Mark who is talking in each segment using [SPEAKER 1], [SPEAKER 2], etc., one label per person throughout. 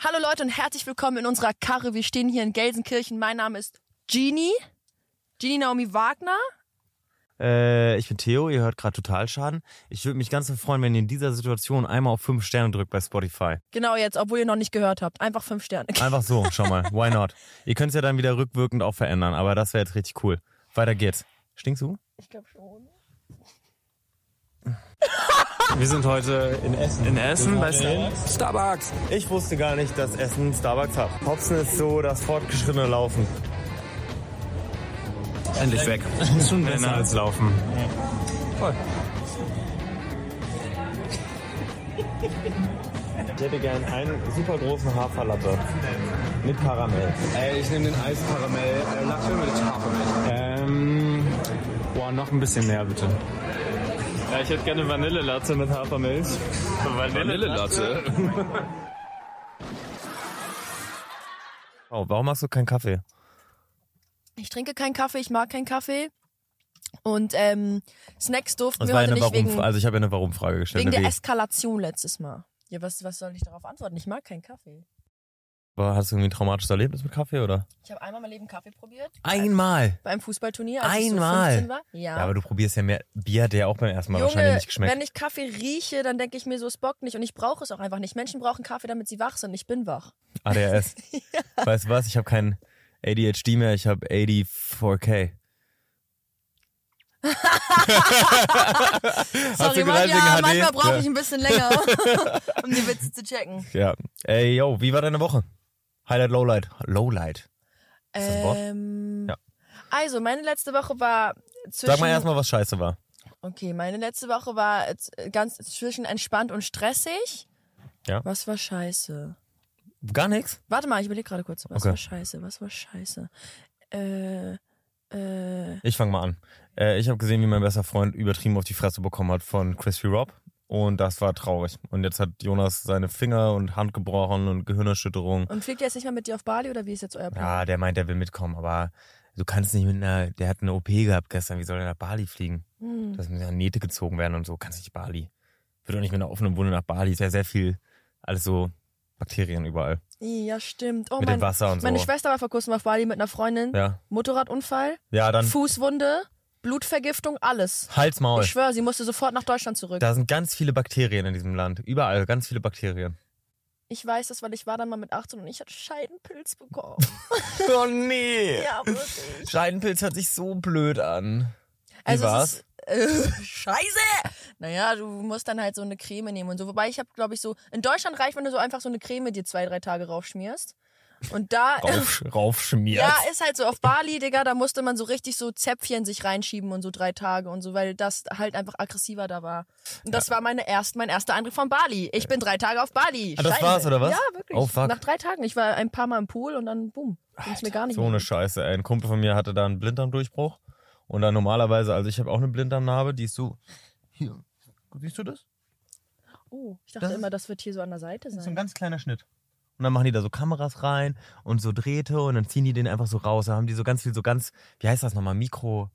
[SPEAKER 1] Hallo Leute und herzlich willkommen in unserer Karre. Wir stehen hier in Gelsenkirchen. Mein Name ist Genie. Genie Naomi Wagner.
[SPEAKER 2] Äh, ich bin Theo, ihr hört gerade total Schaden. Ich würde mich ganz doll freuen, wenn ihr in dieser Situation einmal auf fünf Sterne drückt bei Spotify.
[SPEAKER 1] Genau jetzt, obwohl ihr noch nicht gehört habt. Einfach fünf Sterne.
[SPEAKER 2] Einfach so, schau mal. Why not? Ihr könnt es ja dann wieder rückwirkend auch verändern, aber das wäre jetzt richtig cool. Weiter geht's. Stinkst du?
[SPEAKER 1] Ich glaube schon.
[SPEAKER 2] Wir sind heute in Essen.
[SPEAKER 3] In Essen, weißt du?
[SPEAKER 2] Starbucks. Ich wusste gar nicht, dass Essen Starbucks hat. Hopfen ist so das fortgeschrittene Laufen.
[SPEAKER 3] Endlich weg.
[SPEAKER 2] Schon besser als Laufen.
[SPEAKER 3] Voll.
[SPEAKER 2] Ich hätte gern einen super großen Haferlatte. Mit Karamell.
[SPEAKER 3] Ey, ich nehme den Eiskaramell äh, Latte mit Hafermilch.
[SPEAKER 2] Ähm. Boah, noch ein bisschen mehr bitte.
[SPEAKER 4] Ja, ich hätte gerne Vanillelatte mit Hafermilch.
[SPEAKER 3] Vanillelatte?
[SPEAKER 2] Oh, warum machst du keinen Kaffee?
[SPEAKER 1] Ich trinke keinen Kaffee, ich mag keinen Kaffee. Und ähm, Snacks durften
[SPEAKER 2] Das
[SPEAKER 1] wir
[SPEAKER 2] war
[SPEAKER 1] heute
[SPEAKER 2] eine
[SPEAKER 1] nicht
[SPEAKER 2] Warum.
[SPEAKER 1] wegen,
[SPEAKER 2] Also ich habe ja eine Warum-Frage gestellt. ne,
[SPEAKER 1] wegen der
[SPEAKER 2] Eine
[SPEAKER 1] Eskalation letztes Mal. Ja, was, was soll ich darauf antworten? Ich mag keinen Kaffee.
[SPEAKER 2] Wie- War- Hast du irgendwie ein traumatisches Erlebnis mit Kaffee oder?
[SPEAKER 1] Ich habe einmal mein Leben Kaffee probiert.
[SPEAKER 2] Einmal.
[SPEAKER 1] Beim Fußballturnier, als
[SPEAKER 2] Einmal.
[SPEAKER 1] ich so 15 war. Ja.
[SPEAKER 2] Ja, aber du probierst ja mehr. Bier hat dir ja auch beim ersten Mal wahrscheinlich
[SPEAKER 1] Junge,
[SPEAKER 2] nicht geschmeckt.
[SPEAKER 1] wenn ich Kaffee rieche, dann denke ich mir so, es bockt nicht. Und ich brauche es auch einfach nicht. Menschen brauchen Kaffee, damit sie wach sind. Ich bin wach.
[SPEAKER 2] ADHS. Weißt du was? Ich habe kein ADHD mehr, ich habe 84K.
[SPEAKER 1] Sorry, man,
[SPEAKER 2] du gerade wegen
[SPEAKER 1] ja,
[SPEAKER 2] HD?
[SPEAKER 1] manchmal brauche
[SPEAKER 2] Ja.
[SPEAKER 1] ich ein bisschen länger, um die Witze zu checken.
[SPEAKER 2] Ja. Ey, yo, wie war deine Woche? Highlight, Lowlight. Lowlight. das ein Wort?
[SPEAKER 1] Ähm,
[SPEAKER 2] Ja.
[SPEAKER 1] Also, meine letzte Woche war zwischen...
[SPEAKER 2] Sag mal erstmal, was scheiße war.
[SPEAKER 1] Okay, meine letzte Woche war äh, ganz zwischen entspannt und stressig.
[SPEAKER 2] Ja.
[SPEAKER 1] Was war scheiße?
[SPEAKER 2] Gar nichts?
[SPEAKER 1] Warte mal, ich überlege gerade kurz. Was
[SPEAKER 2] Okay.
[SPEAKER 1] war scheiße? Was war scheiße? Äh, äh,
[SPEAKER 2] Ich fange mal an. Äh, ich habe gesehen, wie mein bester Freund übertrieben auf die Fresse bekommen hat von Crispy Rob. Und das war traurig. Und jetzt hat Jonas seine Finger und Hand gebrochen und Gehirnerschütterung.
[SPEAKER 1] und fliegt ihr jetzt nicht mehr mit dir auf Bali oder wie ist jetzt euer Plan?
[SPEAKER 2] Ja, der meint, der will mitkommen, aber du kannst nicht mit einer, der hat eine OP gehabt gestern, wie soll der nach Bali fliegen?
[SPEAKER 1] Hm.
[SPEAKER 2] Das müssen ja Nähte gezogen werden und so, kannst nicht Bali. Wird doch nicht mit einer offenen Wunde nach Bali, ist ja sehr viel, alles so Bakterien überall.
[SPEAKER 1] Ja, stimmt. Oh,
[SPEAKER 2] Mit dem
[SPEAKER 1] mein,
[SPEAKER 2] Wasser und so.
[SPEAKER 1] meine Schwester war vor kurzem auf Bali mit einer Freundin.
[SPEAKER 2] Ja,
[SPEAKER 1] Motorradunfall,
[SPEAKER 2] ja dann
[SPEAKER 1] Fußwunde, Blutvergiftung, alles.
[SPEAKER 2] Hals, Maul.
[SPEAKER 1] Ich schwöre, sie musste sofort nach Deutschland zurück.
[SPEAKER 2] Da sind ganz viele Bakterien in diesem Land, überall ganz viele Bakterien.
[SPEAKER 1] ich weiß das, weil ich war dann mal mit 18 und ich hatte Scheidenpilz bekommen.
[SPEAKER 2] Oh nee!
[SPEAKER 1] ja, wirklich.
[SPEAKER 2] Scheidenpilz hört sich so blöd an. Wie
[SPEAKER 1] Also
[SPEAKER 2] war's?
[SPEAKER 1] es ist, äh, Scheiße! Naja, du musst dann halt so eine Creme nehmen und so. Wobei ich habe, glaube ich, so. In Deutschland reicht, wenn du so einfach so eine Creme dir zwei, drei Tage raufschmierst. Und da.
[SPEAKER 2] Rauf, raufschmiert.
[SPEAKER 1] Ja, ist halt so auf Bali, Digga, da musste man so richtig so Zäpfchen sich reinschieben und so drei Tage und so, weil das halt einfach aggressiver da war. Und das war meine erst, mein erster Eindruck von Bali. Ich bin drei Tage auf Bali.
[SPEAKER 2] Ah, das
[SPEAKER 1] Scheiße.
[SPEAKER 2] war's, oder was?
[SPEAKER 1] Ja, wirklich.
[SPEAKER 2] Oh, fuck.
[SPEAKER 1] Nach drei Tagen. Ich war ein paar Mal im Pool und dann boom. Ging's mir gar nicht
[SPEAKER 2] So eine
[SPEAKER 1] mehr.
[SPEAKER 2] Scheiße. Ey. Ein Kumpel von mir hatte da einen Blinddarmdurchbruch. Und dann normalerweise, also ich habe auch eine Blinddarmnarbe, die ist so. Hier. Siehst du das?
[SPEAKER 1] Oh, ich dachte
[SPEAKER 2] Das ist-
[SPEAKER 1] immer, das wird hier so an der Seite
[SPEAKER 2] Das ist so ein
[SPEAKER 1] sein.
[SPEAKER 2] ganz kleiner Schnitt. Und dann machen die da so Kameras rein und so Drähte und dann ziehen die den einfach so raus. Da haben die so ganz viel, so ganz, wie heißt das nochmal? Mikro.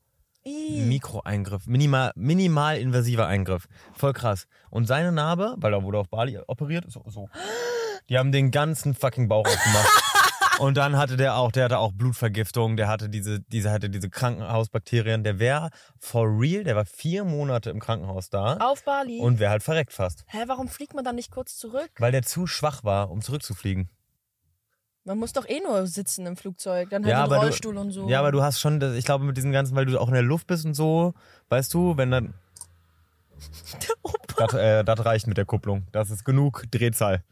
[SPEAKER 1] Ih.
[SPEAKER 2] Mikroeingriff, minimal, minimal invasiver Eingriff. Voll krass. Und seine Narbe, weil er wurde auf Bali operiert, so, so. Die haben den ganzen fucking Bauch aufgemacht. Und dann hatte der auch, der hatte auch Blutvergiftung, der hatte diese, diese, hatte diese Krankenhausbakterien. Der wäre for real, der war vier Monate im Krankenhaus da
[SPEAKER 1] Auf Bali.
[SPEAKER 2] und wäre halt verreckt fast.
[SPEAKER 1] Hä, warum fliegt man dann nicht kurz zurück?
[SPEAKER 2] Weil der zu schwach war, um zurückzufliegen.
[SPEAKER 1] Man muss doch eh nur sitzen im Flugzeug, dann halt im Rollstuhl
[SPEAKER 2] du,
[SPEAKER 1] und so.
[SPEAKER 2] Ja, aber du hast schon, das- ich glaube, mit diesem ganzen, weil du auch in der Luft bist und so, weißt du, wenn dann.
[SPEAKER 1] Oh,
[SPEAKER 2] Das, äh, das reicht mit der Kupplung. Das ist genug Drehzahl.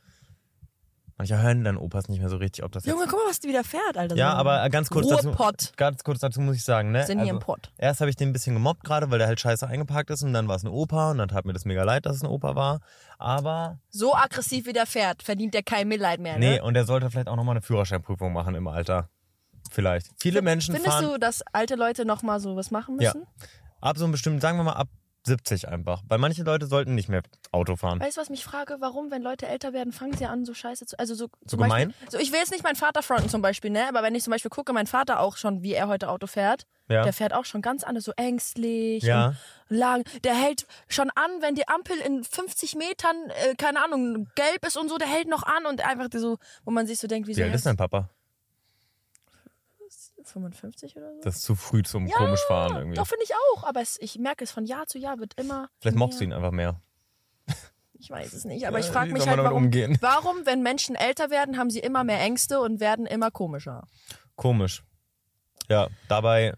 [SPEAKER 2] Manche hören dann Opas nicht mehr so richtig, ob das jetzt.
[SPEAKER 1] Junge, guck mal, was die wieder fährt, Alter.
[SPEAKER 2] Ja, aber äh, ganz kurz dazu.
[SPEAKER 1] Ruhrpott.
[SPEAKER 2] Ganz kurz dazu muss ich sagen, ne?
[SPEAKER 1] Sind hier im Pott.
[SPEAKER 2] Erst habe ich den ein bisschen gemobbt gerade, weil der halt scheiße eingepackt ist und dann war es eine Opa und dann tat mir das mega leid, dass es eine Opa war. Aber.
[SPEAKER 1] So aggressiv wie der fährt, verdient der kein Mitleid mehr.
[SPEAKER 2] Nee,
[SPEAKER 1] ne?
[SPEAKER 2] und er sollte vielleicht auch nochmal eine Führerscheinprüfung machen im Alter. Vielleicht. Viele Menschen
[SPEAKER 1] Findest
[SPEAKER 2] fahren
[SPEAKER 1] du, dass alte Leute nochmal so was machen
[SPEAKER 2] Ja.
[SPEAKER 1] müssen?
[SPEAKER 2] ab so einem bestimmten, sagen wir mal, ab 70 einfach. Weil manche Leute sollten nicht mehr Auto fahren.
[SPEAKER 1] Weißt du, was ich mich frage? Warum, wenn Leute älter werden, fangen sie an, so scheiße zu. Also so, zum
[SPEAKER 2] gemein?
[SPEAKER 1] Beispiel, so ich will jetzt nicht meinen Vater fronten zum Beispiel, ne? Aber wenn ich zum Beispiel gucke, mein Vater auch schon, wie er heute Auto fährt,
[SPEAKER 2] Ja.
[SPEAKER 1] der fährt auch schon ganz anders, so ängstlich
[SPEAKER 2] Ja.
[SPEAKER 1] und lang. Der hält schon an, wenn die Ampel in 50 Metern, äh, keine Ahnung, gelb ist und so, der hält noch an und einfach so, wo man sich so denkt, wie
[SPEAKER 2] Wie alt ist dein Papa?
[SPEAKER 1] 55 oder so?
[SPEAKER 2] Das ist zu früh zum komisch fahren irgendwie.
[SPEAKER 1] Doch, finde ich auch. Aber es, ich merke es, von Jahr zu Jahr wird immer.
[SPEAKER 2] Vielleicht mockst du
[SPEAKER 1] mehr.
[SPEAKER 2] ihn einfach mehr.
[SPEAKER 1] Ich weiß es nicht. Aber ich
[SPEAKER 2] Ja,
[SPEAKER 1] frage
[SPEAKER 2] Äh, wie
[SPEAKER 1] mich
[SPEAKER 2] soll
[SPEAKER 1] halt,
[SPEAKER 2] man damit
[SPEAKER 1] warum,
[SPEAKER 2] umgehen?
[SPEAKER 1] warum, wenn Menschen älter werden, haben sie immer mehr Ängste und werden immer komischer.
[SPEAKER 2] Komisch. Ja, dabei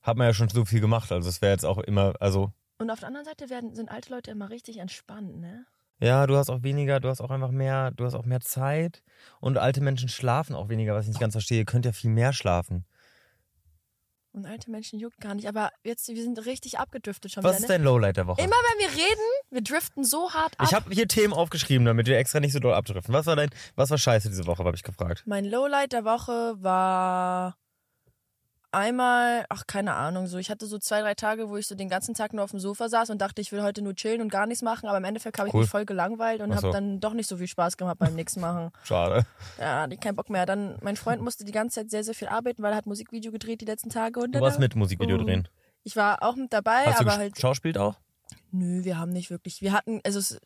[SPEAKER 2] hat man ja schon so viel gemacht. Also es wäre jetzt auch immer, also
[SPEAKER 1] Und auf der anderen Seite werden, sind alte Leute immer richtig entspannt, ne?
[SPEAKER 2] ja, du hast auch weniger, du hast auch einfach mehr, du hast auch mehr Zeit und alte Menschen schlafen auch weniger, was ich nicht ganz verstehe. Ihr könnt ja viel mehr schlafen.
[SPEAKER 1] Und alte Menschen juckt gar nicht. Aber jetzt, wir sind richtig abgedriftet schon
[SPEAKER 2] Was ist
[SPEAKER 1] wieder, ne?
[SPEAKER 2] dein Lowlight der Woche?
[SPEAKER 1] Immer wenn wir reden, wir driften so hart ab.
[SPEAKER 2] ich habe hier Themen aufgeschrieben, damit wir extra nicht so doll abdriften. Was war dein, was war scheiße diese Woche, habe ich gefragt.
[SPEAKER 1] mein Lowlight der Woche war einmal, ach keine Ahnung, so ich hatte so zwei, drei Tage, wo ich so den ganzen Tag nur auf dem Sofa saß und dachte, ich will heute nur chillen und gar nichts machen, aber im Endeffekt habe ich
[SPEAKER 2] Cool.
[SPEAKER 1] mich voll gelangweilt und
[SPEAKER 2] Ach
[SPEAKER 1] hab
[SPEAKER 2] so.
[SPEAKER 1] habe dann doch nicht so viel Spaß gemacht beim nichts machen.
[SPEAKER 2] Schade.
[SPEAKER 1] Ja, hatte ich keinen Bock mehr. Dann, mein Freund musste die ganze Zeit sehr, sehr viel arbeiten, weil er hat Musikvideo gedreht die letzten Tage. Und
[SPEAKER 2] Du
[SPEAKER 1] dann-
[SPEAKER 2] warst mit Musikvideo
[SPEAKER 1] Oh.
[SPEAKER 2] drehen.
[SPEAKER 1] Ich war auch mit dabei,
[SPEAKER 2] Hast du
[SPEAKER 1] aber
[SPEAKER 2] gesch-
[SPEAKER 1] halt,
[SPEAKER 2] schauspielt auch?
[SPEAKER 1] nö, wir haben nicht wirklich, wir hatten, also es,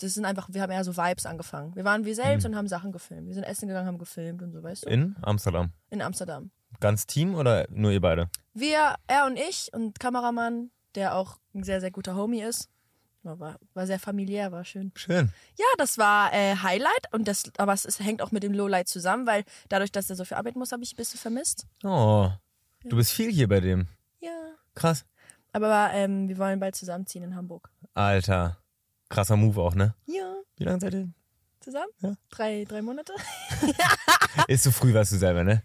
[SPEAKER 1] das sind einfach, wir haben eher so Vibes angefangen. Wir waren wir selbst
[SPEAKER 2] Mhm.
[SPEAKER 1] und haben Sachen gefilmt. Wir sind essen gegangen, haben gefilmt und so, weißt du?
[SPEAKER 2] In Amsterdam.
[SPEAKER 1] In Amsterdam.
[SPEAKER 2] Ganz Team oder nur ihr beide?
[SPEAKER 1] Wir, er und ich und Kameramann, der auch ein sehr, sehr guter Homie ist. Ja, War, war sehr familiär, war schön.
[SPEAKER 2] Schön.
[SPEAKER 1] Ja, das war äh, Highlight und das, aber es, es hängt auch mit dem Lowlight zusammen, weil dadurch, dass er so viel arbeiten muss, habe ich ein bisschen vermisst.
[SPEAKER 2] Oh, du bist viel hier bei dem.
[SPEAKER 1] Ja.
[SPEAKER 2] Krass.
[SPEAKER 1] Aber ähm, wir wollen bald zusammenziehen in Hamburg.
[SPEAKER 2] Alter. Krasser Move auch, ne?
[SPEAKER 1] Ja,
[SPEAKER 2] Wie lange seid ihr?
[SPEAKER 1] zusammen?
[SPEAKER 2] Ja.
[SPEAKER 1] Drei, drei Monate?
[SPEAKER 2] Ist zu früh, weißt du selber, ne?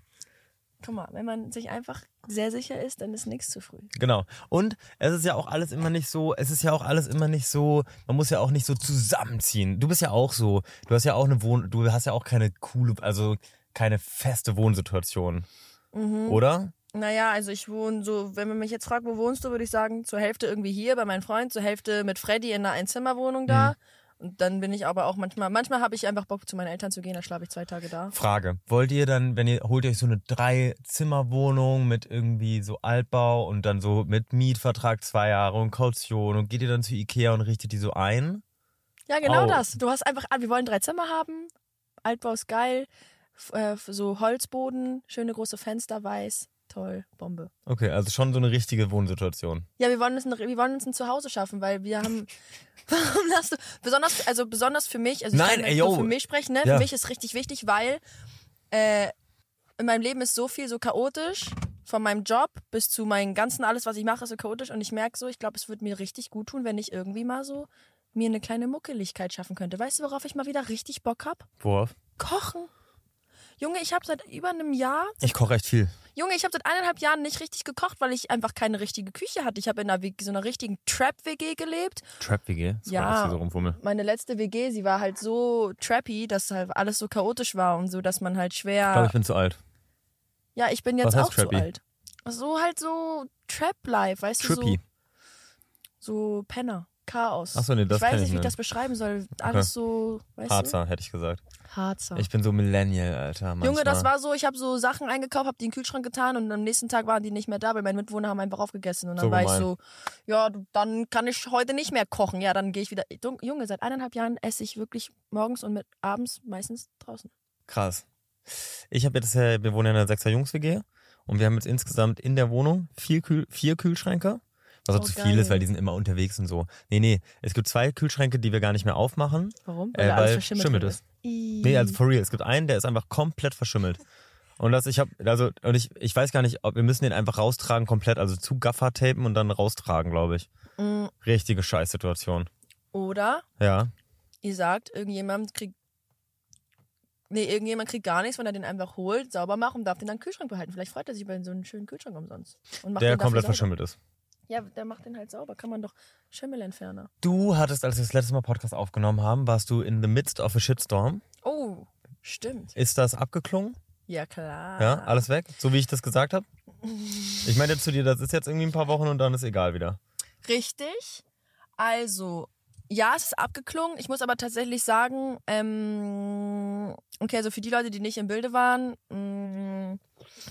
[SPEAKER 1] Guck mal, wenn man sich einfach sehr sicher ist, dann ist nichts zu früh.
[SPEAKER 2] Genau. Und es ist ja auch alles immer nicht so, es ist ja auch alles immer nicht so, man muss ja auch nicht so zusammenziehen. Du bist ja auch so, du hast ja auch eine Wohn, du hast ja auch keine coole, also keine feste Wohnsituation. Oder?
[SPEAKER 1] Naja, also ich wohne so, wenn man mich jetzt fragt, wo wohnst du, würde ich sagen, zur Hälfte irgendwie hier bei meinem Freund, zur Hälfte mit Freddy in einer Einzimmerwohnung
[SPEAKER 2] Mhm.
[SPEAKER 1] da. Und dann bin ich aber auch manchmal, manchmal habe ich einfach Bock, zu meinen Eltern zu gehen, dann schlafe ich zwei Tage da.
[SPEAKER 2] Frage. Wollt ihr dann, wenn ihr, holt ihr euch so eine Drei-Zimmer-Wohnung mit irgendwie so Altbau und dann so mit Mietvertrag zwei Jahre und Kaution und geht ihr dann zu Ikea und richtet die so ein?
[SPEAKER 1] Ja, genau
[SPEAKER 2] Au.
[SPEAKER 1] das. Du hast einfach, ah, wir wollen drei Zimmer haben, Altbau ist geil, f- äh, so Holzboden, schöne große Fenster, weiß, toll, Bombe.
[SPEAKER 2] Okay, also schon so eine richtige Wohnsituation.
[SPEAKER 1] Ja, wir wollen, uns ein, wir wollen uns ein Zuhause schaffen, weil wir haben. Warum lass du. Besonders, also besonders für mich, also ich
[SPEAKER 2] Nein,
[SPEAKER 1] kann
[SPEAKER 2] ey,
[SPEAKER 1] nur
[SPEAKER 2] yo.
[SPEAKER 1] für mich sprechen, ne?
[SPEAKER 2] Ja.
[SPEAKER 1] Für mich ist richtig wichtig, weil äh, in meinem Leben ist so viel so chaotisch. Von meinem Job bis zu meinem ganzen alles, was ich mache, ist so chaotisch. Und ich merke so, ich glaube, es würde mir richtig gut tun, wenn ich irgendwie mal so mir eine kleine Muckeligkeit schaffen könnte. Weißt du, worauf ich mal wieder richtig Bock hab?
[SPEAKER 2] Worauf?
[SPEAKER 1] Kochen. Junge, ich habe seit über einem Jahr
[SPEAKER 2] Ich koche recht viel.
[SPEAKER 1] Junge, ich habe seit eineinhalb Jahren nicht richtig gekocht, weil ich einfach keine richtige Küche hatte. Ich habe in einer, W- so einer richtigen Trap-WG gelebt.
[SPEAKER 2] Trap-WG? Das
[SPEAKER 1] Ja.
[SPEAKER 2] war das hier so rumfummel.
[SPEAKER 1] Meine letzte WG, sie war halt so trappy, dass halt alles so chaotisch war und so, dass man halt schwer.
[SPEAKER 2] Ich glaube, ich bin zu alt.
[SPEAKER 1] ja, ich bin
[SPEAKER 2] Was
[SPEAKER 1] jetzt
[SPEAKER 2] heißt
[SPEAKER 1] auch
[SPEAKER 2] trappy?
[SPEAKER 1] zu alt. So halt so Trap-Life, weißt
[SPEAKER 2] Trippy.
[SPEAKER 1] du? So, so Penner, Chaos.
[SPEAKER 2] Ach so, nee, das
[SPEAKER 1] ich weiß
[SPEAKER 2] kenn
[SPEAKER 1] nicht,
[SPEAKER 2] ich
[SPEAKER 1] wie ich
[SPEAKER 2] nicht.
[SPEAKER 1] das beschreiben soll. Alles so, weißt
[SPEAKER 2] Harzer, hätte ich gesagt.
[SPEAKER 1] du? Harzer.
[SPEAKER 2] Ich bin so Millennial, Alter. Manchmal.
[SPEAKER 1] Junge, das war so, ich habe so Sachen eingekauft, habe die in den Kühlschrank getan und am nächsten Tag waren die nicht mehr da, weil meine Mitwohner haben einfach aufgegessen. Und dann
[SPEAKER 2] So
[SPEAKER 1] war
[SPEAKER 2] gemein.
[SPEAKER 1] ich so, ja, du- dann kann ich heute nicht mehr kochen. Ja, dann gehe ich wieder. Dun- Junge, seit eineinhalb Jahren esse ich wirklich morgens und mit abends meistens draußen.
[SPEAKER 2] krass. Ich habe jetzt, äh, wir wohnen ja in einer 6er Jungs-WG und wir haben jetzt insgesamt in der Wohnung vier, Kühl vier Kühlschränke. Was auch
[SPEAKER 1] Oh,
[SPEAKER 2] zu viel
[SPEAKER 1] geil.
[SPEAKER 2] ist, weil die sind immer unterwegs und so. Nee, nee, es gibt zwei Kühlschränke, die wir gar nicht mehr aufmachen.
[SPEAKER 1] Warum?
[SPEAKER 2] Äh,
[SPEAKER 1] da
[SPEAKER 2] weil Schimmel
[SPEAKER 1] drin
[SPEAKER 2] ist.
[SPEAKER 1] Ih.
[SPEAKER 2] Nee, also for real. Es gibt einen, der ist einfach komplett verschimmelt. Und das, ich habe, also, und ich, ich weiß gar nicht, ob wir müssen den einfach raustragen komplett, also zu Gaffer tapen und dann raustragen, glaube ich.
[SPEAKER 1] Mm,
[SPEAKER 2] Richtige Scheißsituation.
[SPEAKER 1] Oder
[SPEAKER 2] Ja.
[SPEAKER 1] ihr sagt, irgendjemand kriegt. Nee, irgendjemand kriegt gar nichts, wenn er den einfach holt, sauber macht und darf den dann im Kühlschrank behalten. Vielleicht freut er sich über so einen schönen Kühlschrank umsonst. Und macht
[SPEAKER 2] der
[SPEAKER 1] den dafür
[SPEAKER 2] komplett
[SPEAKER 1] sauber.
[SPEAKER 2] verschimmelt ist.
[SPEAKER 1] Ja, der macht den halt sauber. Kann man doch Schimmelentferner.
[SPEAKER 2] Du hattest, als wir das letzte Mal Podcast aufgenommen haben, warst du in the midst of a shitstorm.
[SPEAKER 1] Oh, stimmt.
[SPEAKER 2] Ist das abgeklungen?
[SPEAKER 1] Ja, klar.
[SPEAKER 2] Ja, alles weg? So wie ich das gesagt habe? Ich meinte zu dir, das ist jetzt irgendwie ein paar Wochen und dann ist egal wieder.
[SPEAKER 1] Richtig. Also, ja, es ist abgeklungen. Ich muss aber tatsächlich sagen, ähm, okay, also für die Leute, die nicht im Bilde waren, mh,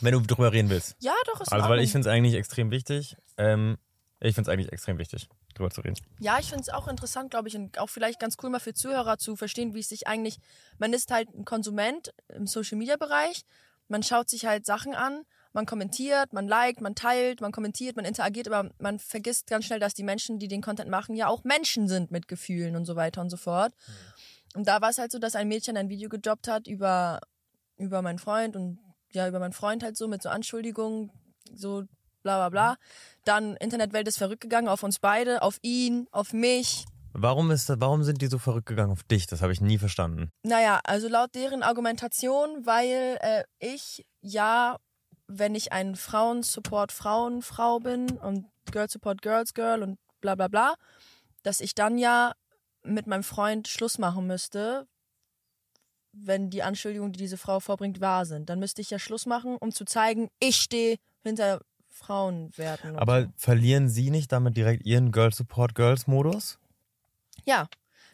[SPEAKER 2] Wenn du drüber reden willst.
[SPEAKER 1] ja, doch, ist in
[SPEAKER 2] Also, weil ich
[SPEAKER 1] Ordnung.
[SPEAKER 2] finde es eigentlich extrem wichtig. Ähm, ich finde es eigentlich extrem wichtig, drüber zu reden.
[SPEAKER 1] Ja, ich finde es auch interessant, glaube ich, und auch vielleicht ganz cool mal für Zuhörer zu verstehen, wie es sich eigentlich, man ist halt ein Konsument im Social-Media-Bereich, man schaut sich halt Sachen an, man kommentiert, man liked, man teilt, man kommentiert, man interagiert, aber man vergisst ganz schnell, dass die Menschen, die den Content machen, ja auch Menschen sind mit Gefühlen und so weiter und so fort. Und da war es halt so, dass ein Mädchen ein Video gejobbt hat über, über meinen Freund und ja, über meinen Freund halt so mit so Anschuldigungen, so bla bla bla. Dann Internetwelt ist verrückt gegangen auf uns beide, auf ihn, auf mich.
[SPEAKER 2] Warum, ist, das- warum sind die so verrückt gegangen auf dich? Das habe ich nie verstanden.
[SPEAKER 1] Naja, also laut deren Argumentation, weil äh, ich ja, wenn ich ein Frauen-Support Frauen-Frau bin und Girl-Support Girls-Girl und bla bla bla, dass ich dann ja mit meinem Freund Schluss machen müsste, wenn die Anschuldigungen, die diese Frau vorbringt, wahr sind. Dann müsste ich ja Schluss machen, um zu zeigen, ich stehe hinter Frauenwerten. und
[SPEAKER 2] Aber verlieren sie nicht damit direkt ihren Girl Support Girls Modus?
[SPEAKER 1] Ja,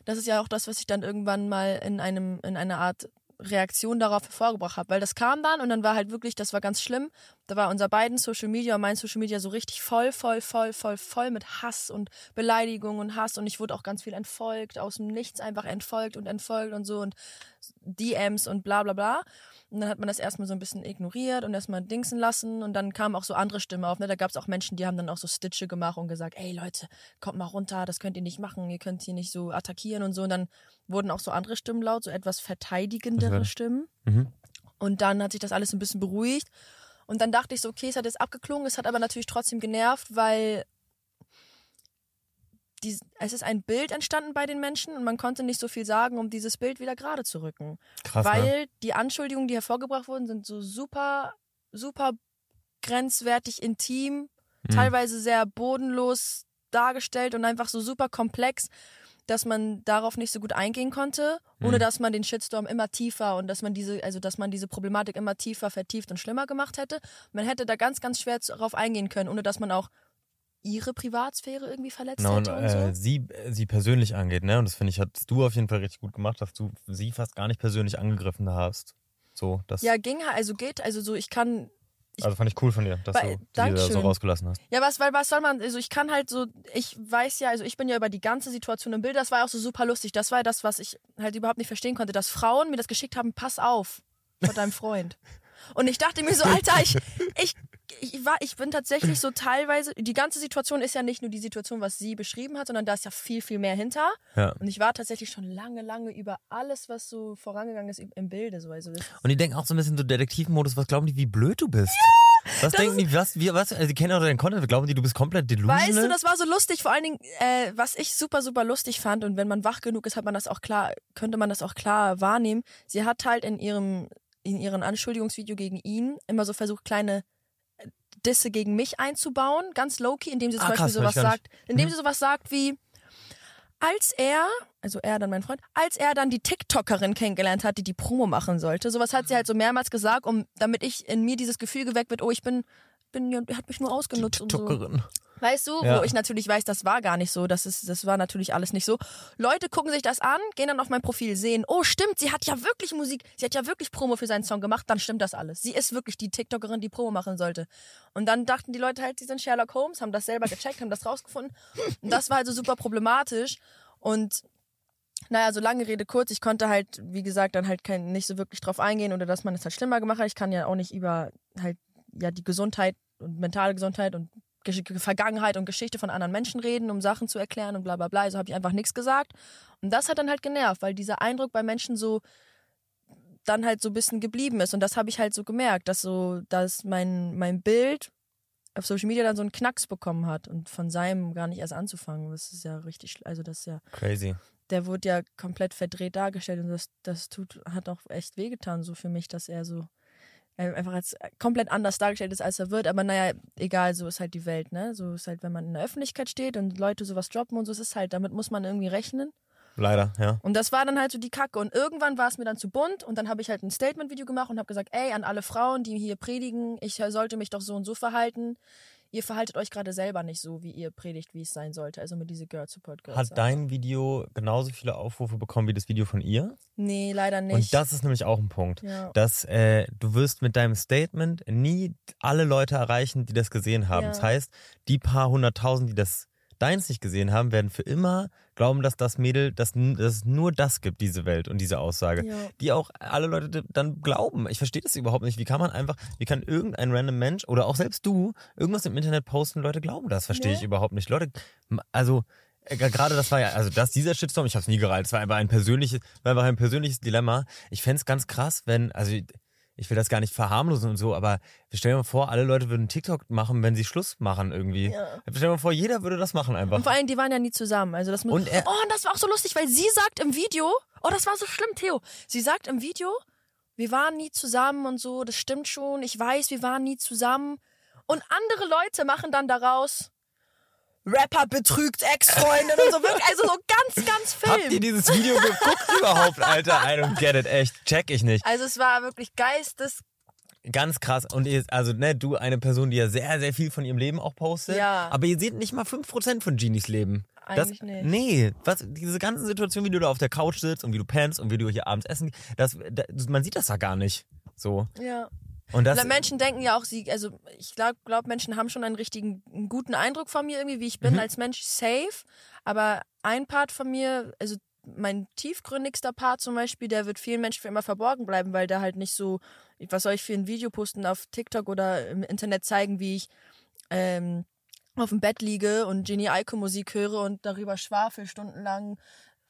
[SPEAKER 1] das ist ja auch das, was ich dann irgendwann mal in einem in einer Art Reaktion darauf hervorgebracht habe, weil das kam dann und dann war halt wirklich, das war ganz schlimm. Da war unser beiden Social Media und mein Social Media so richtig voll, voll, voll, voll, voll mit Hass und Beleidigung und Hass und ich wurde auch ganz viel entfolgt, aus dem Nichts einfach entfolgt und entfolgt und so und DMs und bla bla bla. Und dann hat man das erstmal so ein bisschen ignoriert und erstmal dingsen lassen und dann kamen auch so andere Stimmen auf. Ne? Da gab es auch Menschen, die haben dann auch so Stitche gemacht und gesagt, ey Leute, kommt mal runter, das könnt ihr nicht machen, ihr könnt hier nicht so attackieren und so. Und dann wurden auch so andere Stimmen laut, so etwas
[SPEAKER 2] Das war
[SPEAKER 1] verteidigendere
[SPEAKER 2] das.
[SPEAKER 1] Stimmen.
[SPEAKER 2] Mhm.
[SPEAKER 1] Und dann hat sich das alles ein bisschen beruhigt. Und dann dachte ich so, okay, es hat jetzt abgeklungen, es hat aber natürlich trotzdem genervt, weil dies- es ist ein Bild entstanden bei den Menschen und man konnte nicht so viel sagen, um dieses Bild wieder gerade zu rücken.
[SPEAKER 2] Krass, ne?
[SPEAKER 1] Weil die Anschuldigungen, die hervorgebracht wurden, sind so super, super grenzwertig intim,
[SPEAKER 2] Mhm.
[SPEAKER 1] teilweise sehr bodenlos dargestellt und einfach so super komplex, dass man darauf nicht so gut eingehen konnte, ohne
[SPEAKER 2] Mhm.
[SPEAKER 1] dass man den Shitstorm immer tiefer und dass man diese, also dass man diese Problematik immer tiefer vertieft und schlimmer gemacht hätte. Man hätte da ganz, ganz schwer zu- drauf eingehen können, ohne dass man auch ihre Privatsphäre irgendwie verletzt
[SPEAKER 2] Na, und,
[SPEAKER 1] hätte und so.
[SPEAKER 2] äh, sie, äh, sie persönlich angeht, ne? Und das finde ich, hast du auf jeden Fall richtig gut gemacht, dass du sie fast gar nicht persönlich angegriffen hast. So, das,
[SPEAKER 1] ja, ging halt, also geht, also so, ich kann ich-
[SPEAKER 2] also fand ich cool von dir, dass
[SPEAKER 1] Weil-
[SPEAKER 2] du die da so
[SPEAKER 1] Dankeschön.
[SPEAKER 2] rausgelassen hast.
[SPEAKER 1] Ja, was, weil, was soll man, also ich kann halt so, ich weiß ja, also ich bin ja über die ganze Situation im Bild, das war ja auch so super lustig, das war ja das, was ich halt überhaupt nicht verstehen konnte, dass Frauen mir das geschickt haben, pass auf, vor deinem Freund. Und ich dachte mir so, Alter, ich, ich, ich, war, ich bin tatsächlich so teilweise, die ganze Situation ist ja nicht nur die Situation, was sie beschrieben hat, sondern da ist ja viel, viel mehr hinter.
[SPEAKER 2] Ja.
[SPEAKER 1] Und ich war tatsächlich schon lange, lange über alles, was so vorangegangen ist, im Bilde. So. Also das,
[SPEAKER 2] Und die denken auch so ein bisschen so Detektivmodus, was glauben die, wie blöd du bist? was denken die, was, wie, was, also die kennen auch deinen Content, glauben die, du bist komplett delusional?
[SPEAKER 1] Weißt du, das war so lustig. Vor allen Dingen, äh, was ich super, super lustig fand und wenn man wach genug ist, hat man das auch klar, könnte man das auch klar wahrnehmen. Sie hat halt in ihrem, in ihrem Anschuldigungsvideo gegen ihn immer so versucht, kleine äh, Disse gegen mich einzubauen, ganz low-key, indem sie zum
[SPEAKER 2] Ah,
[SPEAKER 1] Beispiel
[SPEAKER 2] krass, hab
[SPEAKER 1] sowas
[SPEAKER 2] ich gar nicht. Mhm.
[SPEAKER 1] sagt, indem sie sowas sagt wie, als er, also er dann mein Freund, als er dann die TikTokerin kennengelernt hat, die die Promo machen sollte, sowas hat sie halt so mehrmals gesagt, um, damit ich in mir dieses Gefühl geweckt wird, oh, ich bin, bin, er hat mich nur ausgenutzt und so.
[SPEAKER 2] TikTokerin.
[SPEAKER 1] Weißt du,
[SPEAKER 2] Ja.
[SPEAKER 1] wo ich natürlich weiß, das war gar nicht so. Das, ist, das war natürlich alles nicht so. Leute gucken sich das an, gehen dann auf mein Profil, sehen, oh stimmt, sie hat ja wirklich Musik, sie hat ja wirklich Promo für seinen Song gemacht, dann stimmt das alles. Sie ist wirklich die TikTokerin, die Promo machen sollte. Und dann dachten die Leute halt, sie sind Sherlock Holmes, haben das selber gecheckt, haben das rausgefunden. Und das war also super problematisch. Und naja, so lange Rede kurz, ich konnte halt, wie gesagt, dann halt kein, nicht so wirklich drauf eingehen oder dass man es halt schlimmer gemacht hat. Ich kann ja auch nicht über halt ja die Gesundheit und mentale Gesundheit und Gesch- Vergangenheit und Geschichte von anderen Menschen reden, um Sachen zu erklären und bla bla bla. Also habe ich einfach nichts gesagt. Und das hat dann halt genervt, weil dieser Eindruck bei Menschen so dann halt so ein bisschen geblieben ist. Und das habe ich halt so gemerkt, dass so, dass mein, mein Bild auf Social Media dann so einen Knacks bekommen hat und von seinem gar nicht erst anzufangen. Das ist ja richtig, schl- also das ist ja,
[SPEAKER 2] Crazy.
[SPEAKER 1] der wurde ja komplett verdreht dargestellt und das, das tut, hat auch echt wehgetan, so für mich, dass er so äh, einfach als komplett anders dargestellt ist, als er wird. Aber naja, egal, so ist halt die Welt, ne? So ist halt, wenn man in der Öffentlichkeit steht und Leute sowas droppen und so, es ist halt, damit muss man irgendwie rechnen.
[SPEAKER 2] Leider, ja.
[SPEAKER 1] Und das war dann halt so die Kacke. Und irgendwann war es mir dann zu bunt und dann habe ich halt ein äh, Statement-Video gemacht und habe gesagt, ey, an alle Frauen, die hier predigen, ich sollte mich doch so und so verhalten. ihr verhaltet euch gerade selber nicht so, wie ihr predigt, wie es sein sollte. Also mit diese Girl Support Girls.
[SPEAKER 2] Hat dein Video genauso viele Aufrufe bekommen wie das Video von ihr?
[SPEAKER 1] nee, leider nicht.
[SPEAKER 2] Und das ist nämlich auch ein Punkt,
[SPEAKER 1] Ja.
[SPEAKER 2] dass äh, du wirst mit deinem Statement nie alle Leute erreichen, die das gesehen haben.
[SPEAKER 1] Ja.
[SPEAKER 2] Das heißt, die paar hunderttausend, die das deins nicht gesehen haben, werden für immer glauben, dass das Mädel, dass, n- dass es nur das gibt, diese Welt und diese Aussage.
[SPEAKER 1] Ja.
[SPEAKER 2] Die auch alle Leute d- dann glauben. Ich verstehe das überhaupt nicht. Wie kann man einfach, wie kann irgendein random Mensch oder auch selbst du irgendwas im Internet posten, Leute glauben das? Verstehe ich
[SPEAKER 1] Nee.
[SPEAKER 2] überhaupt nicht. Leute, m- also äh, Gerade das war ja, also das, dieser Shitstorm, ich hab's nie gereilt. Es war einfach ein persönliches, war einfach ein persönliches Dilemma. Ich fänd's ganz krass, wenn, also ich- ich will das gar nicht verharmlosen und so, aber stell dir mal vor, alle Leute würden TikTok machen, wenn sie Schluss machen irgendwie.
[SPEAKER 1] Ja.
[SPEAKER 2] Stell dir mal vor, jeder würde das machen einfach.
[SPEAKER 1] Und vor allem, die waren ja nie zusammen. Also das muss
[SPEAKER 2] Und er-
[SPEAKER 1] oh, und das war auch so lustig, weil sie sagt im Video, oh, das war so schlimm, Theo. Sie sagt im Video, wir waren nie zusammen und so, das stimmt schon, ich weiß, wir waren nie zusammen. Und andere Leute machen dann daraus, Rapper betrügt Ex-Freundin und so wirklich, also so ganz, ganz
[SPEAKER 2] Habt ihr
[SPEAKER 1] Film.
[SPEAKER 2] dieses Video geguckt überhaupt, Alter? I don't get it, echt. Check ich nicht.
[SPEAKER 1] Also es war wirklich geistes,
[SPEAKER 2] Ganz krass. Und ihr, also, ne, du, eine Person, die ja sehr, sehr viel von ihrem Leben auch postet.
[SPEAKER 1] Ja.
[SPEAKER 2] Aber ihr seht nicht mal 5% von Genies Leben.
[SPEAKER 1] Eigentlich
[SPEAKER 2] das,
[SPEAKER 1] nicht.
[SPEAKER 2] Nee, was, diese ganzen Situationen, wie du da auf der Couch sitzt und wie du pennst und wie du hier abends essen, das, da, man sieht das da gar nicht. So.
[SPEAKER 1] ja.
[SPEAKER 2] Und das,
[SPEAKER 1] Weil Menschen denken ja auch, sie, also ich glaube, glaub, Menschen haben schon einen richtigen, einen guten Eindruck von mir irgendwie, wie ich bin als Mensch, safe. Aber ein Part von mir, also mein tiefgründigster Part zum Beispiel, der wird vielen Menschen für immer verborgen bleiben, weil der halt nicht so, was soll ich für ein Video posten auf TikTok oder im Internet zeigen, wie ich ähm, auf dem Bett liege und Genie Eiko Musik höre und darüber schwafel stundenlang,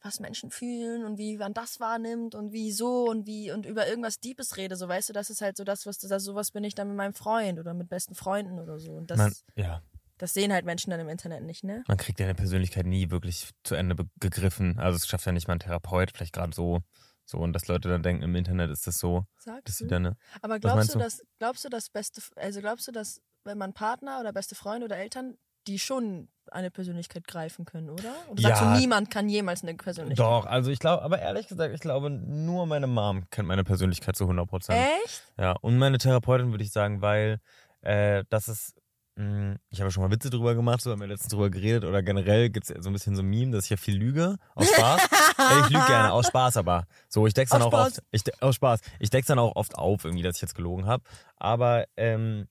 [SPEAKER 1] was Menschen fühlen und wie man das wahrnimmt und wie so und wie und über irgendwas Deepes rede, so weißt du, das ist halt so das, was das, sowas bin ich dann mit meinem Freund oder mit besten Freunden oder so und das
[SPEAKER 2] man, ja,
[SPEAKER 1] das sehen halt Menschen dann im Internet nicht, ne?
[SPEAKER 2] man kriegt ja eine Persönlichkeit nie wirklich zu Ende be- gegriffen. Also, es schafft ja nicht mal ein Therapeut, vielleicht gerade so. So, und dass Leute dann denken, im Internet ist das so, dass
[SPEAKER 1] Sagst
[SPEAKER 2] sie
[SPEAKER 1] du?
[SPEAKER 2] dann, ne?
[SPEAKER 1] Aber
[SPEAKER 2] meinst
[SPEAKER 1] glaubst du,
[SPEAKER 2] du?
[SPEAKER 1] dass glaubst du, dass beste also glaubst du, dass wenn man Partner oder beste Freunde oder Eltern die schon eine Persönlichkeit greifen können, oder? Oder sagst
[SPEAKER 2] Ja.
[SPEAKER 1] du, niemand kann jemals eine Persönlichkeit?
[SPEAKER 2] Doch, also ich glaube, aber ehrlich gesagt, ich glaube, nur meine Mom kennt meine Persönlichkeit zu 100 Prozent.
[SPEAKER 1] Echt?
[SPEAKER 2] Ja, und meine Therapeutin würde ich sagen, weil äh, das ist, mh, ich habe ja schon mal Witze drüber gemacht, so haben wir letztens drüber geredet oder generell gibt es so ein bisschen so ein Meme, dass ich ja viel lüge, aus Spaß. Ey, ich lüge gerne, aus Spaß aber. So, ich deck's dann
[SPEAKER 1] Aus
[SPEAKER 2] auch
[SPEAKER 1] Spaß.
[SPEAKER 2] oft, ich, de- aus Spaß, ich deck's dann auch oft auf irgendwie, dass ich jetzt gelogen habe, aber ähm,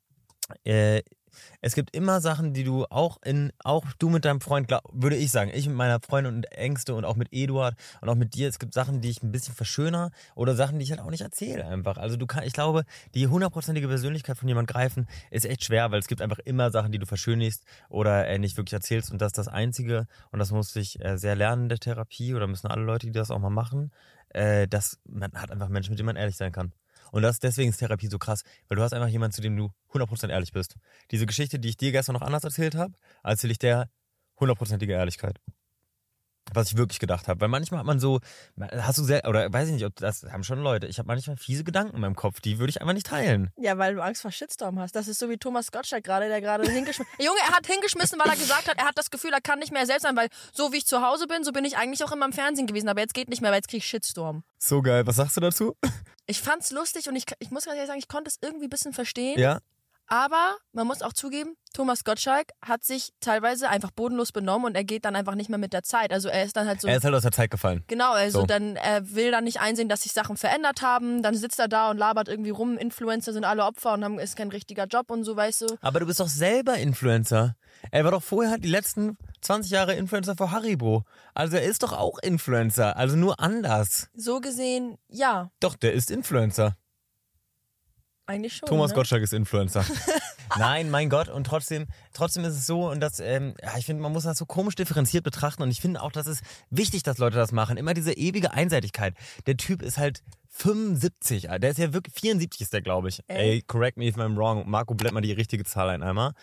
[SPEAKER 2] äh, es gibt immer Sachen, die du auch in, auch du mit deinem Freund, glaub, würde ich sagen, ich mit meiner Freundin und Ängste und auch mit Eduard und auch mit dir, es gibt Sachen, die ich ein bisschen verschöner oder Sachen, die ich halt auch nicht erzähle einfach. Also du kann, ich glaube, die hundertprozentige Persönlichkeit von jemand greifen, ist echt schwer, weil es gibt einfach immer Sachen, die du verschönigst oder äh, nicht wirklich erzählst und das ist das Einzige und das muss ich äh, sehr lernen in der Therapie oder müssen alle Leute, die das auch mal machen, äh, dass man hat einfach Menschen, mit denen man ehrlich sein kann. Und das, deswegen ist Therapie so krass, weil du hast einfach jemanden, zu dem du 100% ehrlich bist. Diese Geschichte, die ich dir gestern noch anders erzählt habe, erzähle ich der hundertprozentige Ehrlichkeit. Was ich wirklich gedacht habe. Weil manchmal hat man so, hast du sehr, oder weiß ich nicht, ob das haben schon Leute, ich habe manchmal fiese Gedanken in meinem Kopf, die würde ich einfach nicht teilen.
[SPEAKER 1] Ja, weil du Angst vor Shitstorm hast. Das ist so wie Thomas Gottschalk gerade, der gerade hingeschmissen Junge, er hat hingeschmissen, weil er gesagt hat, er hat das Gefühl, er kann nicht mehr er selbst sein, weil so wie ich zu Hause bin, so bin ich eigentlich auch immer im Fernsehen gewesen. Aber jetzt geht nicht mehr, weil jetzt krieg ich Shitstorm.
[SPEAKER 2] So geil. Was sagst du dazu?
[SPEAKER 1] Ich fand's lustig und ich, ich muss ganz ehrlich sagen, ich konnte es irgendwie ein bisschen verstehen.
[SPEAKER 2] Ja.
[SPEAKER 1] Aber man muss auch zugeben, Thomas Gottschalk hat sich teilweise einfach bodenlos benommen und er geht dann einfach nicht mehr mit der Zeit. Also er ist dann halt so.
[SPEAKER 2] Er ist halt aus der Zeit gefallen.
[SPEAKER 1] Genau, also
[SPEAKER 2] So.
[SPEAKER 1] dann er will dann nicht einsehen, dass sich Sachen verändert haben. Dann sitzt er da und labert irgendwie rum. Influencer sind alle Opfer und haben ist kein richtiger Job und so, weißt du.
[SPEAKER 2] Aber du bist doch selber Influencer. Er war doch vorher die letzten 20 Jahre Influencer für Haribo. Also er ist doch auch Influencer. Also nur anders.
[SPEAKER 1] So gesehen, ja,
[SPEAKER 2] Doch, der ist Influencer.
[SPEAKER 1] eigentlich schon.
[SPEAKER 2] Thomas
[SPEAKER 1] ne?
[SPEAKER 2] Gottschalk ist Influencer. Nein, mein Gott. Und trotzdem, trotzdem ist es so, und das, ähm, ja, ich finde, man muss das so komisch differenziert betrachten. Und ich finde auch, das ist wichtig, dass Leute das machen. Immer diese ewige Einseitigkeit. Der Typ ist halt 75, Alter. der ist ja wirklich, 74 ist der, glaube ich.
[SPEAKER 1] Ey.
[SPEAKER 2] Ey. correct me if I'm wrong. Marco, blend mal die richtige Zahl ein einmal.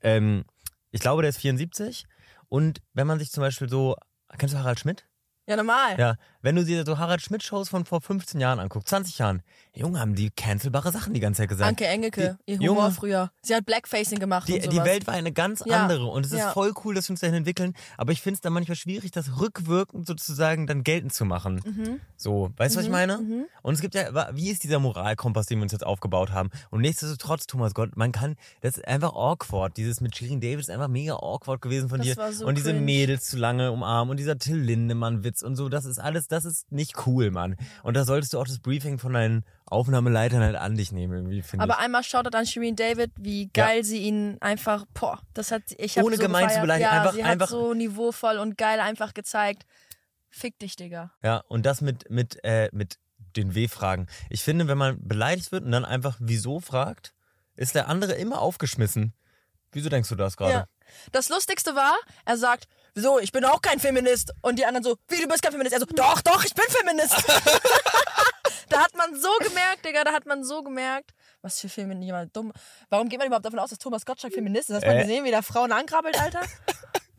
[SPEAKER 2] Ähm, ich glaube, der ist 74. Und wenn man sich zum Beispiel so, kennst du Harald Schmidt?
[SPEAKER 1] Ja, normal.
[SPEAKER 2] Ja, Wenn du dir so Harald Schmidt-Shows von vor 15 Jahren anguckst, 20 Jahren, Junge, haben die cancelbare Sachen die ganze Zeit gesagt.
[SPEAKER 1] Anke Engelke,
[SPEAKER 2] Die-
[SPEAKER 1] ihr Humor
[SPEAKER 2] Junge.
[SPEAKER 1] früher. Sie hat Blackfacing gemacht
[SPEAKER 2] Die,
[SPEAKER 1] und
[SPEAKER 2] die
[SPEAKER 1] sowas.
[SPEAKER 2] Welt war eine ganz
[SPEAKER 1] Ja,
[SPEAKER 2] andere und es ist
[SPEAKER 1] ja.
[SPEAKER 2] voll cool, dass wir uns dahin entwickeln, aber ich finde es dann manchmal schwierig, das rückwirkend sozusagen dann geltend zu machen.
[SPEAKER 1] Mhm.
[SPEAKER 2] So, weißt du, was ich meine? Und es gibt ja, wa- wie ist dieser Moralkompass, den wir uns jetzt aufgebaut haben? Und nichtsdestotrotz, Thomas Gott, man kann, das ist einfach awkward, dieses mit Shirin Davis ist einfach mega awkward gewesen von
[SPEAKER 1] Das
[SPEAKER 2] dir.
[SPEAKER 1] war so
[SPEAKER 2] und diese
[SPEAKER 1] cringe.
[SPEAKER 2] Mädels zu lange umarmen und dieser Till Lindemann-Witz und so, das ist alles, das ist nicht cool, Mann. Und da solltest du auch das Briefing von deinen Aufnahmeleitern halt an dich nehmen, irgendwie, finde ich.
[SPEAKER 1] Aber einmal Shoutout an Shireen David, wie geil sie ihn einfach, boah, das hat, sie- ich hab
[SPEAKER 2] Ohne
[SPEAKER 1] so
[SPEAKER 2] gemein
[SPEAKER 1] gefeiert.
[SPEAKER 2] zu beleidigen,
[SPEAKER 1] ja,
[SPEAKER 2] einfach-
[SPEAKER 1] sie hat
[SPEAKER 2] einfach-
[SPEAKER 1] so niveauvoll und geil einfach gezeigt, fick dich, Digga.
[SPEAKER 2] Ja, und das mit, mit, äh, mit den W-Fragen. Ich finde, wenn man beleidigt wird und dann einfach wieso fragt, ist der andere immer aufgeschmissen. Wieso denkst du das gerade?
[SPEAKER 1] Ja. Das Lustigste war, er sagt, wieso, ich bin auch kein Feminist. Und die anderen so, wie, du bist kein Feminist? Er so, doch, doch, ich bin Feminist. da hat man so gemerkt, Digga, da hat man so gemerkt, was für Feminist, jemand dumm. Warum geht man überhaupt davon aus, dass Thomas Gottschalk Feminist ist? Hast du mal
[SPEAKER 2] Äh.
[SPEAKER 1] gesehen, wie der Frauen angrabbelt, Alter?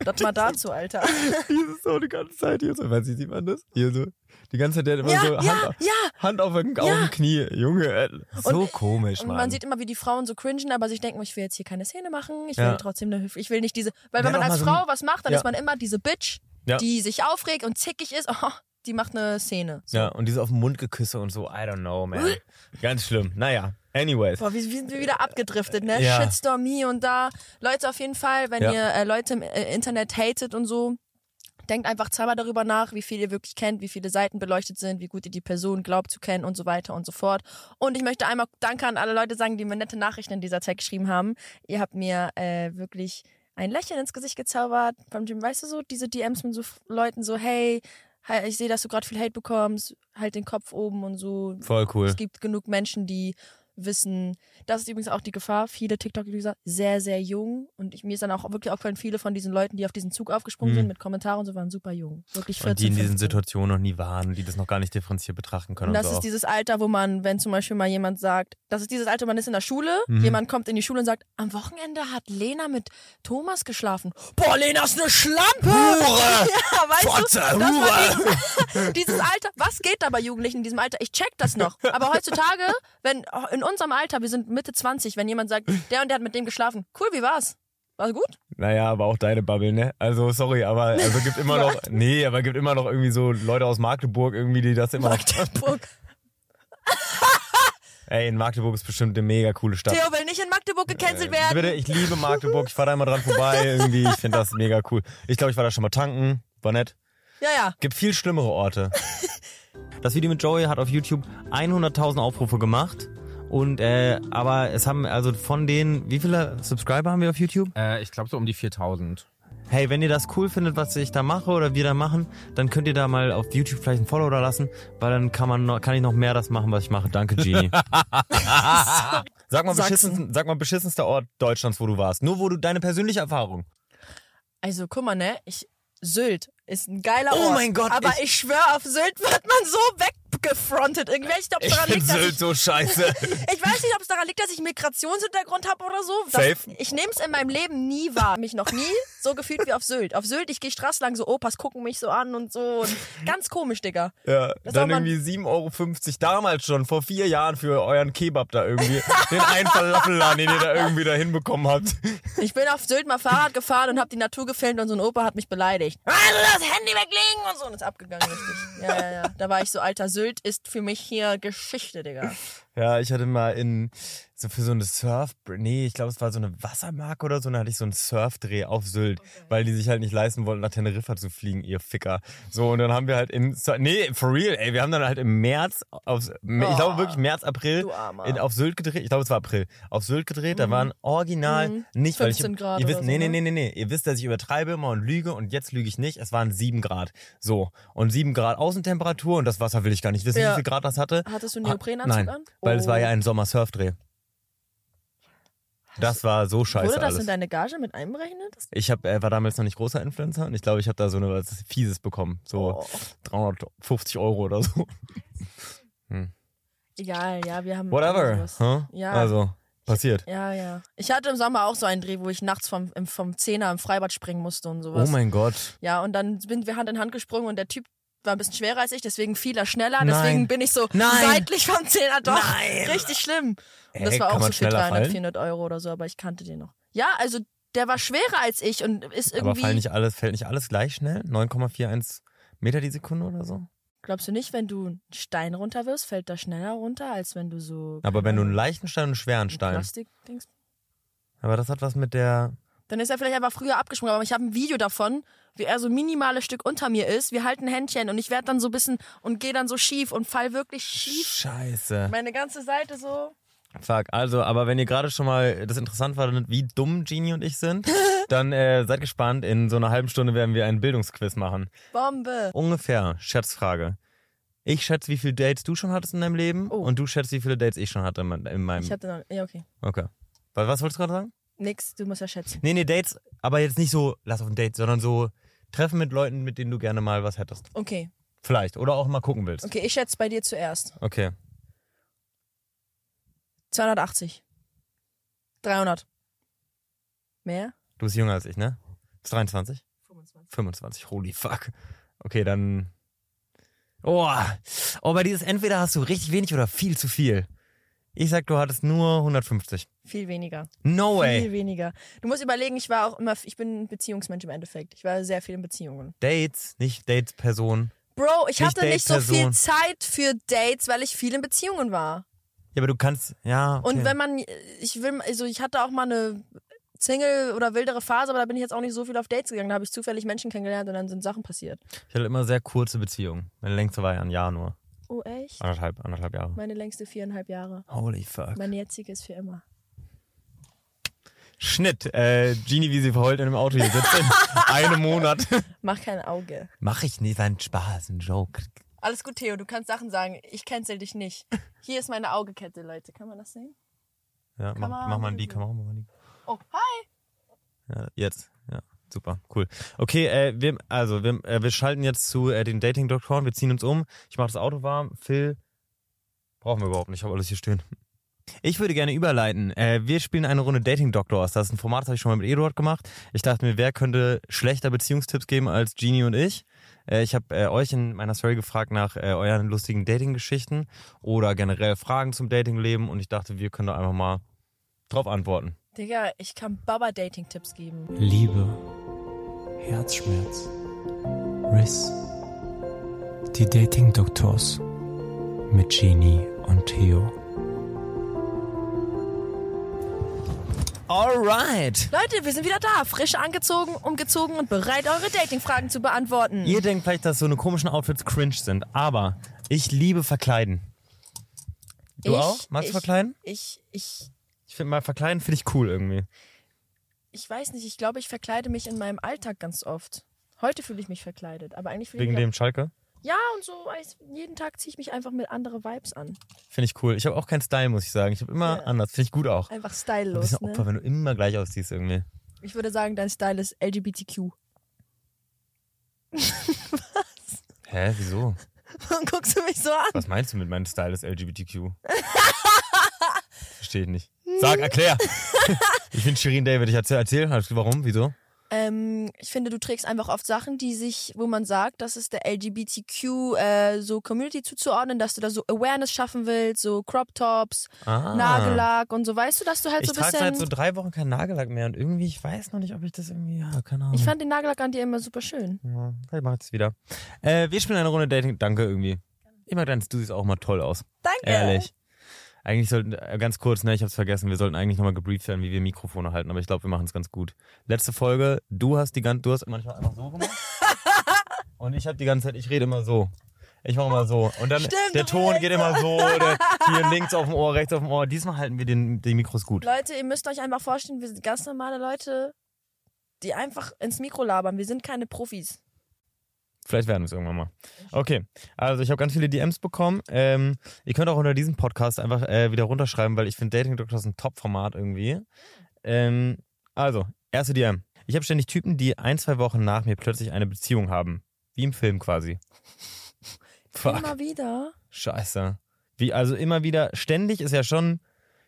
[SPEAKER 1] Das mal dazu, Alter.
[SPEAKER 2] Hier ist so die ganze Zeit hier so, weiß ich, sieht man das? Hier so. Die ganze Zeit der hat immer
[SPEAKER 1] Ja,
[SPEAKER 2] so
[SPEAKER 1] ja,
[SPEAKER 2] Hand,
[SPEAKER 1] ja.
[SPEAKER 2] Hand auf, den, auf dem Knie. Junge, äh, so komisch,
[SPEAKER 1] Und
[SPEAKER 2] Mann.
[SPEAKER 1] man sieht immer, wie die Frauen so cringen, aber sich denken, ich will jetzt hier keine Szene machen, ich will
[SPEAKER 2] Ja.
[SPEAKER 1] trotzdem eine Hilfe, ich will nicht diese, weil
[SPEAKER 2] Wäre
[SPEAKER 1] wenn man
[SPEAKER 2] doch
[SPEAKER 1] als
[SPEAKER 2] mal so ein-
[SPEAKER 1] Frau was macht, dann
[SPEAKER 2] Ja.
[SPEAKER 1] ist man immer diese Bitch,
[SPEAKER 2] Ja.
[SPEAKER 1] die sich aufregt und zickig ist, oh, die macht eine Szene.
[SPEAKER 2] ja, und diese auf den Mund geküsse und so, I don't know, man. Ganz schlimm. Naja, anyways.
[SPEAKER 1] Boah, wir wir sind wieder abgedriftet, ne?
[SPEAKER 2] Ja.
[SPEAKER 1] Shitstorm hier und da. Leute, auf jeden Fall, wenn
[SPEAKER 2] Ja.
[SPEAKER 1] ihr äh, Leute im äh, Internet hatet und so, denkt einfach zweimal darüber nach, wie viel ihr wirklich kennt, wie viele Seiten beleuchtet sind, wie gut ihr die Person glaubt zu kennen und so weiter und so fort. Und ich möchte einmal Danke an alle Leute sagen, die mir nette Nachrichten in dieser Zeit geschrieben haben. Ihr habt mir äh, wirklich ein Lächeln ins Gesicht gezaubert. Vom Gym, weißt du so, diese DMs mit so F- Leuten so, hey, he- ich sehe, dass du gerade viel Hate bekommst, halt den Kopf oben und so.
[SPEAKER 2] Voll cool.
[SPEAKER 1] Es gibt genug Menschen, die wissen, das ist übrigens auch die Gefahr, viele TikTok-User sehr, sehr jung und ich, mir ist dann auch wirklich aufgefallen, viele von diesen Leuten, die auf diesen Zug aufgesprungen
[SPEAKER 2] Mhm.
[SPEAKER 1] sind mit Kommentaren und so, waren super jung. Wirklich 14,
[SPEAKER 2] Und die in diesen
[SPEAKER 1] 15.
[SPEAKER 2] Situationen noch nie waren, die das noch gar nicht differenziert betrachten können.
[SPEAKER 1] Und
[SPEAKER 2] Und,
[SPEAKER 1] das
[SPEAKER 2] so
[SPEAKER 1] ist
[SPEAKER 2] auch.
[SPEAKER 1] dieses Alter, wo man, wenn zum Beispiel mal jemand sagt, das ist dieses Alter, man ist in der Schule,
[SPEAKER 2] Mhm.
[SPEAKER 1] jemand kommt in die Schule und sagt, am Wochenende hat Lena mit Thomas geschlafen. Boah, Lena ist eine Schlampe!
[SPEAKER 2] Hure!
[SPEAKER 1] Ja, weißt
[SPEAKER 2] Fotze,
[SPEAKER 1] du, das war
[SPEAKER 2] Hure!
[SPEAKER 1] dieses, dieses Alter, was geht da bei Jugendlichen in diesem Alter? Ich check das noch. Aber heutzutage, wenn oh, in unserem Alter, wir sind Mitte 20, wenn jemand sagt, der und der hat mit dem geschlafen, cool, wie war's? War gut?
[SPEAKER 2] Naja, aber auch deine Bubble, ne? Also sorry, aber also gibt immer noch. Nee, aber gibt immer noch irgendwie so Leute aus Magdeburg irgendwie, die das immer noch.
[SPEAKER 1] Magdeburg.
[SPEAKER 2] Ey, in Magdeburg ist bestimmt eine mega coole Stadt. Äh,
[SPEAKER 1] Theo will nicht in Magdeburg gecancelt werden.
[SPEAKER 2] Bitte, ich liebe Magdeburg, ich fahre da immer dran vorbei. Irgendwie, ich finde das mega cool. Ich glaube, ich war da schon mal tanken. War nett.
[SPEAKER 1] Ja, ja.
[SPEAKER 2] Gibt viel schlimmere Orte. Das Video mit Joey hat auf YouTube 100.000 Aufrufe gemacht. Und, äh, aber es haben, also von denen, wie viele Subscriber haben wir auf YouTube?
[SPEAKER 5] Äh, ich glaube so um die 4000.
[SPEAKER 2] hey, wenn ihr das cool findet, was ich da mache oder wir da machen, dann könnt ihr da mal auf YouTube vielleicht ein Follow da lassen, weil dann kann man noch, kann ich noch mehr das machen, was ich mache. Danke, Genie. sag, mal
[SPEAKER 1] Sachsen.
[SPEAKER 2] beschissen, sag mal beschissenster Ort Deutschlands, wo du warst. Nur wo du deine persönliche Erfahrung.
[SPEAKER 1] Also, guck mal, ne? Ich, Sylt ist ein geiler
[SPEAKER 2] Oh
[SPEAKER 1] Ort.
[SPEAKER 2] mein Gott,
[SPEAKER 1] Aber
[SPEAKER 2] ich-
[SPEAKER 1] ich, schwöre, auf Sylt wird man so weggefrontet. Irgendwie, ich glaube, daran liegt, dass ich,
[SPEAKER 2] so scheiße.
[SPEAKER 1] ich weiß nicht, ob es daran liegt, dass ich Migrationshintergrund habe oder so.
[SPEAKER 2] Safe.
[SPEAKER 1] Das, ich nehme es in meinem Leben nie wahr. Mich noch nie so gefühlt wie auf Sylt. Auf Sylt, ich gehe straßenlang, so Opas gucken mich so an und so. Und ganz komisch, Digga.
[SPEAKER 2] ja,
[SPEAKER 1] Das
[SPEAKER 2] dann
[SPEAKER 1] soll man-
[SPEAKER 2] irgendwie 7,50 Euro damals schon, vor vier Jahren für euren Kebab da irgendwie. den einen Falafelladen, den ihr da irgendwie da hinbekommen habt.
[SPEAKER 1] Ich bin auf Sylt mal Fahrrad gefahren und habe die Natur gefilmt und so ein Opa hat mich beleidigt. Also das Handy weglegen und so und ist abgegangen, richtig. Ja, ja, ja. Da war ich so, alter Sylt ist für mich hier Geschichte, Digga.
[SPEAKER 2] Ja, ich hatte mal in so für so eine Surf, nee, ich glaube, es war so eine Wassermarke oder so, da hatte ich so einen Surfdreh auf Sylt, weil die sich halt nicht leisten wollten, nach Teneriffa zu fliegen, ihr Ficker. So und dann haben wir halt im Sur- nee, for real, ey, wir haben dann halt im März auf ich glaube wirklich März April
[SPEAKER 1] Oh, du Armer.
[SPEAKER 2] in, auf Sylt gedreht. Ich glaube, es war April. Auf Sylt gedreht, da waren original nicht weil ich
[SPEAKER 1] 15 Mhm. Grad
[SPEAKER 2] ihr wisst,
[SPEAKER 1] oder so,
[SPEAKER 2] nee, nee,
[SPEAKER 1] ne?
[SPEAKER 2] nee, nee, nee, ihr wisst, dass ich übertreibe immer und lüge und jetzt lüge ich nicht. Es waren 7 Grad. So, und 7 Grad Außentemperatur und das Wasser will ich gar nicht wissen, wie
[SPEAKER 1] Ja.
[SPEAKER 2] viel Grad das hatte.
[SPEAKER 1] Hattest du einen
[SPEAKER 2] Ah,
[SPEAKER 1] Neoprenanzug
[SPEAKER 2] Nein,
[SPEAKER 1] an?
[SPEAKER 2] weil es war
[SPEAKER 1] Oh.
[SPEAKER 2] ja ein Sommersurfdreh. Das war so scheiße
[SPEAKER 1] Wurde das in
[SPEAKER 2] alles.
[SPEAKER 1] deine Gage mit einberechnet? Das-
[SPEAKER 2] Ich hab, äh, war damals noch nicht großer Influencer und ich glaube, ich habe da so eine was Fieses bekommen.
[SPEAKER 1] Oh.
[SPEAKER 2] So
[SPEAKER 1] Hm,
[SPEAKER 2] 350 Euro oder so.
[SPEAKER 1] Egal, ja, wir haben.
[SPEAKER 2] Whatever.
[SPEAKER 1] alle sowas.
[SPEAKER 2] Huh?
[SPEAKER 1] Ja.
[SPEAKER 2] Also, passiert.
[SPEAKER 1] Ja, ja. Ich hatte im Sommer auch so einen Dreh, wo ich nachts vom, im, vom Zehner im Freibad springen musste und
[SPEAKER 2] Oh
[SPEAKER 1] sowas.
[SPEAKER 2] mein Gott.
[SPEAKER 1] ja, und dann sind wir Hand in Hand gesprungen und der Typ war ein bisschen schwerer als ich, deswegen fiel er schneller.
[SPEAKER 2] Nein.
[SPEAKER 1] Deswegen bin ich so
[SPEAKER 2] Nein.
[SPEAKER 1] seitlich vom Zehner doch. Richtig schlimm. Und das
[SPEAKER 2] Hä,
[SPEAKER 1] war
[SPEAKER 2] kann
[SPEAKER 1] auch
[SPEAKER 2] man
[SPEAKER 1] so für
[SPEAKER 2] schneller
[SPEAKER 1] 300,
[SPEAKER 2] fallen?
[SPEAKER 1] 400 Euro oder so, aber ich kannte den noch. Ja, also der war schwerer als ich und ist
[SPEAKER 2] Aber fallen
[SPEAKER 1] irgendwie.
[SPEAKER 2] nicht alles, fällt nicht alles gleich schnell? 9,41 Meter die Sekunde oder so?
[SPEAKER 1] Glaubst du nicht, wenn du einen Stein runterwirfst, fällt der schneller runter, als wenn du so.
[SPEAKER 2] Aber wenn du einen leichten Stein und einen schweren Stein.
[SPEAKER 1] Plastik denkst.
[SPEAKER 2] Aber das hat was mit der.
[SPEAKER 1] Dann ist er vielleicht einfach früher abgesprungen, aber ich habe ein Video davon, wie er so ein minimales Stück unter mir ist. Wir halten Händchen und ich werde dann so ein bisschen und gehe dann so schief und fall wirklich schief.
[SPEAKER 2] Scheiße.
[SPEAKER 1] Meine ganze Seite so.
[SPEAKER 2] Fuck, also, aber wenn ihr gerade schon mal das interessant war, wie dumm Genie und ich sind, dann äh, seid gespannt. In so einer halben Stunde werden wir einen Bildungsquiz machen.
[SPEAKER 1] Bombe.
[SPEAKER 2] Ungefähr, Schätzfrage. Ich schätze, wie viele Dates du schon hattest in deinem Leben
[SPEAKER 1] Oh.
[SPEAKER 2] und du schätzt, wie viele Dates ich schon hatte in mein- in meinem.
[SPEAKER 1] Ich hatte noch. Ja, okay.
[SPEAKER 2] okay. Was, was wolltest du gerade sagen?
[SPEAKER 1] Nix, du musst ja schätzen.
[SPEAKER 2] Nee, nee, Dates, aber jetzt nicht so, lass auf ein Date, sondern so Treffen mit Leuten, mit denen du gerne mal was hättest.
[SPEAKER 1] Okay.
[SPEAKER 2] Vielleicht. Oder auch mal gucken willst.
[SPEAKER 1] Okay, ich schätze bei dir zuerst.
[SPEAKER 2] Okay.
[SPEAKER 1] 280. 300. Mehr?
[SPEAKER 2] Du bist jünger als ich, ne? Bist 23? 25. 25, holy fuck. Okay, dann. Oh, oh, bei dieses entweder hast du richtig wenig oder viel zu viel. Ich sag, du hattest nur 150.
[SPEAKER 1] Viel weniger.
[SPEAKER 2] No way.
[SPEAKER 1] Viel weniger. Du musst überlegen, ich war auch immer, ich bin ein Beziehungsmensch im Endeffekt. Ich war sehr viel in Beziehungen.
[SPEAKER 2] Dates, nicht Dates, Person.
[SPEAKER 1] Bro, ich
[SPEAKER 2] Nicht
[SPEAKER 1] hatte nicht so viel
[SPEAKER 2] Date-Person.
[SPEAKER 1] Zeit für Dates, weil ich viel in Beziehungen war.
[SPEAKER 2] Ja, aber du kannst, ja. Okay.
[SPEAKER 1] Und wenn man, ich will, also ich hatte auch mal eine Single oder wildere Phase, aber da bin ich jetzt auch nicht so viel auf Dates gegangen. Da habe ich zufällig Menschen kennengelernt und dann sind Sachen passiert.
[SPEAKER 2] ich hatte immer sehr kurze Beziehungen. Meine längste war ja ein Jahr nur.
[SPEAKER 1] Oh, echt?
[SPEAKER 2] Anderthalb, anderthalb Jahre.
[SPEAKER 1] Meine längste viereinhalb Jahre.
[SPEAKER 2] Holy fuck.
[SPEAKER 1] Meine jetzige ist für immer.
[SPEAKER 2] Schnitt. Äh, Genie, wie sie verheult in einem Auto hier sitzt. in einem Monat.
[SPEAKER 1] Mach kein Auge.
[SPEAKER 2] Mach ich nicht, war ein Spaß, ein Joke.
[SPEAKER 1] Alles gut, Theo, du kannst Sachen sagen. Ich cancel dich nicht. Hier ist meine Augekette, Leute. Kann man das sehen?
[SPEAKER 2] Ja, mach,
[SPEAKER 1] Kamera-
[SPEAKER 2] mach mal die Kamera, mach mal die.
[SPEAKER 1] Oh, hi!
[SPEAKER 2] Ja, jetzt. Ja, super, cool. Okay, äh, wir, also wir, äh, wir schalten jetzt zu äh, den Dating-Doktoren. Wir ziehen uns um. Ich mache das Auto warm. Phil, brauchen wir überhaupt nicht. Ich habe alles hier stehen. Ich würde gerne überleiten. Äh, wir spielen eine Runde Dating Doctors. Das ist ein Format, das habe ich schon mal mit Eduard gemacht. Ich dachte mir, wer könnte schlechter Beziehungstipps geben als Genie und ich? Äh, ich habe äh, euch in meiner Story gefragt nach äh, euren lustigen Dating-Geschichten oder generell Fragen zum Datingleben und ich dachte, wir können da einfach mal drauf antworten.
[SPEAKER 1] Digga, ich kann Baba Dating-Tipps geben.
[SPEAKER 6] Liebe, Herzschmerz, Riss. Die Dating Doctors mit Genie und Theo.
[SPEAKER 2] Alright.
[SPEAKER 1] Leute, wir sind wieder da. Frisch angezogen, umgezogen und bereit, eure Dating-Fragen zu beantworten.
[SPEAKER 2] Ihr denkt vielleicht, dass so eine komischen Outfits cringe sind, aber ich liebe verkleiden. Du
[SPEAKER 1] Ich-
[SPEAKER 2] auch? Magst
[SPEAKER 1] ich-
[SPEAKER 2] du verkleiden?
[SPEAKER 1] Ich, ich,
[SPEAKER 2] Ich finde mal verkleiden finde ich cool irgendwie.
[SPEAKER 1] ich weiß nicht. Ich glaube, ich verkleide mich in meinem Alltag ganz oft. Heute fühle ich mich verkleidet, aber eigentlich fühle ich
[SPEAKER 2] Wegen
[SPEAKER 1] mich
[SPEAKER 2] dem Schalke.
[SPEAKER 1] Auch, ja, und so weiß- jeden Tag ziehe ich mich einfach mit andere Vibes an.
[SPEAKER 2] Finde ich cool. Ich habe auch keinen Style, muss ich sagen. Ich habe immer anders. Finde ich gut auch.
[SPEAKER 1] Einfach
[SPEAKER 2] Du
[SPEAKER 1] stylos,
[SPEAKER 2] bist ein
[SPEAKER 1] ne?
[SPEAKER 2] Opfer, wenn du immer gleich aussiehst irgendwie.
[SPEAKER 1] Ich würde sagen, dein Style ist LGBTQ.
[SPEAKER 2] Hä, wieso?
[SPEAKER 1] Und guckst du mich so an?
[SPEAKER 2] Was meinst du mit meinem Style ist LGBTQ? Verstehe ich nicht. Sag, erklär. ich bin Shirin David. Ich erzähl, erzähl. Warum? Wieso?
[SPEAKER 1] Ähm, ich finde, du trägst einfach oft Sachen, die sich, wo man sagt, das ist der LGBTQ äh, so Community zuzuordnen, dass du da so Awareness schaffen willst, so Crop Tops,
[SPEAKER 2] Ah.
[SPEAKER 1] Nagellack und so. Weißt du, dass du halt
[SPEAKER 2] Ich
[SPEAKER 1] so ein
[SPEAKER 2] trage
[SPEAKER 1] bisschen.
[SPEAKER 2] seit so drei Wochen keinen Nagellack mehr und irgendwie, ich weiß noch nicht, ob ich das irgendwie, ja, keine Ahnung.
[SPEAKER 1] ich fand den Nagellack an dir immer super schön.
[SPEAKER 2] Ja, ich mach jetzt wieder. Äh, wir spielen eine Runde Dating. Danke irgendwie. Ich mag deins, du siehst auch mal toll aus.
[SPEAKER 1] Danke.
[SPEAKER 2] Ehrlich. Eigentlich sollten, äh, ganz kurz, ne, ich hab's vergessen, wir sollten eigentlich nochmal gebrieft werden, wie wir Mikrofone halten, aber ich glaube, wir machen's ganz gut. Letzte Folge, du hast die ganze, du hast manchmal einfach so gemacht. und ich habe die ganze Zeit, ich rede immer so. Ich mache immer so. Und dann
[SPEAKER 1] Stimmt,
[SPEAKER 2] der
[SPEAKER 1] du
[SPEAKER 2] Ton
[SPEAKER 1] redest
[SPEAKER 2] geht immer so, der, hier links auf dem Ohr, rechts auf dem Ohr. Diesmal halten wir den, die Mikros gut.
[SPEAKER 1] Leute, ihr müsst euch einfach vorstellen, wir sind ganz normale Leute, die einfach ins Mikro labern. Wir sind keine Profis.
[SPEAKER 2] Vielleicht werden wir es irgendwann mal. Okay, also ich habe ganz viele DMs bekommen. Ähm, ihr könnt auch unter diesem Podcast einfach äh, wieder runterschreiben, weil ich finde Dating Doctor ist ein Top-Format irgendwie. Ähm, also, erste DM. Ich habe ständig Typen, die ein, zwei Wochen nach mir plötzlich eine Beziehung haben. Wie im Film quasi. Fuck,
[SPEAKER 1] Immer wieder.
[SPEAKER 2] scheiße. Wie, also immer wieder, ständig ist ja schon,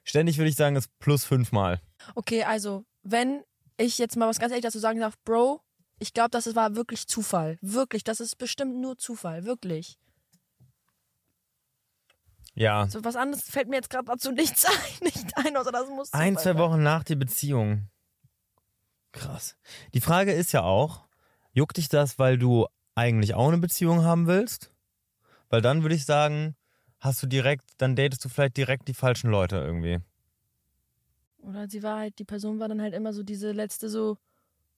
[SPEAKER 2] ständig würde ich sagen, ist plus fünfmal.
[SPEAKER 1] Okay, also, wenn ich jetzt mal was ganz ehrlich dazu sagen darf, Bro, Ich glaube, das war wirklich Zufall. Wirklich, das ist bestimmt nur Zufall. Wirklich.
[SPEAKER 2] Ja.
[SPEAKER 1] So was anderes fällt mir jetzt gerade dazu nichts ein. Nicht ein, außer das muss.
[SPEAKER 2] Ein,
[SPEAKER 1] Zufall
[SPEAKER 2] zwei
[SPEAKER 1] sein.
[SPEAKER 2] Wochen nach der Beziehung. Krass. Die Frage ist ja auch, juckt dich das, weil du eigentlich auch eine Beziehung haben willst? Weil dann würde ich sagen, hast du direkt, dann datest du vielleicht direkt die falschen Leute irgendwie.
[SPEAKER 1] Oder sie war halt, die Person war dann halt immer so diese letzte so,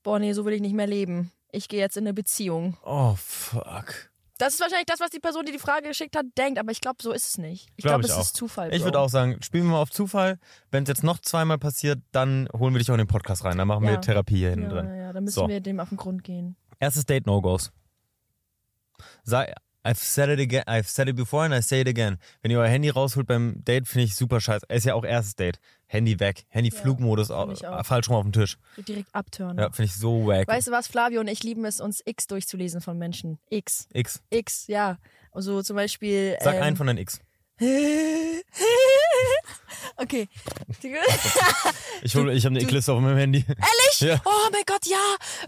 [SPEAKER 1] boah, nee, so will ich nicht mehr leben. Ich gehe jetzt in eine Beziehung.
[SPEAKER 2] Oh, fuck.
[SPEAKER 1] Das ist wahrscheinlich das, was die Person, die die Frage geschickt hat, denkt, aber ich glaube, so ist es nicht. Ich
[SPEAKER 2] Glaub
[SPEAKER 1] glaube,
[SPEAKER 2] ich
[SPEAKER 1] es
[SPEAKER 2] auch.
[SPEAKER 1] ist Zufall.
[SPEAKER 2] Ich
[SPEAKER 1] Bro.
[SPEAKER 2] würde auch sagen, spielen wir mal auf Zufall. Wenn es jetzt noch zweimal passiert, dann holen wir dich auch in den Podcast rein. Dann machen
[SPEAKER 1] Ja.
[SPEAKER 2] wir Therapie hier hinten
[SPEAKER 1] Ja,
[SPEAKER 2] drin.
[SPEAKER 1] ja, ja, da müssen
[SPEAKER 2] So.
[SPEAKER 1] wir dem auf den Grund gehen.
[SPEAKER 2] Erstes Date No-Gos. Sei, I've said it again, I've said it before and I say it again. Wenn ihr euer Handy rausholt beim Date, finde ich super scheiße. Ist ja auch erstes Date. Handy weg, Handy
[SPEAKER 1] Ja,
[SPEAKER 2] Flugmodus
[SPEAKER 1] find ich auch.
[SPEAKER 2] au- falsch rum auf den Tisch.
[SPEAKER 1] Direkt abtören.
[SPEAKER 2] Ja, finde ich so wack.
[SPEAKER 1] Weißt du was, Flavio und ich lieben es, uns X durchzulesen von Menschen. X.
[SPEAKER 2] X.
[SPEAKER 1] X, ja. Also zum Beispiel.
[SPEAKER 2] Sag
[SPEAKER 1] ähm,
[SPEAKER 2] einen von deinen X.
[SPEAKER 1] okay.
[SPEAKER 2] Ich, hol- ich habe eine X-Liste auf meinem Handy.
[SPEAKER 1] Ehrlich?
[SPEAKER 2] Ja.
[SPEAKER 1] Oh mein Gott, ja.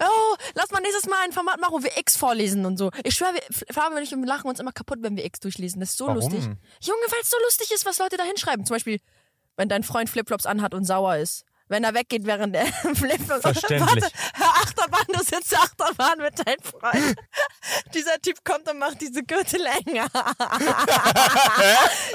[SPEAKER 1] Oh, lass mal nächstes Mal ein Format machen, wo wir X vorlesen und so. Ich schwöre, wir Flavio und ich wir lachen uns immer kaputt, wenn wir X durchlesen. Das ist so
[SPEAKER 2] Warum?
[SPEAKER 1] lustig. Junge, weil es so lustig ist, was Leute da hinschreiben. Zum Beispiel, wenn dein Freund Flipflops anhat und sauer ist. Wenn er weggeht, während er Flipflops...
[SPEAKER 2] Verständlich.
[SPEAKER 1] Warte, Herr Achterbahn, du sitzt Achterbahn mit deinem Freund. Dieser Typ kommt und macht diese Gürtel enger.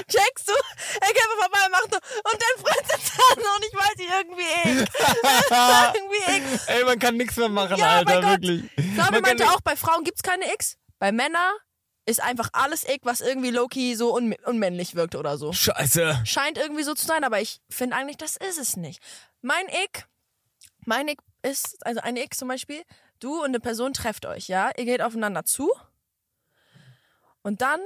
[SPEAKER 1] Checkst du? Er geht einfach vorbei und macht so... Und dein Freund sitzt da noch nicht, weil sie irgendwie X. irgendwie X.
[SPEAKER 2] Ey, man kann nichts mehr machen,
[SPEAKER 1] Ja, mein
[SPEAKER 2] Alter,
[SPEAKER 1] Gott.
[SPEAKER 2] wirklich.
[SPEAKER 1] Claudia
[SPEAKER 2] Man kann
[SPEAKER 1] meinte auch, bei Frauen gibt's keine X. Bei Männern ist einfach alles Ick, was irgendwie Loki so un unmännlich wirkt oder so.
[SPEAKER 2] Scheiße.
[SPEAKER 1] Scheint irgendwie so zu sein, aber ich finde eigentlich, das ist es nicht. Mein Ick, mein Ick ist, also ein Ick zum Beispiel, du und eine Person trefft euch, ja? Ihr geht aufeinander zu und dann,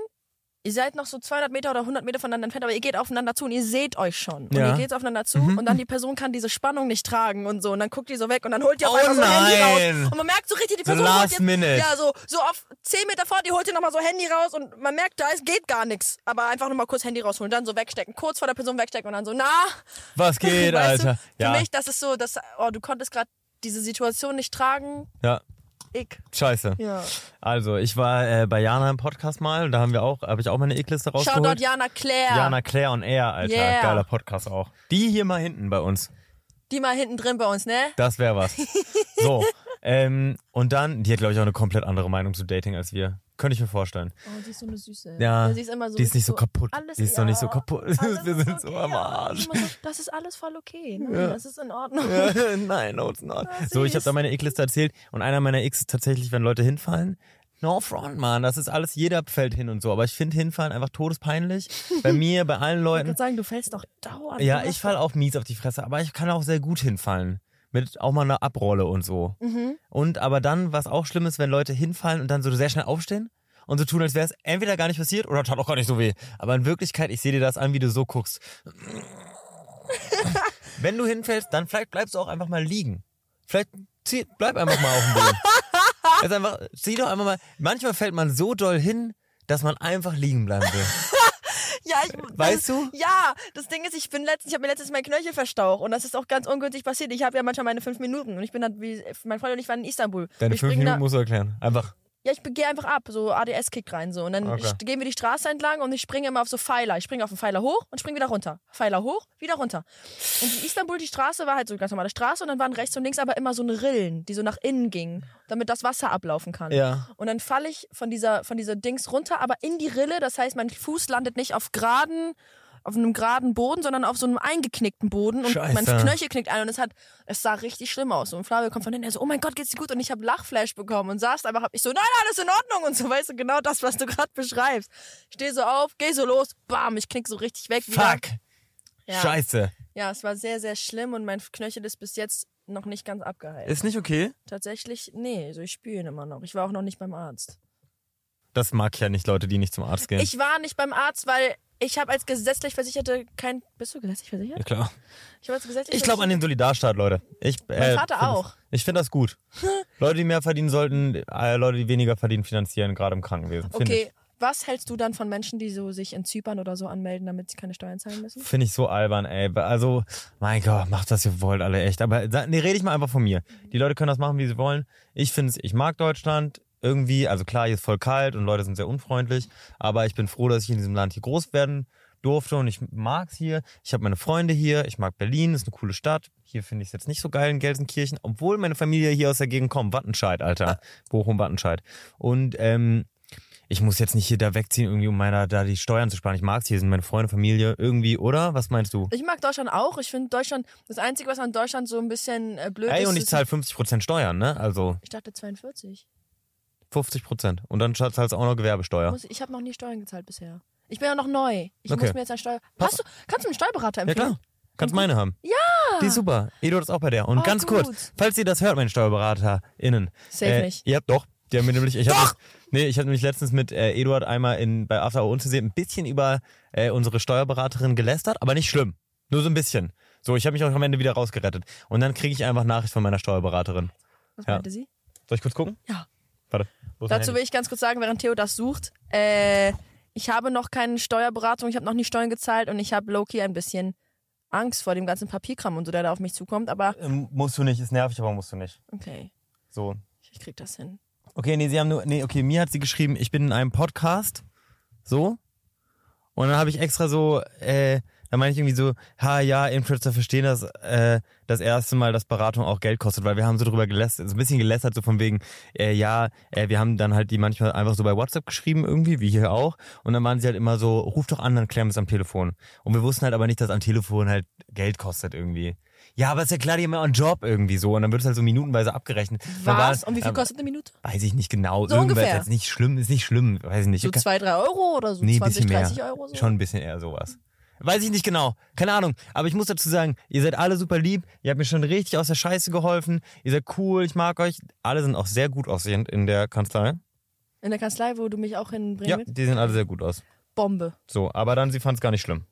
[SPEAKER 1] ihr seid noch so 200 Meter oder 100 Meter voneinander entfernt, aber ihr geht aufeinander zu und ihr seht euch schon. Und
[SPEAKER 2] Ja. Mhm.
[SPEAKER 1] ihr geht aufeinander zu und dann die Person kann diese Spannung nicht tragen und so und dann guckt die so weg und dann holt ihr auf
[SPEAKER 2] Oh
[SPEAKER 1] einmal so ein Handy
[SPEAKER 2] nein.
[SPEAKER 1] raus. Und man merkt so richtig, die
[SPEAKER 2] The
[SPEAKER 1] Person holt
[SPEAKER 2] last
[SPEAKER 1] jetzt,
[SPEAKER 2] minute.
[SPEAKER 1] ja, so, so auf 10 Meter vor, die holt ihr nochmal so Handy raus und man merkt, da ist, geht gar nichts. Aber einfach nochmal kurz Handy rausholen, dann so wegstecken, kurz vor der Person wegstecken und dann so, na,
[SPEAKER 2] Was geht,
[SPEAKER 1] weißt
[SPEAKER 2] Alter?
[SPEAKER 1] du? Für
[SPEAKER 2] Ja,
[SPEAKER 1] mich, das ist so, dass, oh, du konntest gerade diese Situation nicht tragen.
[SPEAKER 2] ja,
[SPEAKER 1] Ich.
[SPEAKER 2] scheiße.
[SPEAKER 1] Ja.
[SPEAKER 2] Also, ich war äh, bei Jana im Podcast mal, da haben wir auch, habe ich auch meine X-Liste
[SPEAKER 1] Schau
[SPEAKER 2] rausgeholt.
[SPEAKER 1] dort Jana Claire,
[SPEAKER 2] Jana Claire on Air, Alter.
[SPEAKER 1] Yeah.
[SPEAKER 2] Geiler Podcast auch. Die hier mal hinten bei uns.
[SPEAKER 1] die mal hinten drin bei uns, ne?
[SPEAKER 2] Das wäre was. So. ähm, und dann, die hat, glaube ich, auch eine komplett andere Meinung zu Dating als wir. Könnte ich mir vorstellen.
[SPEAKER 1] Oh, die ist so eine Süße.
[SPEAKER 2] Ja,
[SPEAKER 1] sie ist immer so.
[SPEAKER 2] die ist nicht so kaputt.
[SPEAKER 1] Alles,
[SPEAKER 2] Die ist
[SPEAKER 1] ja,
[SPEAKER 2] doch nicht so kaputt.
[SPEAKER 1] alles
[SPEAKER 2] Wir
[SPEAKER 1] ist
[SPEAKER 2] sind so
[SPEAKER 1] okay,
[SPEAKER 2] am
[SPEAKER 1] ja.
[SPEAKER 2] Arsch.
[SPEAKER 1] Immer So, das ist alles voll okay. Nein, Das ist in Ordnung.
[SPEAKER 2] Nein, no, it's not. So, ich habe da meine X-Liste erzählt und einer meiner X ist tatsächlich, wenn Leute hinfallen. No front, man. Das ist alles, jeder fällt hin und so. Aber ich finde hinfallen einfach todespeinlich. Bei mir, bei allen
[SPEAKER 1] Ich
[SPEAKER 2] Leuten.
[SPEAKER 1] würde sagen, du fällst doch dauernd.
[SPEAKER 2] Ja,
[SPEAKER 1] Du
[SPEAKER 2] ich fall auch mies auf die Fresse, aber ich kann auch sehr gut hinfallen. Mit auch mal einer Abrolle und so. Und aber dann, was auch schlimm ist, wenn Leute hinfallen und dann so sehr schnell aufstehen und so tun, als wäre es entweder gar nicht passiert oder tat auch gar nicht so weh. Aber in Wirklichkeit, ich sehe dir das an, wie du so guckst. wenn du hinfällst, dann vielleicht bleibst du auch einfach mal liegen. Vielleicht zieh, bleib einfach mal auf dem Boden. Jetzt einfach, zieh doch einfach mal. Manchmal fällt man so doll hin, dass man einfach liegen bleiben will.
[SPEAKER 1] Ja, ich,
[SPEAKER 2] Weißt du?
[SPEAKER 1] Ja, das Ding ist, ich bin letztens, ich habe mir letztens mein Knöchel verstaucht und das ist auch ganz ungünstig passiert. Ich habe ja manchmal meine fünf Minuten und ich bin dann, wie mein Freund und ich waren in Istanbul.
[SPEAKER 2] Deine
[SPEAKER 1] Wir
[SPEAKER 2] fünf
[SPEAKER 1] springen
[SPEAKER 2] Minuten musst du erklären. Einfach.
[SPEAKER 1] Da, ja, ich gehe einfach ab, so ADS-Kick rein so und dann
[SPEAKER 2] Okay.
[SPEAKER 1] sch- gehen wir die Straße entlang und ich springe immer auf so Pfeiler. Ich springe auf den Pfeiler hoch und springe wieder runter. Pfeiler hoch, wieder runter. Und in Istanbul die Straße war halt so eine ganz normale Straße und dann waren rechts und links aber immer so eine Rillen, die so nach innen gingen, damit das Wasser ablaufen kann.
[SPEAKER 2] Ja.
[SPEAKER 1] Und dann falle ich von dieser, von dieser Dings runter, aber in die Rille. Das heißt, mein Fuß landet nicht auf geraden, auf einem geraden Boden, sondern auf so einem eingeknickten Boden. Und
[SPEAKER 2] Scheiße.
[SPEAKER 1] mein Knöchel knickt ein und es hat, es sah richtig schlimm aus. Und Flavio kommt von hinten, er so, oh mein Gott, geht's dir gut? Und ich habe Lachflash bekommen und saß einfach, hab ich so, nein, alles in Ordnung und so, weißt du, genau das, was du gerade beschreibst. Steh so auf, geh so los, bam, ich knick so richtig weg. wieder.
[SPEAKER 2] Fuck.
[SPEAKER 1] Ja.
[SPEAKER 2] Scheiße.
[SPEAKER 1] Ja, es war sehr, sehr schlimm und mein Knöchel ist bis jetzt noch nicht ganz abgeheilt.
[SPEAKER 2] Ist nicht okay?
[SPEAKER 1] Tatsächlich, nee, so ich spüre ihn immer noch. Ich war auch noch nicht beim Arzt.
[SPEAKER 2] Das mag ich ja nicht, Leute, die nicht zum Arzt gehen.
[SPEAKER 1] Ich war nicht beim Arzt, weil ich habe als gesetzlich Versicherte kein. Bist du gesetzlich versichert?
[SPEAKER 2] ja, klar.
[SPEAKER 1] Ich habe als gesetzlich.
[SPEAKER 2] Ich glaube an den Solidarstaat, Leute. Ich, äh,
[SPEAKER 1] Mein Vater
[SPEAKER 2] find's-
[SPEAKER 1] auch.
[SPEAKER 2] Ich finde das gut. Leute, die mehr verdienen sollten, äh, Leute, die weniger verdienen, finanzieren, gerade im Krankenwesen. Find
[SPEAKER 1] Okay, was hältst du dann von Menschen, die so sich in Zypern oder so anmelden, damit sie keine Steuern zahlen müssen?
[SPEAKER 2] Finde ich so albern, ey. Also, mein Gott, macht das ihr wollt, alle echt. Aber da- nee, rede ich mal einfach von mir. Die Leute können das machen, wie sie wollen. Ich finde es, ich mag Deutschland irgendwie. Also klar, hier ist voll kalt und Leute sind sehr unfreundlich. Aber ich bin froh, dass ich in diesem Land hier groß werden durfte und ich mag's hier. Ich habe meine Freunde hier. Ich mag Berlin, ist eine coole Stadt. Hier finde ich es jetzt nicht so geil in Gelsenkirchen, obwohl meine Familie hier aus der Gegend kommt. Wattenscheid, Alter. Bochum-Wattenscheid. Und ähm, ich muss jetzt nicht hier da wegziehen, irgendwie, um meiner da die Steuern zu sparen. Ich mag's hier, sind meine Freunde, Familie, irgendwie, oder? Was meinst du?
[SPEAKER 1] Ich mag Deutschland auch. Ich finde Deutschland, das Einzige, was an Deutschland so ein bisschen äh, blöd
[SPEAKER 2] Ey,
[SPEAKER 1] ist.
[SPEAKER 2] und ich
[SPEAKER 1] ist-
[SPEAKER 2] zahle 50% Steuern, ne? Also
[SPEAKER 1] Ich dachte 42.
[SPEAKER 2] 50%. Und dann zahlst du halt auch noch Gewerbesteuer.
[SPEAKER 1] Muss, ich habe noch nie Steuern gezahlt bisher. Ich bin ja noch neu. Ich
[SPEAKER 2] Okay.
[SPEAKER 1] muss mir jetzt einen Steuer. Hast du, kannst du einen Steuerberater
[SPEAKER 2] Ja,
[SPEAKER 1] empfehlen?
[SPEAKER 2] klar. Kannst meine haben. Ja! Die ist super. Edo ist auch bei der. Und
[SPEAKER 1] Oh,
[SPEAKER 2] ganz
[SPEAKER 1] gut.
[SPEAKER 2] kurz, falls ihr das hört, meine SteuerberaterInnen.
[SPEAKER 1] Safe
[SPEAKER 2] äh,
[SPEAKER 1] nicht.
[SPEAKER 2] Ihr habt doch. Die haben mir nämlich, ich doch! Hab, nee, ich habe nämlich letztens mit äh, Eduard einmal in, bei After Hour unzusehen ein bisschen über äh, unsere Steuerberaterin gelästert, aber nicht schlimm. Nur so ein bisschen. So, ich habe mich auch am Ende wieder rausgerettet. Und dann kriege ich einfach Nachricht von meiner Steuerberaterin.
[SPEAKER 1] Was
[SPEAKER 2] Ja.
[SPEAKER 1] meinte sie?
[SPEAKER 2] Soll ich kurz gucken?
[SPEAKER 1] Ja.
[SPEAKER 2] Warte. wo ist mein
[SPEAKER 1] Dazu
[SPEAKER 2] Handy?
[SPEAKER 1] will ich ganz kurz sagen, während Theo das sucht, äh, ich habe noch keine Steuerberatung, ich habe noch nie Steuern gezahlt und ich habe Loki ein bisschen Angst vor dem ganzen Papierkram und so, der da auf mich zukommt, aber
[SPEAKER 2] Ähm, musst du nicht, ist nervig, aber musst du nicht.
[SPEAKER 1] okay,
[SPEAKER 2] So.
[SPEAKER 1] ich krieg das hin.
[SPEAKER 2] Okay, nee, sie haben nur, nee, okay, mir hat sie geschrieben, ich bin in einem Podcast, so. Und dann habe ich extra so, äh, da meine ich irgendwie so, ha, ja, Influencer verstehen das, äh, das erste Mal, dass Beratung auch Geld kostet, weil wir haben so drüber gelästert, so ein bisschen gelästert, so von wegen, äh, ja, äh, wir haben dann halt die manchmal einfach so bei WhatsApp geschrieben irgendwie, wie hier auch. Und dann waren sie halt immer so, ruf doch an, dann klären wir es am Telefon. Und wir wussten halt aber nicht, dass am Telefon halt Geld kostet irgendwie. Ja, aber ist ja klar, die haben ja auch einen Job irgendwie so. Und dann wird es halt so minutenweise abgerechnet. Dann war-
[SPEAKER 1] Was? Und wie viel
[SPEAKER 2] ähm,
[SPEAKER 1] kostet eine Minute?
[SPEAKER 2] Weiß ich nicht genau.
[SPEAKER 1] So
[SPEAKER 2] Irgendwas
[SPEAKER 1] ungefähr.
[SPEAKER 2] jetzt nicht schlimm, ist nicht schlimm. Weiß ich nicht.
[SPEAKER 1] So
[SPEAKER 2] Kann-
[SPEAKER 1] zwei, drei Euro oder so
[SPEAKER 2] nee, ein
[SPEAKER 1] 20,
[SPEAKER 2] bisschen mehr.
[SPEAKER 1] 30 Euro so?
[SPEAKER 2] Schon ein bisschen eher sowas. Weiß ich nicht genau. Keine Ahnung. Aber ich muss dazu sagen, ihr seid alle super lieb. Ihr habt mir schon richtig aus der Scheiße geholfen. Ihr seid cool. Ich mag euch. Alle sind auch sehr gut aussehend in der Kanzlei.
[SPEAKER 1] Mhm. In der Kanzlei, wo du mich auch hinbringen
[SPEAKER 2] Ja,
[SPEAKER 1] willst?
[SPEAKER 2] die sehen alle sehr gut aus.
[SPEAKER 1] Bombe.
[SPEAKER 2] So, aber dann, sie fand es gar nicht schlimm.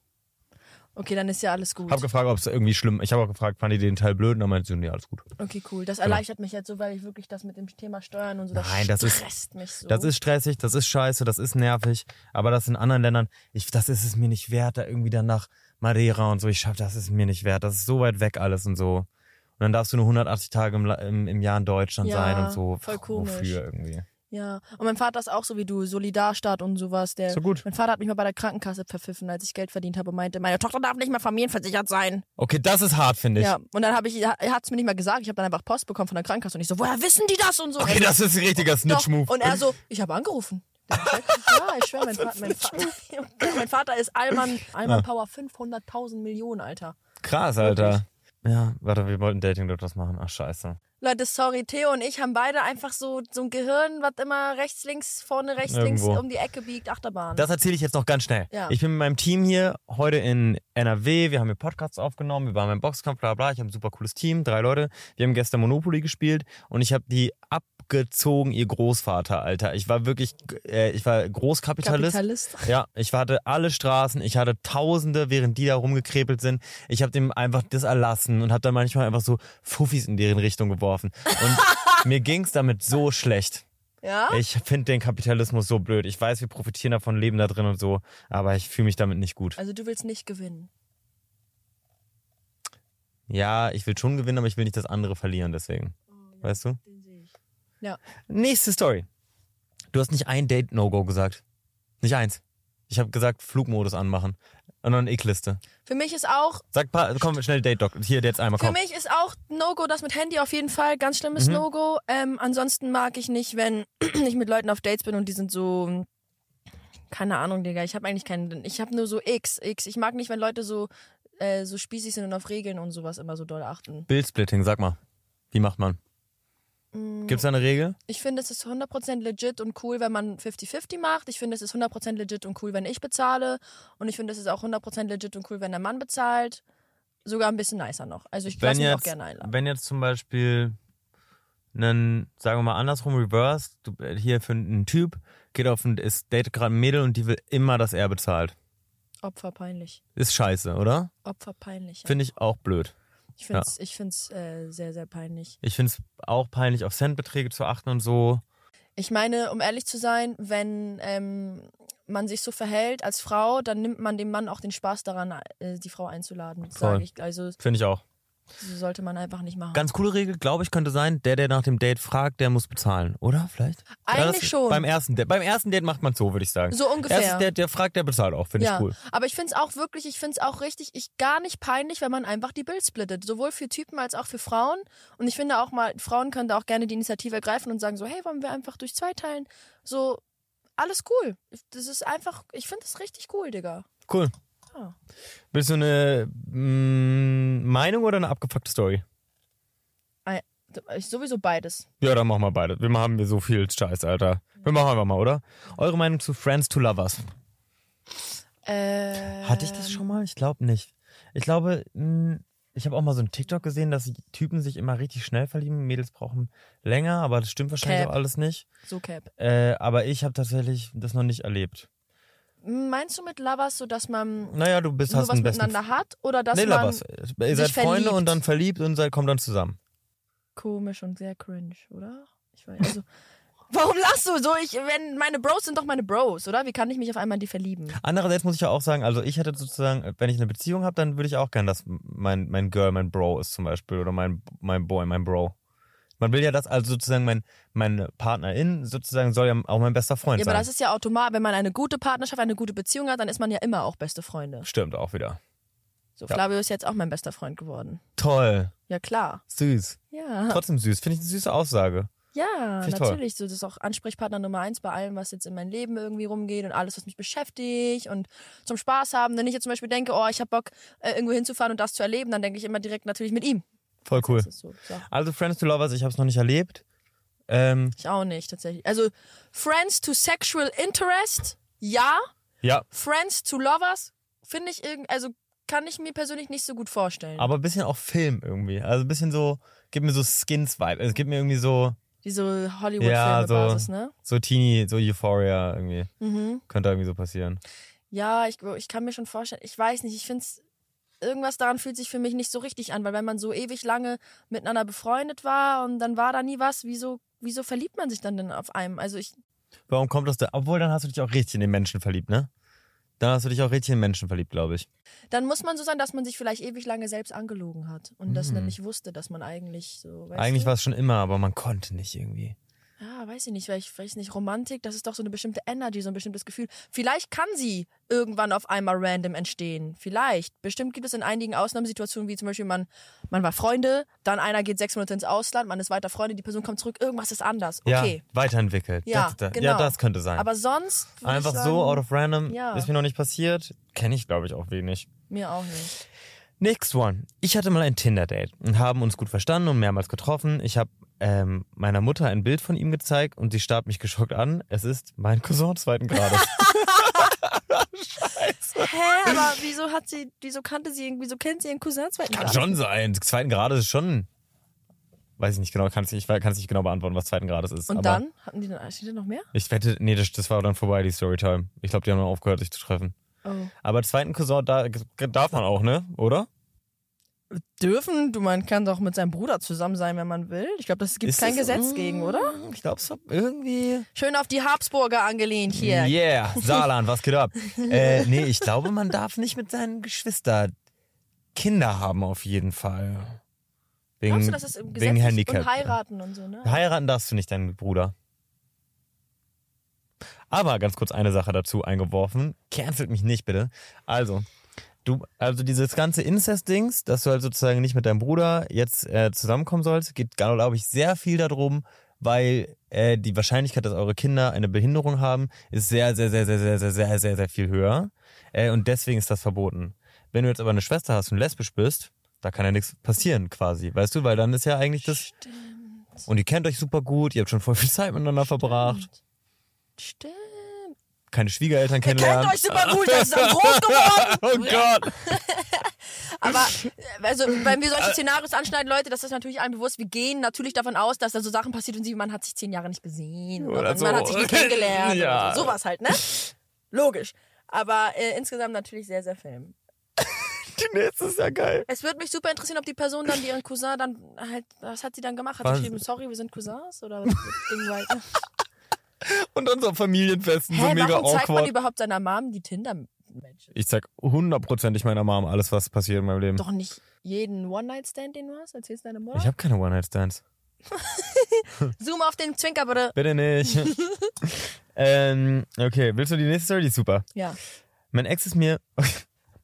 [SPEAKER 1] Okay, dann ist ja alles gut.
[SPEAKER 2] Hab gefragt, ob es irgendwie schlimm Ich habe auch gefragt, fand ihr den Teil blöd? Und dann meinte sie, nee, alles gut.
[SPEAKER 1] Okay, cool. Das erleichtert mich jetzt so, weil ich wirklich das mit dem Thema Steuern und so, das,
[SPEAKER 2] Genau. Nein, das ist-
[SPEAKER 1] stresst mich so.
[SPEAKER 2] Das ist stressig, das ist scheiße, das ist nervig. Aber das in anderen Ländern, ich, das ist es mir nicht wert, da irgendwie dann nach Madeira und so. Ich schaff, das ist mir nicht wert. Das ist so weit weg alles und so. Und dann darfst du nur 180 Tage im, La- im, im Jahr in Deutschland
[SPEAKER 1] Ja,
[SPEAKER 2] sein und so.
[SPEAKER 1] voll
[SPEAKER 2] Pff,
[SPEAKER 1] komisch.
[SPEAKER 2] Wofür irgendwie?
[SPEAKER 1] Ja, und mein Vater ist auch so wie du, Solidarstaat und sowas. Der,
[SPEAKER 2] So gut.
[SPEAKER 1] Mein Vater hat mich mal bei der Krankenkasse verpfiffen, als ich Geld verdient habe und meinte, meine Tochter darf nicht mehr familienversichert sein.
[SPEAKER 2] Okay, das ist hart, finde ich.
[SPEAKER 1] Ja, und dann habe ich, er hat es mir nicht mehr gesagt, ich habe dann einfach Post bekommen von der Krankenkasse und ich so, woher wissen die das und so.
[SPEAKER 2] Okay,
[SPEAKER 1] Und
[SPEAKER 2] das ist ein richtiger
[SPEAKER 1] doch.
[SPEAKER 2] Snitch-Move.
[SPEAKER 1] Und er so, ich habe angerufen. ja, ich schwöre, mein, Vater- mein, Vater- mein Vater ist Alman,
[SPEAKER 2] Ah.
[SPEAKER 1] Alman Power 500.000 Millionen, Alter.
[SPEAKER 2] Krass, Alter. Ja, warte, wir wollten Dating dort was machen. Ach, scheiße.
[SPEAKER 1] Leute, sorry, Theo und ich haben beide einfach so, so ein Gehirn, was immer rechts, links, vorne, rechts, links
[SPEAKER 2] Irgendwo.
[SPEAKER 1] um die Ecke biegt, Achterbahn.
[SPEAKER 2] Das erzähle ich jetzt noch ganz schnell.
[SPEAKER 1] Ja.
[SPEAKER 2] Ich bin mit meinem Team hier heute in NRW. Wir haben hier Podcasts aufgenommen. Wir waren beim Boxkampf, bla bla. Ich habe ein super cooles Team, drei Leute. Wir haben gestern Monopoly gespielt und ich habe die abgezogen, ihr Großvater, Alter. Ich war wirklich, äh, ich war Großkapitalist.
[SPEAKER 1] Kapitalist.
[SPEAKER 2] Ja, ich hatte alle Straßen, ich hatte Tausende, während die da rumgekrepelt sind. Ich habe dem einfach das erlassen und habe dann manchmal einfach so Fuffis in deren Richtung geworfen. Und mir ging's damit so schlecht.
[SPEAKER 1] Ja?
[SPEAKER 2] Ich finde den Kapitalismus so blöd. Ich weiß, wir profitieren davon, leben da drin und so, aber ich fühle mich damit nicht gut.
[SPEAKER 1] Also du willst nicht gewinnen.
[SPEAKER 2] Ja, ich will schon gewinnen, aber ich will nicht, dass andere verlieren, deswegen.
[SPEAKER 1] Oh,
[SPEAKER 2] Weißt du?
[SPEAKER 1] Ja.
[SPEAKER 2] Nächste Story. Du hast nicht ein Date-No-Go gesagt. Nicht eins. Ich habe gesagt, Flugmodus anmachen. Und dann Ick-Liste.
[SPEAKER 1] Für mich ist auch,
[SPEAKER 2] Sag paar, komm, schnell Date-Doc. Hier, jetzt einmal,
[SPEAKER 1] für
[SPEAKER 2] komm.
[SPEAKER 1] mich ist auch No-Go das mit Handy auf jeden Fall. Ganz schlimmes No-Go. Ähm, ansonsten mag ich nicht, wenn ich mit Leuten auf Dates bin und die sind so. Keine Ahnung, Digga. Ich habe eigentlich keinen. Ich habe nur so X, X. Ich mag nicht, wenn Leute so, äh, so spießig sind und auf Regeln und sowas immer so doll achten.
[SPEAKER 2] Bildsplitting, sag mal. Wie macht man?
[SPEAKER 1] Mm.
[SPEAKER 2] Gibt's da eine Regel?
[SPEAKER 1] Ich finde, es ist 100% legit und cool, wenn man 50-50 macht. Ich finde, es ist 100% legit und cool, wenn ich bezahle. Und ich finde, es ist auch 100% legit und cool, wenn der Mann bezahlt. Sogar ein bisschen nicer noch. Also ich lasse mich auch gerne einladen.
[SPEAKER 2] wenn jetzt zum Beispiel einen, sagen wir mal andersrum, reverse, du, äh, hier für einen Typ, geht auf ein, ist, datet gerade ein Mädel und die will immer, dass er bezahlt.
[SPEAKER 1] Opferpeinlich.
[SPEAKER 2] Ist scheiße, oder?
[SPEAKER 1] Opferpeinlich. Ja.
[SPEAKER 2] Finde ich auch blöd.
[SPEAKER 1] Ich finde es ich find's, äh, sehr, sehr peinlich.
[SPEAKER 2] Ich finde es auch peinlich, auf Centbeträge zu achten und so.
[SPEAKER 1] Ich meine, um ehrlich zu sein, wenn ähm, man sich so verhält als Frau, dann nimmt man dem Mann auch den Spaß daran, äh, die Frau einzuladen.
[SPEAKER 2] Voll.
[SPEAKER 1] Sage ich. Also
[SPEAKER 2] Finde ich auch.
[SPEAKER 1] so sollte man einfach nicht machen.
[SPEAKER 2] Ganz coole Regel, glaube ich, könnte sein, der, der nach dem Date fragt, der muss bezahlen, oder? Vielleicht? ja,
[SPEAKER 1] Eigentlich
[SPEAKER 2] das-
[SPEAKER 1] schon.
[SPEAKER 2] Beim ersten Date. Beim ersten Date macht man so, würde ich sagen.
[SPEAKER 1] So ungefähr.
[SPEAKER 2] Erstes Date, der fragt, der bezahlt auch. Finde
[SPEAKER 1] ja,
[SPEAKER 2] ich cool.
[SPEAKER 1] aber ich finde es auch wirklich, ich finde es auch richtig, ich gar nicht peinlich, wenn man einfach die Bild splittet. Sowohl für Typen als auch für Frauen. Und ich finde auch mal, Frauen können da auch gerne die Initiative ergreifen und sagen so, hey, wollen wir einfach durch zwei teilen? So, alles cool. Das ist einfach, ich finde das richtig cool, Digga.
[SPEAKER 2] Cool.
[SPEAKER 1] Ja.
[SPEAKER 2] Willst du eine mm, Meinung oder eine abgefuckte Story?
[SPEAKER 1] Ich- Sowieso beides.
[SPEAKER 2] Ja, dann machen wir beide. Wir haben hier so viel Scheiß, Alter. Wir machen einfach mal, oder? Eure Meinung zu Friends to Lovers.
[SPEAKER 1] Äh,
[SPEAKER 2] Hatte ich das schon mal? Ich glaube nicht. Ich glaube, mh, ich habe auch mal so einen TikTok gesehen, dass Typen sich immer richtig schnell verlieben. Mädels brauchen länger, aber das stimmt wahrscheinlich
[SPEAKER 1] Cap.
[SPEAKER 2] auch alles nicht.
[SPEAKER 1] So, Cap.
[SPEAKER 2] Äh, aber ich habe tatsächlich das noch nicht erlebt.
[SPEAKER 1] Meinst du mit Lovers so, dass man
[SPEAKER 2] Naja, du bist,
[SPEAKER 1] nur
[SPEAKER 2] hast
[SPEAKER 1] was
[SPEAKER 2] einen besten.
[SPEAKER 1] miteinander hat? Oder dass
[SPEAKER 2] nee,
[SPEAKER 1] man...
[SPEAKER 2] Lovers. Ihr seid
[SPEAKER 1] sich
[SPEAKER 2] Freunde und
[SPEAKER 1] verliebt?
[SPEAKER 2] dann verliebt und seid, kommt dann zusammen.
[SPEAKER 1] komisch und sehr cringe, oder? Ich weiß, also. Warum lachst du so? Ich, wenn meine Bros sind doch meine Bros, oder? Wie kann ich mich auf einmal in die verlieben?
[SPEAKER 2] Andererseits muss ich ja auch sagen, also ich hätte sozusagen, wenn ich eine Beziehung habe, dann würde ich auch gern, dass mein, mein Girl mein Bro ist zum Beispiel oder mein, mein Boy mein Bro. Man will ja das, also sozusagen mein, meine Partnerin sozusagen soll ja auch mein bester Freund
[SPEAKER 1] Ja, aber
[SPEAKER 2] sein.
[SPEAKER 1] das ist ja automatisch. Wenn man eine gute Partnerschaft, eine gute Beziehung hat, dann ist man ja immer auch beste Freunde.
[SPEAKER 2] Stimmt auch wieder.
[SPEAKER 1] So,
[SPEAKER 2] Ja.
[SPEAKER 1] Flavio ist jetzt auch mein bester Freund geworden.
[SPEAKER 2] Toll,
[SPEAKER 1] Ja, klar.
[SPEAKER 2] süß.
[SPEAKER 1] Ja.
[SPEAKER 2] Trotzdem süß. Finde ich eine süße Aussage.
[SPEAKER 1] Ja,
[SPEAKER 2] Finde ich toll.
[SPEAKER 1] natürlich. So, das ist auch Ansprechpartner Nummer eins bei allem, was jetzt in meinem Leben irgendwie rumgeht und alles, was mich beschäftigt und zum Spaß haben. Wenn ich jetzt zum Beispiel denke, oh, ich habe Bock, äh, irgendwo hinzufahren und das zu erleben, dann denke ich immer direkt natürlich mit ihm.
[SPEAKER 2] Voll cool.
[SPEAKER 1] Das ist so. so.
[SPEAKER 2] Also Friends to Lovers, ich habe es noch nicht erlebt. Ähm,
[SPEAKER 1] Ich auch nicht, tatsächlich. Also, Friends to Sexual Interest, ja.
[SPEAKER 2] ja,
[SPEAKER 1] Friends to Lovers, finde ich irgendwie, also kann ich mir persönlich nicht so gut vorstellen.
[SPEAKER 2] aber ein bisschen auch Film irgendwie. Also ein bisschen so, gib mir so Skins-Vibe. Es gibt mir irgendwie so,
[SPEAKER 1] Diese
[SPEAKER 2] Ja, so-
[SPEAKER 1] Hollywood-Filme-Basis, ne?
[SPEAKER 2] so Teenie, so Euphoria irgendwie.
[SPEAKER 1] Mhm.
[SPEAKER 2] Könnte irgendwie so passieren.
[SPEAKER 1] Ja, ich, ich kann mir schon vorstellen, ich weiß nicht, ich finde es, irgendwas daran fühlt sich für mich nicht so richtig an, weil wenn man so ewig lange miteinander befreundet war und dann war da nie was, wieso, wieso verliebt man sich dann denn auf einem? Also ich,
[SPEAKER 2] Warum kommt das da? Obwohl, dann hast du dich auch richtig in den Menschen verliebt, ne? Dann hast du dich auch richtig in den Menschen verliebt, glaube ich.
[SPEAKER 1] dann muss man so sein, dass man sich vielleicht ewig lange selbst angelogen hat und das nämlich wusste, dass man eigentlich so, weißt
[SPEAKER 2] Mhm. Eigentlich
[SPEAKER 1] du?
[SPEAKER 2] war es schon immer, aber man konnte nicht irgendwie.
[SPEAKER 1] Ja, weiß ich nicht, weil ich weiß nicht, Romantik, das ist doch so eine bestimmte Energy, so ein bestimmtes Gefühl. Vielleicht kann sie irgendwann auf einmal random entstehen. Vielleicht. Bestimmt gibt es in einigen Ausnahmesituationen, wie zum Beispiel man, man war Freunde, dann einer geht sechs Monate ins Ausland, man ist weiter Freunde, die Person kommt zurück, irgendwas ist anders. Okay.
[SPEAKER 2] Ja, weiterentwickelt.
[SPEAKER 1] Ja,
[SPEAKER 2] das, da-
[SPEAKER 1] genau.
[SPEAKER 2] ja das könnte sein.
[SPEAKER 1] Aber sonst. würd ich
[SPEAKER 2] Einfach
[SPEAKER 1] sagen,
[SPEAKER 2] so, out of random,
[SPEAKER 1] Ja.
[SPEAKER 2] ist mir noch nicht passiert. Kenne ich, glaube ich, auch wenig.
[SPEAKER 1] Mir auch nicht.
[SPEAKER 2] Next one. Ich hatte mal ein Tinder-Date und haben uns gut verstanden und mehrmals getroffen. Ich habe ähm, meiner Mutter ein Bild von ihm gezeigt und sie starb mich geschockt an. Es ist mein Cousin zweiten Grades.
[SPEAKER 1] Hä, aber wieso hat sie, wieso kannte sie irgendwie, wieso kennt sie ihren Cousin zweiten
[SPEAKER 2] Kann
[SPEAKER 1] Grad?
[SPEAKER 2] schon sein. Zweiten Grades ist schon. Weiß ich nicht genau, kann es nicht, kann nicht genau beantworten, was zweiten Grades ist.
[SPEAKER 1] Und
[SPEAKER 2] aber
[SPEAKER 1] dann? Hatten die dann, steht da noch mehr?
[SPEAKER 2] Ich wette, nee, das, das war dann vorbei, die Storytime. Ich glaube, die haben dann aufgehört, sich zu treffen.
[SPEAKER 1] Oh.
[SPEAKER 2] Aber zweiten Cousin da, darf man auch, ne? Oder?
[SPEAKER 1] Dürfen, du, man kann doch mit seinem Bruder zusammen sein, wenn man will. Ich glaube, das gibt
[SPEAKER 2] Ist
[SPEAKER 1] kein
[SPEAKER 2] das-
[SPEAKER 1] Gesetz gegen, oder?
[SPEAKER 2] Ich glaube, es hat irgendwie.
[SPEAKER 1] Schön auf die Habsburger angelehnt hier.
[SPEAKER 2] Yeah, Saarland, was geht ab? äh, nee, ich glaube, man darf nicht mit seinen Geschwistern Kinder haben, auf jeden Fall. Wegen,
[SPEAKER 1] Glaubst du, dass es im Gesetz
[SPEAKER 2] wegen
[SPEAKER 1] ist?
[SPEAKER 2] Handicap.
[SPEAKER 1] und heiraten und so, ne?
[SPEAKER 2] Heiraten darfst du nicht deinen Bruder. Aber ganz kurz eine Sache dazu eingeworfen. Cancelt mich nicht, bitte. Also, du, also dieses ganze Incest-Dings, dass du halt sozusagen nicht mit deinem Bruder jetzt äh, zusammenkommen sollst, geht, glaube ich, sehr viel darum, weil äh, die Wahrscheinlichkeit, dass eure Kinder eine Behinderung haben, ist sehr, sehr, sehr, sehr, sehr, sehr, sehr, sehr, sehr viel höher. Äh, und deswegen ist das verboten. Wenn du jetzt aber eine Schwester hast und lesbisch bist, da kann ja nichts passieren, quasi, weißt du, weil dann ist ja eigentlich das. Und ihr kennt euch super gut, ihr habt schon voll viel Zeit miteinander verbracht,
[SPEAKER 1] Stimmt.
[SPEAKER 2] keine Schwiegereltern
[SPEAKER 1] Kennt
[SPEAKER 2] kennenlernen.
[SPEAKER 1] euch super gut, das ist dann groß geworden.
[SPEAKER 2] Oh Gott!
[SPEAKER 1] Aber äh, also, wenn wir solche Szenarios anschneiden, Leute, das ist natürlich allen bewusst. Wir gehen natürlich davon aus, dass da so Sachen passiert und sie, man hat sich zehn Jahre nicht gesehen oder,
[SPEAKER 2] Oder
[SPEAKER 1] man
[SPEAKER 2] so.
[SPEAKER 1] hat sich nicht kennengelernt
[SPEAKER 2] also, Ja.
[SPEAKER 1] oder so. sowas halt, ne? Logisch. Aber äh, insgesamt natürlich sehr, sehr film.
[SPEAKER 2] Die nächste ist ja geil.
[SPEAKER 1] Es würde mich super interessieren, ob die Person dann, die ihren Cousin dann halt, was hat sie dann gemacht? Hat
[SPEAKER 2] Was?
[SPEAKER 1] sie geschrieben, sorry, wir sind Cousins? Oder was ging weiter?
[SPEAKER 2] Und unser Familienfesten
[SPEAKER 1] Hä,
[SPEAKER 2] so mega
[SPEAKER 1] warum zeigt man
[SPEAKER 2] awkward.
[SPEAKER 1] überhaupt seiner Mom die Tinder-Matches?
[SPEAKER 2] Ich zeig hundertprozentig meiner Mom alles, was passiert in meinem Leben.
[SPEAKER 1] Doch nicht jeden One-Night-Stand, den du hast? Erzählst du deiner Mutter?
[SPEAKER 2] Hm. Ich habe keine One-Night-Stands.
[SPEAKER 1] Zoom auf den Zwinker, bitte.
[SPEAKER 2] Bitte nicht. ähm, okay, willst du die nächste Story? Die ist super.
[SPEAKER 1] Ja.
[SPEAKER 2] Mein Ex ist mir.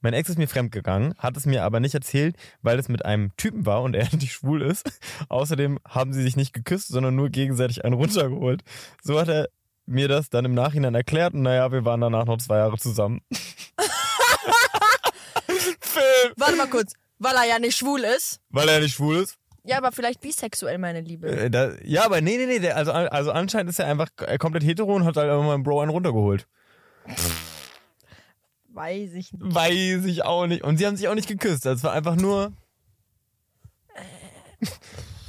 [SPEAKER 2] Mein Ex ist mir fremdgegangen, hat es mir aber nicht erzählt, weil es mit einem Typen war und er nicht schwul ist. Außerdem haben sie sich nicht geküsst, sondern nur gegenseitig einen runtergeholt. So hat er mir das dann im Nachhinein erklärt und naja, wir waren danach noch zwei Jahre zusammen. Film.
[SPEAKER 1] Warte mal kurz. Weil er ja nicht schwul ist.
[SPEAKER 2] Weil er nicht schwul ist?
[SPEAKER 1] Ja, aber vielleicht bisexuell, meine Liebe.
[SPEAKER 2] Äh, Da, ja, aber nee, nee, nee. der- Also, also anscheinend ist er einfach äh, komplett hetero und hat halt einfach mal einen Bro einen runtergeholt.
[SPEAKER 1] Weiß ich nicht.
[SPEAKER 2] Weiß ich auch nicht. Und sie haben sich auch nicht geküsst. Das war einfach nur. Also
[SPEAKER 1] Äh.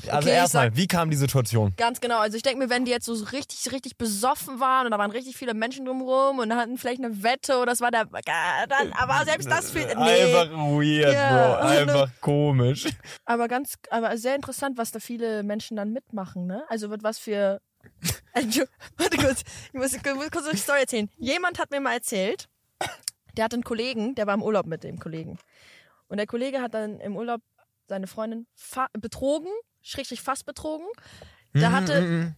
[SPEAKER 1] Okay, ich
[SPEAKER 2] erstmal, wie kam die Situation?
[SPEAKER 1] Ganz genau. Also ich denke mir, wenn die jetzt so richtig, richtig besoffen waren und da waren richtig viele Menschen drumherum und hatten vielleicht eine Wette oder das war der... äh, Dann, aber selbst das fehlt... Nee.
[SPEAKER 2] Ne, äh, Einfach weird,
[SPEAKER 1] Ja.
[SPEAKER 2] Bro. Einfach komisch.
[SPEAKER 1] Aber ganz... Aber sehr interessant, was da viele Menschen dann mitmachen, ne? Also wird was für... Entschuldigung, Warte kurz. Ich muss, ich muss kurz eine Story erzählen. Jemand hat mir mal erzählt, der hat einen Kollegen, der war im Urlaub mit dem Kollegen. Und der Kollege hat dann im Urlaub seine Freundin fa- betrogen, schrägstrich fast betrogen. Da hatte...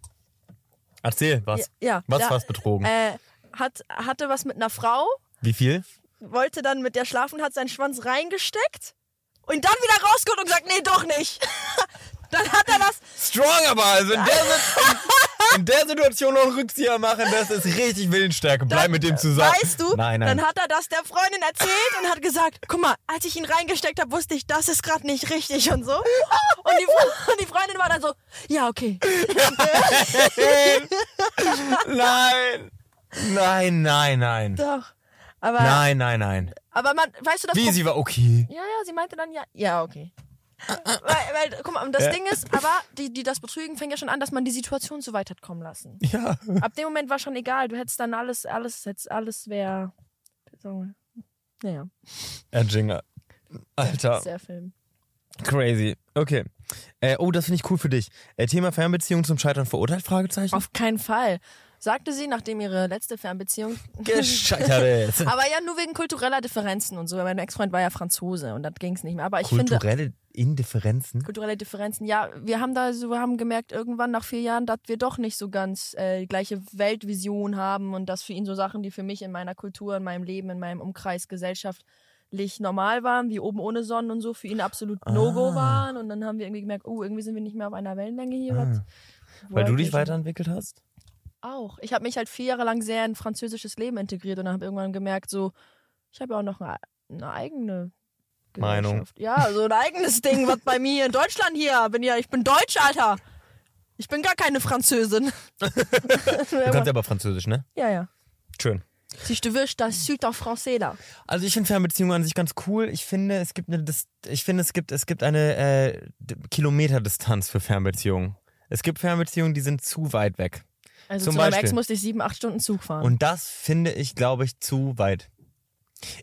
[SPEAKER 2] Erzähl, was?
[SPEAKER 1] Ja,
[SPEAKER 2] Mhm, Was,
[SPEAKER 1] da,
[SPEAKER 2] was betrogen?
[SPEAKER 1] Äh, hat, hatte was mit einer Frau,
[SPEAKER 2] wie viel?
[SPEAKER 1] wollte dann mit der schlafen, hat seinen Schwanz reingesteckt und dann wieder rausgeholt und gesagt, nee, doch nicht. dann hat er das,
[SPEAKER 2] Strong aber, also in der, Sit- in der Situation noch einen Rückzieher machen, das ist richtig Willensstärke. Bleib
[SPEAKER 1] Dann,
[SPEAKER 2] mit dem zusammen.
[SPEAKER 1] weißt du,
[SPEAKER 2] Nein, nein.
[SPEAKER 1] dann hat er das der Freundin erzählt und hat gesagt, guck mal, als ich ihn reingesteckt habe, wusste ich, das ist gerade nicht richtig und so. Und die, Fre- und die Freundin war dann so, ja, okay.
[SPEAKER 2] nein. Nein, nein, nein.
[SPEAKER 1] Doch. Aber,
[SPEAKER 2] Nein, nein, nein.
[SPEAKER 1] aber man, weißt du, das
[SPEAKER 2] Wie, sie war okay.
[SPEAKER 1] Ja, ja, sie meinte dann ja. Ja, okay. weil, weil, guck mal, und das Ding ist, aber die, die das betrügen, fängt ja schon an, dass man die Situation so weit hat kommen lassen.
[SPEAKER 2] Ja.
[SPEAKER 1] Ab dem Moment war schon egal, du hättest dann alles, alles, hättest alles wäre. Naja,
[SPEAKER 2] Herr Jinger. Alter.
[SPEAKER 1] sehr Film.
[SPEAKER 2] Crazy. Okay. Äh, oh, das finde ich cool für dich. Äh, Thema Fernbeziehung zum Scheitern verurteilt? Fragezeichen.
[SPEAKER 1] Auf keinen Fall, sagte sie, nachdem ihre letzte Fernbeziehung.
[SPEAKER 2] gescheitert ist.
[SPEAKER 1] aber ja, nur wegen kultureller Differenzen und so. weil Mein Ex-Freund war ja Franzose und das ging's nicht mehr. Aber ich finde,
[SPEAKER 2] Kulturelle Indifferenzen?
[SPEAKER 1] kulturelle Differenzen. Ja, wir haben da so, wir haben gemerkt irgendwann nach vier Jahren, dass wir doch nicht so ganz äh, die gleiche Weltvision haben und dass für ihn so Sachen, die für mich in meiner Kultur, in meinem Leben, in meinem Umkreis gesellschaftlich normal waren, wie oben ohne Sonnen und so, für ihn absolut No-Go
[SPEAKER 2] Ah.
[SPEAKER 1] waren. Und dann haben wir irgendwie gemerkt, oh, irgendwie sind wir nicht mehr auf einer Wellenlänge hier.
[SPEAKER 2] Ah.
[SPEAKER 1] was-
[SPEAKER 2] Weil du
[SPEAKER 1] wollte
[SPEAKER 2] dich
[SPEAKER 1] ich-
[SPEAKER 2] weiterentwickelt hast?
[SPEAKER 1] Auch. Ich habe mich halt vier Jahre lang sehr in französisches Leben integriert und habe irgendwann gemerkt, so, ich habe ja auch noch eine, eine eigene
[SPEAKER 2] Meinung.
[SPEAKER 1] Gesellschaft. Ja, so ein eigenes Ding, was bei mir in Deutschland hier bin. Ja, ich bin Deutsch, Alter. Ich bin gar keine Französin.
[SPEAKER 2] Du kannst aber Französisch, ne?
[SPEAKER 1] ja, ja.
[SPEAKER 2] Schön.
[SPEAKER 1] Si je te veux, je t'insulte en français da.
[SPEAKER 2] Also ich finde Fernbeziehungen an sich ganz cool. Ich finde, es gibt eine, Dis ich finde, es gibt, es gibt eine äh, D- Kilometerdistanz für Fernbeziehungen. Es gibt Fernbeziehungen, die sind zu weit weg.
[SPEAKER 1] Also
[SPEAKER 2] Zum
[SPEAKER 1] zu meinem
[SPEAKER 2] Beispiel.
[SPEAKER 1] Ex musste ich sieben, acht Stunden Zug fahren.
[SPEAKER 2] Und das finde ich, glaube ich, zu weit.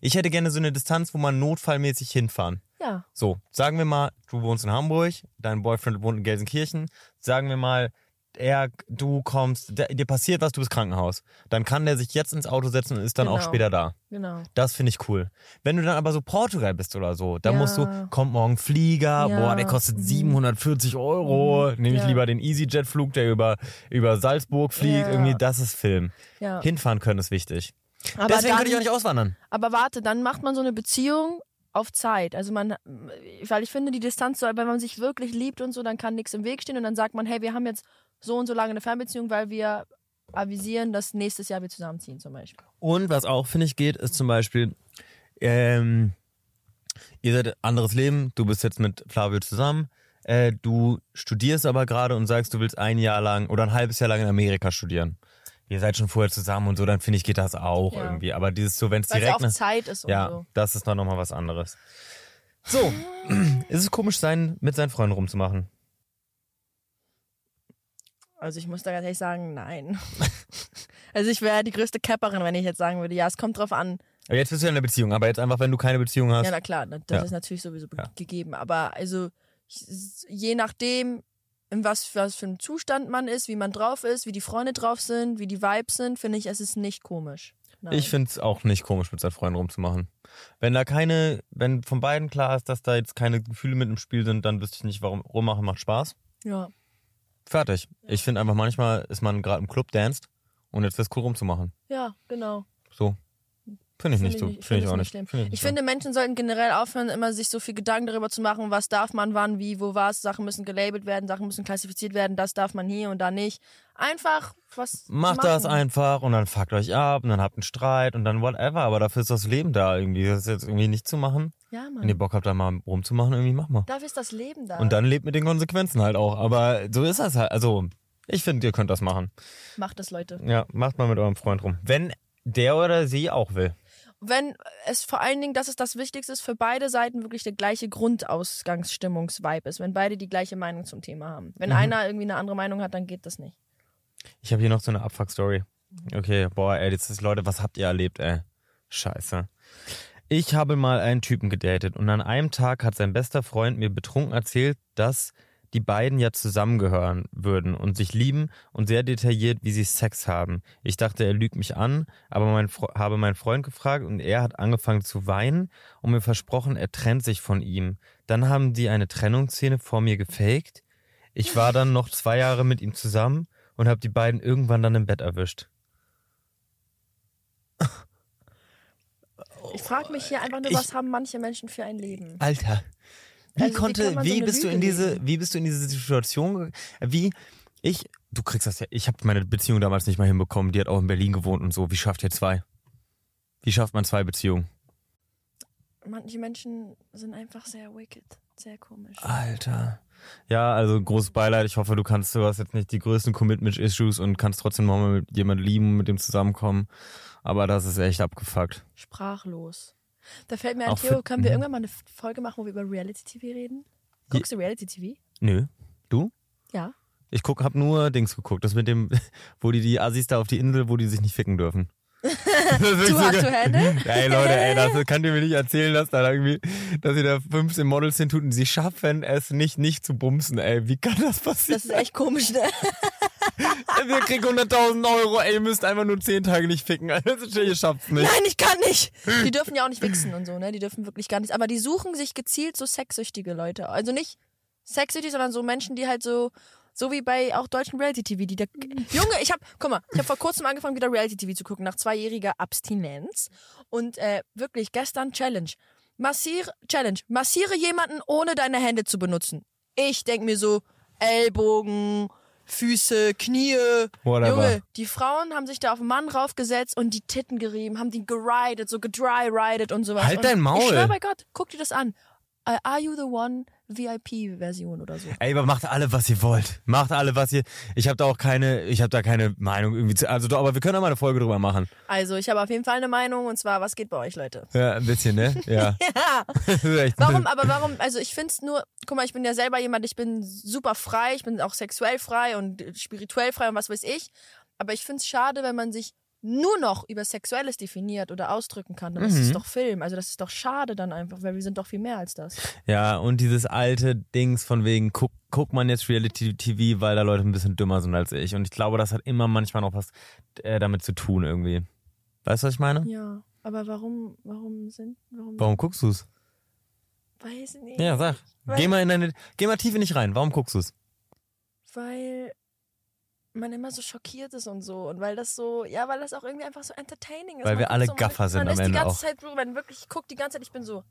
[SPEAKER 2] Ich hätte gerne so eine Distanz, wo man notfallmäßig hinfahren.
[SPEAKER 1] ja.
[SPEAKER 2] So, sagen wir mal, du wohnst in Hamburg, dein Boyfriend wohnt in Gelsenkirchen. Sagen wir mal, er, du kommst, der, dir passiert was, du bist Krankenhaus. Dann kann der sich jetzt ins Auto setzen und ist dann auch
[SPEAKER 1] Genau.
[SPEAKER 2] später da.
[SPEAKER 1] Genau.
[SPEAKER 2] Das finde ich cool. Wenn du dann aber so Portugal bist oder so, dann
[SPEAKER 1] Ja.
[SPEAKER 2] musst du, kommt morgen Flieger,
[SPEAKER 1] Ja.
[SPEAKER 2] boah, der kostet
[SPEAKER 1] Mhm.
[SPEAKER 2] 740 Euro. Nehme ich
[SPEAKER 1] Ja.
[SPEAKER 2] lieber den EasyJet-Flug, der über, über Salzburg fliegt.
[SPEAKER 1] Ja.
[SPEAKER 2] Irgendwie, das ist Film.
[SPEAKER 1] Ja.
[SPEAKER 2] Hinfahren können ist wichtig.
[SPEAKER 1] Aber
[SPEAKER 2] Deswegen
[SPEAKER 1] dann,
[SPEAKER 2] könnte ich auch nicht auswandern.
[SPEAKER 1] Aber warte, dann macht man so eine Beziehung auf Zeit. Also man, weil ich finde, die Distanz soll, wenn man sich wirklich liebt und so, dann kann nichts im Weg stehen und dann sagt man, hey, wir haben jetzt so und so lange eine Fernbeziehung, weil wir avisieren, dass nächstes Jahr wir zusammenziehen zum Beispiel.
[SPEAKER 2] Und was auch, finde ich, geht, ist zum Beispiel, ähm, ihr seid anderes Leben, du bist jetzt mit Flavio zusammen, äh, du studierst aber gerade und sagst, du willst ein Jahr lang oder ein halbes Jahr lang in Amerika studieren. Ihr seid schon vorher zusammen und so, dann finde ich, geht das auch
[SPEAKER 1] Ja.
[SPEAKER 2] irgendwie. Aber dieses so, wenn es
[SPEAKER 1] Weil es
[SPEAKER 2] direkt ne?
[SPEAKER 1] auf Zeit ist und
[SPEAKER 2] Ja,
[SPEAKER 1] so.
[SPEAKER 2] das ist dann nochmal was anderes. So, ist es komisch, sein, mit seinen Freunden rumzumachen?
[SPEAKER 1] Also ich muss da ganz ehrlich sagen, nein. also ich wäre die größte Capperin, wenn ich jetzt sagen würde, ja, es kommt drauf an.
[SPEAKER 2] Aber jetzt bist du ja in einer Beziehung, aber jetzt einfach, wenn du keine Beziehung hast.
[SPEAKER 1] Ja, na klar, na, das
[SPEAKER 2] Ja.
[SPEAKER 1] ist natürlich sowieso be-
[SPEAKER 2] Ja.
[SPEAKER 1] gegeben. Aber also ich- je nachdem, in was, was für einem Zustand man ist, wie man drauf ist, wie die Freunde drauf sind, wie die Vibes sind, finde ich, es ist nicht komisch. Nein.
[SPEAKER 2] Ich finde es auch nicht komisch, mit seinen Freunden rumzumachen. Wenn da keine, wenn von beiden klar ist, dass da jetzt keine Gefühle mit im Spiel sind, dann wüsste ich nicht, warum rummachen macht Spaß.
[SPEAKER 1] ja.
[SPEAKER 2] Fertig. Ich finde einfach, manchmal ist man gerade im Club danced und jetzt wäre es cool rumzumachen.
[SPEAKER 1] ja, genau.
[SPEAKER 2] So. Finde ich
[SPEAKER 1] Finde
[SPEAKER 2] nicht
[SPEAKER 1] ich
[SPEAKER 2] so.
[SPEAKER 1] nicht- ich
[SPEAKER 2] Finde
[SPEAKER 1] finde
[SPEAKER 2] ich
[SPEAKER 1] es
[SPEAKER 2] auch
[SPEAKER 1] nicht
[SPEAKER 2] nicht.
[SPEAKER 1] schlimm.
[SPEAKER 2] Find
[SPEAKER 1] Ich
[SPEAKER 2] nicht
[SPEAKER 1] finde, Menschen sollten generell aufhören, immer sich so viel Gedanken darüber zu machen, was darf man, wann, wie, wo was. Sachen müssen gelabelt werden, Sachen müssen klassifiziert werden, das darf man hier und da nicht. Einfach was.
[SPEAKER 2] so. Macht
[SPEAKER 1] machen.
[SPEAKER 2] das einfach und dann fuckt euch ab und dann habt einen Streit und dann whatever. Aber dafür ist das Leben da irgendwie. Das ist jetzt irgendwie nicht zu machen.
[SPEAKER 1] Ja,
[SPEAKER 2] Wenn ihr
[SPEAKER 1] Mann.
[SPEAKER 2] Bock habt, da mal rumzumachen, irgendwie mach mal.
[SPEAKER 1] Dafür ist das Leben da.
[SPEAKER 2] Und dann lebt mit den Konsequenzen halt auch. Aber so ist das halt. Also, ich finde, ihr könnt das machen.
[SPEAKER 1] Macht das, Leute.
[SPEAKER 2] Ja, macht mal mit eurem Freund rum. Wenn der oder sie auch will.
[SPEAKER 1] wenn es vor allen Dingen, dass es das Wichtigste ist, für beide Seiten wirklich der gleiche Grundausgangsstimmungsvibe ist, wenn beide die gleiche Meinung zum Thema haben.
[SPEAKER 2] Mhm.
[SPEAKER 1] Wenn einer irgendwie eine andere Meinung hat, dann geht das nicht.
[SPEAKER 2] Ich habe hier noch so eine Abfuck-Story. Okay, boah, ey, jetzt ist, Leute, was habt ihr erlebt, ey? Scheiße. Ich habe mal einen Typen gedatet und an einem Tag hat sein bester Freund mir betrunken erzählt, dass die beiden ja zusammengehören würden und sich lieben und sehr detailliert, wie sie Sex haben. Ich dachte, er lügt mich an, aber mein, Fre- habe meinen Freund gefragt und er hat angefangen zu weinen und mir versprochen, er trennt sich von ihm. Dann haben die eine Trennungsszene vor mir gefaked. Ich war dann noch zwei Jahre mit ihm zusammen und habe die beiden irgendwann dann im Bett erwischt.
[SPEAKER 1] Ich frage mich hier einfach nur,
[SPEAKER 2] Ich-
[SPEAKER 1] was haben manche Menschen für ein Leben?
[SPEAKER 2] Alter. Wie
[SPEAKER 1] Also, wie kann
[SPEAKER 2] konnte,
[SPEAKER 1] man so
[SPEAKER 2] wie,
[SPEAKER 1] eine
[SPEAKER 2] bist du
[SPEAKER 1] Lüge
[SPEAKER 2] in diese,
[SPEAKER 1] leben?
[SPEAKER 2] wie bist du in diese Situation, ge- wie ich, du kriegst das ja, ich habe meine Beziehung damals nicht mal hinbekommen, die hat auch in Berlin gewohnt und so, wie schafft ihr zwei? Wie schafft man zwei Beziehungen?
[SPEAKER 1] Manche Menschen sind einfach sehr wicked, sehr komisch.
[SPEAKER 2] Ah. Alter. Ja, also großes Beileid, ich hoffe, du kannst, du hast jetzt nicht die größten Commitment-Issues und kannst trotzdem nochmal mit jemandem lieben, mit dem zusammenkommen, aber das ist echt abgefuckt.
[SPEAKER 1] Sprachlos. Da fällt mir ein,
[SPEAKER 2] Auch für-
[SPEAKER 1] Theo, können wir
[SPEAKER 2] Mhm.
[SPEAKER 1] irgendwann mal eine Folge machen, wo wir über Reality-TV reden? Guckst du Reality-TV?
[SPEAKER 2] Nö. Du?
[SPEAKER 1] Ja.
[SPEAKER 2] Ich guck, hab nur Dings geguckt, das mit dem, wo die die Assis da auf die Insel, wo die sich nicht ficken dürfen.
[SPEAKER 1] Too hard to handle?
[SPEAKER 2] Ey Leute, ey, das kann dir mir nicht erzählen, dass da irgendwie, dass ihr da 15 Models hin tut und sie schaffen es nicht, nicht zu bumsen, ey. Wie kann das passieren?
[SPEAKER 1] Das ist echt komisch, ne?
[SPEAKER 2] Wir kriegen 100.000 Euro, ey, ihr müsst einfach nur 10 Tage nicht ficken. Also, ihr schafft's nicht.
[SPEAKER 1] Nein, ich kann nicht. Die dürfen ja auch nicht wichsen und so, ne? Die dürfen wirklich gar nichts. Aber die suchen sich gezielt so sexsüchtige Leute. Also nicht sexsüchtig, sondern so Menschen, die halt so, so wie bei auch deutschen Reality-TV, die da. Junge, ich hab, guck mal, ich hab vor kurzem angefangen, wieder Reality-TV zu gucken, nach zweijähriger Abstinenz. Und äh, wirklich, gestern Challenge. Massiere, Challenge. Massiere jemanden, ohne deine Hände zu benutzen. Ich denk mir so, Ellbogen, Füße, Knie.
[SPEAKER 2] Whatever.
[SPEAKER 1] Junge, die Frauen haben sich da auf den Mann raufgesetzt und die Titten gerieben, haben die geridet, so gedry-ridet und sowas.
[SPEAKER 2] Halt
[SPEAKER 1] und
[SPEAKER 2] dein Maul.
[SPEAKER 1] Ich schwör bei Gott, guck dir das an. Äh, Are You the One VIP-Version oder so.
[SPEAKER 2] Ey, aber macht alle, was ihr wollt. Macht alle, was ihr. Ich habe da auch keine, ich habe da keine Meinung irgendwie zu. Also, doch, aber wir können da mal eine Folge drüber machen.
[SPEAKER 1] Also, ich habe auf jeden Fall eine Meinung und zwar, was geht bei euch, Leute?
[SPEAKER 2] Ja, ein bisschen, ne? Ja.
[SPEAKER 1] Ja.
[SPEAKER 2] Das ist echt-
[SPEAKER 1] Warum, aber warum, also ich find's nur, guck mal, ich bin ja selber jemand, ich bin super frei, ich bin auch sexuell frei und äh, spirituell frei und was weiß ich. Aber ich find's schade, wenn man sich nur noch über Sexuelles definiert oder ausdrücken kann. Das ist doch Film. Also das ist doch schade dann einfach, weil wir sind doch viel mehr als das.
[SPEAKER 2] Ja, und dieses alte Dings von wegen, guck, guck man jetzt Reality TV, weil da Leute ein bisschen dümmer sind als ich. Und ich glaube, das hat immer manchmal noch was äh, damit zu tun irgendwie. Weißt du, was ich meine?
[SPEAKER 1] Ja. Aber warum, warum sind, warum,
[SPEAKER 2] Warum guckst du's?
[SPEAKER 1] weiß nicht.
[SPEAKER 2] Ja, sag. Geh mal in deine, geh mal tiefe nicht rein. Warum guckst du's?
[SPEAKER 1] Weil man immer so schockiert ist und so. Und weil das so, ja, weil das auch irgendwie einfach so entertaining ist.
[SPEAKER 2] Weil
[SPEAKER 1] man
[SPEAKER 2] wir
[SPEAKER 1] guckt
[SPEAKER 2] alle
[SPEAKER 1] so, man-
[SPEAKER 2] Gaffer sind
[SPEAKER 1] man
[SPEAKER 2] am
[SPEAKER 1] ist
[SPEAKER 2] Ende
[SPEAKER 1] die ganze
[SPEAKER 2] auch.
[SPEAKER 1] Zeit, so, man wirklich, ich guck die ganze Zeit, ich bin so.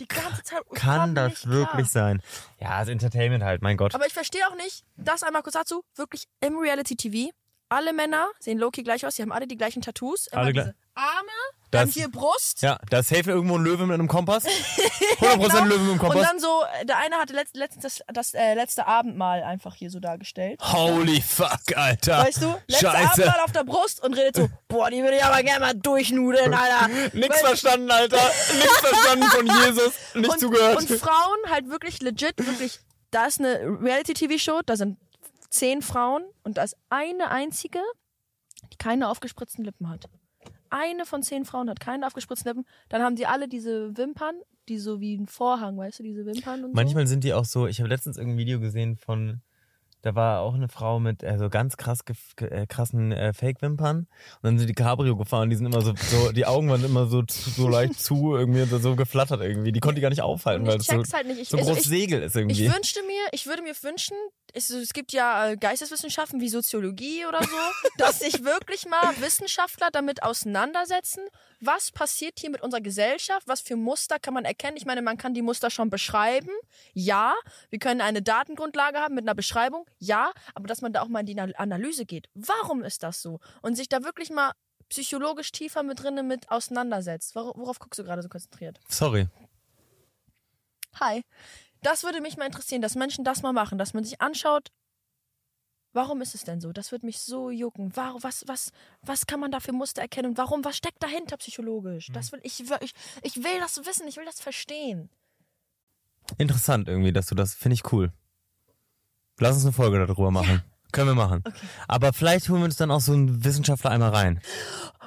[SPEAKER 1] Die ganze Zeit. ich komm
[SPEAKER 2] Kann das
[SPEAKER 1] nicht
[SPEAKER 2] wirklich
[SPEAKER 1] klar.
[SPEAKER 2] sein? Ja, das Entertainment halt, mein Gott.
[SPEAKER 1] Aber ich verstehe auch nicht, das einmal kurz dazu, wirklich im Reality-TV, alle Männer sehen Loki gleich aus, sie haben alle die gleichen Tattoos. Immer
[SPEAKER 2] Alle
[SPEAKER 1] diese
[SPEAKER 2] gleich-
[SPEAKER 1] Arme, dann
[SPEAKER 2] Das-
[SPEAKER 1] hier Brust.
[SPEAKER 2] ja, da ist safe irgendwo ein Löwe mit einem Kompass. 100% Löwe mit einem
[SPEAKER 1] genau. Und
[SPEAKER 2] Kompass.
[SPEAKER 1] dann so, äh, der eine hatte letzt, letztens das, das äh, letzte Abendmahl einfach hier so dargestellt.
[SPEAKER 2] Holy fuck, Alter.
[SPEAKER 1] Weißt du, letzte
[SPEAKER 2] Scheiße.
[SPEAKER 1] Abendmahl auf der Brust und redet so, boah, die würde ich aber gerne mal durchnudeln, Alter.
[SPEAKER 2] Nix
[SPEAKER 1] Weil-
[SPEAKER 2] verstanden, Alter. Nix verstanden von Jesus. Nicht
[SPEAKER 1] und,
[SPEAKER 2] zugehört.
[SPEAKER 1] Und Frauen halt wirklich legit, wirklich, da ist eine Reality-TV-Show, da sind zehn Frauen und da ist eine einzige, die keine aufgespritzten Lippen hat. Eine von zehn Frauen hat keine aufgespritzten Lippen. Dann haben die alle diese Wimpern, die so wie ein Vorhang, weißt du, diese Wimpern und
[SPEAKER 2] Manchmal sind die auch so, ich habe letztens irgendein Video gesehen von, da war auch eine Frau mit äh, so ganz krass gef- ge- äh, krassen äh, Fake-Wimpern. Und dann sind die Cabrio gefahren, die sind immer so, so die Augen waren immer so, zu- so leicht zu, irgendwie so, so geflattert irgendwie. Die konnte die gar nicht
[SPEAKER 1] so.
[SPEAKER 2] aufhalten,
[SPEAKER 1] Und
[SPEAKER 2] weil
[SPEAKER 1] ich
[SPEAKER 2] es so,
[SPEAKER 1] check's halt nicht. Ich,
[SPEAKER 2] so ein
[SPEAKER 1] also ich,
[SPEAKER 2] großes Segel ist irgendwie.
[SPEAKER 1] ich wünschte mir, ich würde mir wünschen, es, es gibt ja äh, Geisteswissenschaften wie Soziologie oder so, dass sich wirklich mal Wissenschaftler damit auseinandersetzen, was passiert hier mit unserer Gesellschaft, was für Muster kann man erkennen. Ich meine, man kann die Muster schon beschreiben, ja. Wir können eine Datengrundlage haben mit einer Beschreibung, ja. Aber dass man da auch mal in die Na- Analyse geht, warum ist das so? Und sich da wirklich mal psychologisch tiefer mit drinnen mit auseinandersetzt. Wor- Worauf guckst du gerade so konzentriert?
[SPEAKER 2] Sorry.
[SPEAKER 1] Hi. Das würde mich mal interessieren, dass Menschen das mal machen, dass man sich anschaut, warum ist es denn so? Das würde mich so jucken. Warum, was, was, was kann man da für Muster erkennen? Und warum? Was steckt dahinter psychologisch?
[SPEAKER 2] Mhm.
[SPEAKER 1] Das will ich, ich, ich will das wissen, ich will das verstehen.
[SPEAKER 2] Interessant irgendwie, dass du das, finde ich cool. Lass uns eine Folge darüber machen. Können wir machen. Aber vielleicht holen wir uns dann auch so einen Wissenschaftler einmal rein.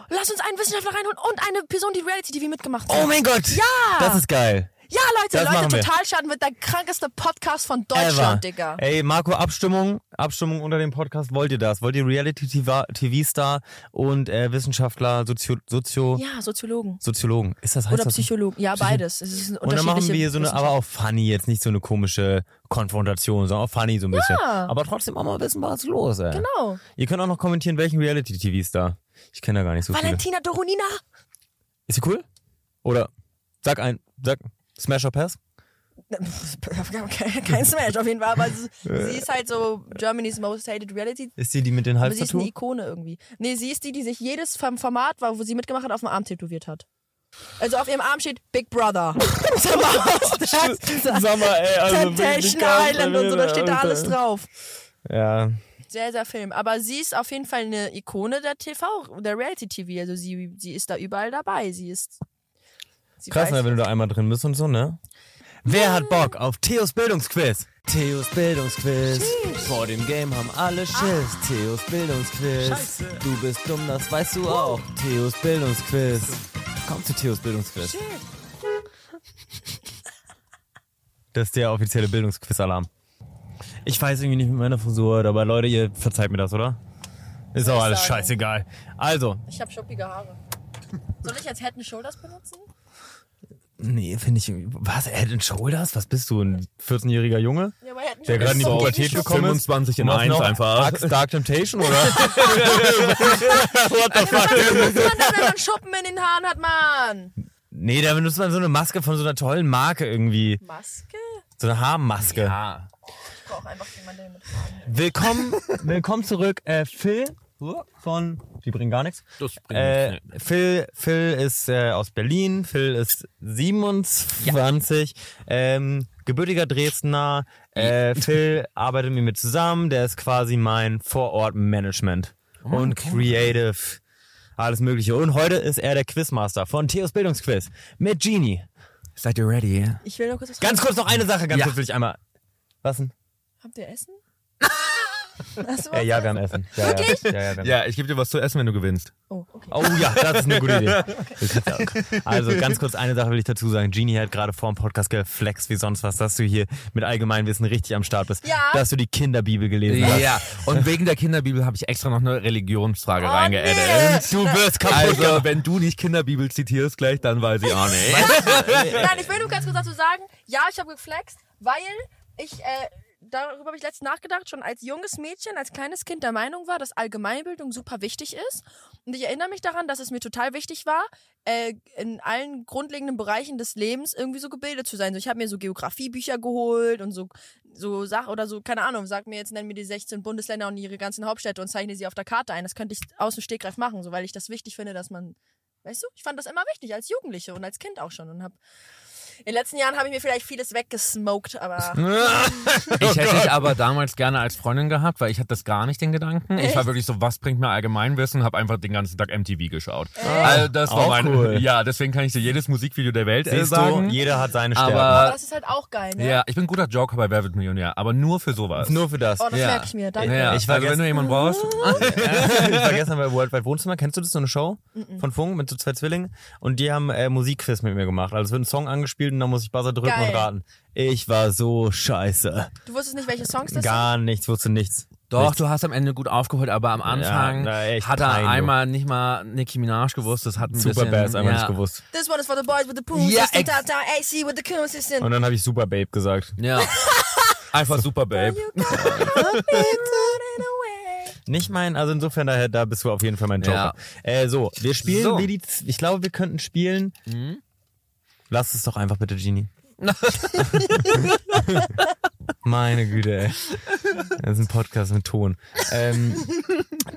[SPEAKER 1] Lass uns einen Wissenschaftler reinholen und eine Person, die Reality TV mitgemacht hat.
[SPEAKER 2] Oh mein Gott! Ja! Das ist geil.
[SPEAKER 1] ja, Leute,
[SPEAKER 2] das machen
[SPEAKER 1] Leute,
[SPEAKER 2] wir.
[SPEAKER 1] Totalschaden wird der krankeste Podcast von
[SPEAKER 2] Ever.
[SPEAKER 1] Deutschland, Digga.
[SPEAKER 2] Ey, Marco, Abstimmung, Abstimmung unter dem Podcast. Wollt ihr das? Wollt ihr Reality-TV-Star und äh, Wissenschaftler, Sozio, Sozio,
[SPEAKER 1] Ja, Soziologen.
[SPEAKER 2] Soziologen? Ist das heißt
[SPEAKER 1] Oder
[SPEAKER 2] das?
[SPEAKER 1] Psychologen. Ja,
[SPEAKER 2] Psycho-
[SPEAKER 1] beides. Es ist ein
[SPEAKER 2] Und dann machen wir hier so eine, aber
[SPEAKER 1] Wissenschaft-
[SPEAKER 2] auch funny, jetzt nicht so eine komische Konfrontation, sondern auch funny so ein bisschen.
[SPEAKER 1] Ja.
[SPEAKER 2] Aber trotzdem auch mal wissen, was los ist.
[SPEAKER 1] Genau.
[SPEAKER 2] Ihr könnt auch noch kommentieren, welchen Reality-TV-Star. Ich kenne da gar nicht so viele.
[SPEAKER 1] Valentina Doronina.
[SPEAKER 2] Ist sie cool? Oder sag ein, sag Smash or Pass?
[SPEAKER 1] Kein Smash auf jeden Fall, aber sie sie ist halt so Germany's most hated reality.
[SPEAKER 2] Ist sie die mit den
[SPEAKER 1] Aber sie ist eine
[SPEAKER 2] Halbtattoo?
[SPEAKER 1] Ikone irgendwie. Nee, sie ist die, die sich jedes Form- Format, war, wo sie mitgemacht hat, auf dem Arm tätowiert hat. Also auf ihrem Arm steht Big Brother. Sag mal, was das-
[SPEAKER 2] Sag mal, ey, also wirklich
[SPEAKER 1] Temptation
[SPEAKER 2] krass,
[SPEAKER 1] Island und so, da steht da
[SPEAKER 2] Alter.
[SPEAKER 1] alles drauf.
[SPEAKER 2] Ja,
[SPEAKER 1] Sehr, sehr Film. Aber sie ist auf jeden Fall eine Ikone der TV, der Reality-TV. Also sie, sie ist da überall dabei. Sie ist... Sie
[SPEAKER 2] Krass,
[SPEAKER 1] weiß-
[SPEAKER 2] ne, wenn du da einmal drin bist und so, ne? Wer hat Bock auf Theos Bildungsquiz? Theos Bildungsquiz. Vor dem Game haben alle Schiss. Theos Bildungsquiz. Du bist dumm, das weißt du auch. Theos Bildungsquiz. Komm zu Theos Bildungsquiz. Das ist der offizielle Bildungsquiz-Alarm. Ich weiß irgendwie nicht mit meiner Frisur, aber Leute, ihr verzeiht mir das, oder? Ist auch alles
[SPEAKER 1] sagen.
[SPEAKER 2] scheißegal. Also,
[SPEAKER 1] Ich habe schoppige Haare. Soll ich jetzt Head and Shoulders benutzen?
[SPEAKER 2] Nee, finde ich irgendwie. Was? Head and Shoulders? Was bist du? Ein 14-jähriger Junge?
[SPEAKER 1] Ja, aber Head and
[SPEAKER 2] Der gerade in die
[SPEAKER 1] ist doch
[SPEAKER 2] Pubertät
[SPEAKER 1] gegen
[SPEAKER 2] gekommen ist?
[SPEAKER 5] 25 in
[SPEAKER 2] Was
[SPEAKER 5] 1
[SPEAKER 2] noch?
[SPEAKER 5] einfach.
[SPEAKER 2] Axe Dark Temptation, oder?
[SPEAKER 1] Schoppen. Mann, wenn man Schuppen in den Haaren hat, Mann.
[SPEAKER 2] nee, da benutzt man so eine Maske von so einer tollen Marke irgendwie.
[SPEAKER 1] Maske?
[SPEAKER 2] So eine Haarmaske.
[SPEAKER 5] Ja.
[SPEAKER 1] Ich brauche einfach jemanden, der mit.
[SPEAKER 2] Willkommen, willkommen zurück, äh, Phil von. Die bringen gar nichts.
[SPEAKER 5] Das bringt
[SPEAKER 2] Äh,
[SPEAKER 5] nichts,
[SPEAKER 2] Phil, Phil ist äh, aus Berlin. Phil ist 27, ähm, gebürtiger Dresdner. Äh, Phil arbeitet mit mir zusammen. Der ist quasi mein Vorort-Management und Creative. Alles Mögliche. Und heute ist er der Quizmaster von Theos Bildungsquiz mit Genie.
[SPEAKER 5] Seid ihr ready?
[SPEAKER 1] Ich will noch kurz was
[SPEAKER 2] Ganz kurz noch eine Sache, ganz
[SPEAKER 5] Ja.
[SPEAKER 2] kurz will ich einmal. Was denn?
[SPEAKER 1] Habt ihr Essen? Hast du was?
[SPEAKER 2] Äh, ja, wir haben Essen. Ja, Wirklich? Ja, ja, wir haben
[SPEAKER 5] Ja, ich gebe dir was zu essen, wenn du gewinnst.
[SPEAKER 1] Oh, okay.
[SPEAKER 2] Oh ja, das ist eine gute Idee. Das sieht's aus. Also ganz kurz eine Sache will ich dazu sagen. Genie hat gerade vor dem Podcast geflext wie sonst was, dass du hier mit Allgemeinwissen richtig am Start bist.
[SPEAKER 1] Ja.
[SPEAKER 2] Dass du die Kinderbibel gelesen hast.
[SPEAKER 5] Ja, und wegen der Kinderbibel habe ich extra noch eine Religionsfrage
[SPEAKER 1] Oh,
[SPEAKER 5] reingeaddet.
[SPEAKER 2] Du wirst kaputt.
[SPEAKER 5] Also, wenn du nicht Kinderbibel zitierst gleich, dann weiß ich auch nicht.
[SPEAKER 1] Nein, ich will nur ganz kurz dazu sagen, ja, ich habe geflext, weil ich, äh, darüber habe ich letztens nachgedacht, schon als junges Mädchen, als kleines Kind der Meinung war, dass Allgemeinbildung super wichtig ist. Und ich erinnere mich daran, dass es mir total wichtig war, äh, in allen grundlegenden Bereichen des Lebens irgendwie so gebildet zu sein. So, ich habe mir so Geografiebücher geholt und so, so Sachen oder so, keine Ahnung, sag mir jetzt, nenn mir die 16 Bundesländer und ihre ganzen Hauptstädte und zeichne sie auf der Karte ein. Das könnte ich aus dem Stegreif machen, so, weil ich das wichtig finde, dass man, weißt du, ich fand das immer wichtig als Jugendliche und als Kind auch schon und habe in den letzten Jahren habe ich mir vielleicht vieles weggesmoked, aber
[SPEAKER 5] Ich hätte dich aber damals gerne als Freundin gehabt, weil ich hatte das gar nicht den Gedanken. Ich war wirklich so, was bringt mir Allgemeinwissen? Habe einfach den ganzen Tag MTV geschaut. Also das war
[SPEAKER 2] Auch
[SPEAKER 5] mein,
[SPEAKER 2] cool.
[SPEAKER 5] ja, deswegen kann ich dir jedes Musikvideo der Welt äh,
[SPEAKER 2] Siehst
[SPEAKER 5] sagen.
[SPEAKER 2] du, jeder hat seine Stärken.
[SPEAKER 5] aber
[SPEAKER 1] das ist halt auch geil, ne?
[SPEAKER 5] ja, ich bin ein guter Joker bei Wer wird Millionär, aber nur für sowas.
[SPEAKER 2] Nur für das.
[SPEAKER 1] Oh, das
[SPEAKER 5] Ja.
[SPEAKER 1] merke ich mir, danke.
[SPEAKER 5] ja,
[SPEAKER 2] Ich
[SPEAKER 5] ich
[SPEAKER 2] war
[SPEAKER 5] also, wenn du jemanden brauchst.
[SPEAKER 2] ich war gestern bei World Wide Wohnzimmer. Kennst du das, so eine Show von Funk mit so zwei Zwillingen? Und die haben äh, Musikquiz mit mir gemacht. Also es wird ein Song angespielt gespielt und dann muss ich Buzzer drücken
[SPEAKER 1] Geil.
[SPEAKER 2] und raten. Ich war so scheiße.
[SPEAKER 1] Du wusstest nicht, welche Songs das
[SPEAKER 2] Gar nichts, wusste nichts.
[SPEAKER 5] Doch,
[SPEAKER 2] nichts.
[SPEAKER 5] du hast am Ende gut aufgeholt, aber am Anfang
[SPEAKER 2] na, echt
[SPEAKER 5] hat er
[SPEAKER 2] kein, du.
[SPEAKER 5] einmal nicht mal Nicki Minaj gewusst. Das hat ein
[SPEAKER 2] Super
[SPEAKER 5] bisschen,
[SPEAKER 2] Bass, einmal
[SPEAKER 5] ja.
[SPEAKER 2] nicht gewusst.
[SPEAKER 1] sind. This one is for the boys with the poons.
[SPEAKER 5] Ja,
[SPEAKER 1] Yeah,
[SPEAKER 5] ex-
[SPEAKER 1] Tata, AC with the coons. is in-
[SPEAKER 2] Und dann habe ich Super Babe gesagt.
[SPEAKER 5] Ja. Einfach super, Babe.
[SPEAKER 1] You gotta love me, run away.
[SPEAKER 2] Nicht mein, also insofern, daher, da bist du auf jeden Fall mein Joker.
[SPEAKER 5] Ja.
[SPEAKER 2] Äh, so, wir spielen
[SPEAKER 5] So.
[SPEAKER 2] wie die, Z- ich glaube, wir könnten spielen. Lass es doch einfach bitte, Genie. Meine Güte, ey. Das ist ein Podcast mit Ton. Ähm,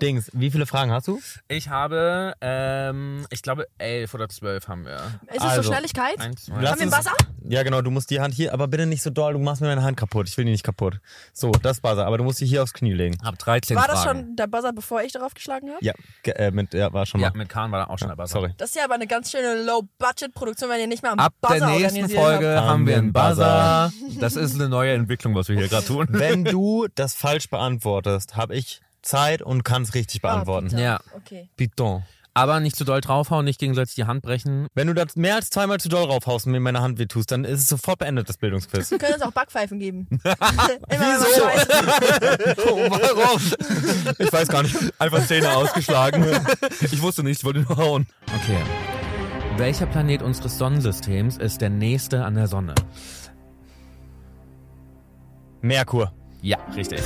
[SPEAKER 2] Dings, wie viele Fragen hast du?
[SPEAKER 5] Ich habe, ähm, ich glaube, elf oder zwölf haben wir.
[SPEAKER 1] Ist es
[SPEAKER 2] Also,
[SPEAKER 1] so Schnelligkeit?
[SPEAKER 5] Eins, zwei.
[SPEAKER 2] Lass
[SPEAKER 1] Haben wir einen
[SPEAKER 2] uns-
[SPEAKER 1] Buzzer?
[SPEAKER 2] Ja, genau, du musst die Hand hier, aber bitte nicht so doll, du machst mir meine Hand kaputt. Ich will die nicht kaputt. So, das Buzzer, aber du musst die hier aufs Knie legen.
[SPEAKER 5] Hab 13
[SPEAKER 1] War
[SPEAKER 5] Fragen.
[SPEAKER 1] das schon der Buzzer, bevor ich darauf geschlagen habe?
[SPEAKER 2] Ja, ge- äh, mit, ja, war schon mal.
[SPEAKER 5] Ja, mit Kahn war da auch schon dabei.
[SPEAKER 2] Sorry.
[SPEAKER 1] Das ist ja aber eine ganz schöne Low-Budget-Produktion, wenn ihr nicht mal am
[SPEAKER 5] Ab
[SPEAKER 1] Buzzer
[SPEAKER 5] der nächsten
[SPEAKER 1] organisiert
[SPEAKER 5] Folge
[SPEAKER 2] habt.
[SPEAKER 5] haben wir einen
[SPEAKER 2] Haben wir einen
[SPEAKER 5] Buzzer. Das ist eine neue Entwicklung, was wir hier gerade tun.
[SPEAKER 2] Wenn du das falsch beantwortest, habe ich Zeit und kann es richtig
[SPEAKER 1] habt.
[SPEAKER 2] beantworten.
[SPEAKER 1] Ah,
[SPEAKER 5] Ja.
[SPEAKER 1] Okay.
[SPEAKER 2] Bidon.
[SPEAKER 5] Aber nicht zu doll draufhauen, nicht gegenseitig die Hand brechen.
[SPEAKER 2] Wenn du das mehr als zweimal zu doll raufhaust und mir meine Hand wehtust, dann ist es sofort beendet, das Bildungsquiz.
[SPEAKER 1] Wir können uns auch Backpfeifen geben. Immer wenn man scheiße-
[SPEAKER 5] Warum?
[SPEAKER 2] Ich weiß gar nicht.
[SPEAKER 5] Einfach Zähne ausgeschlagen. Ich wusste nicht, ich wollte nur hauen. Okay. Welcher Planet unseres Sonnensystems ist der nächste an der Sonne?
[SPEAKER 2] Merkur.
[SPEAKER 5] Ja, richtig.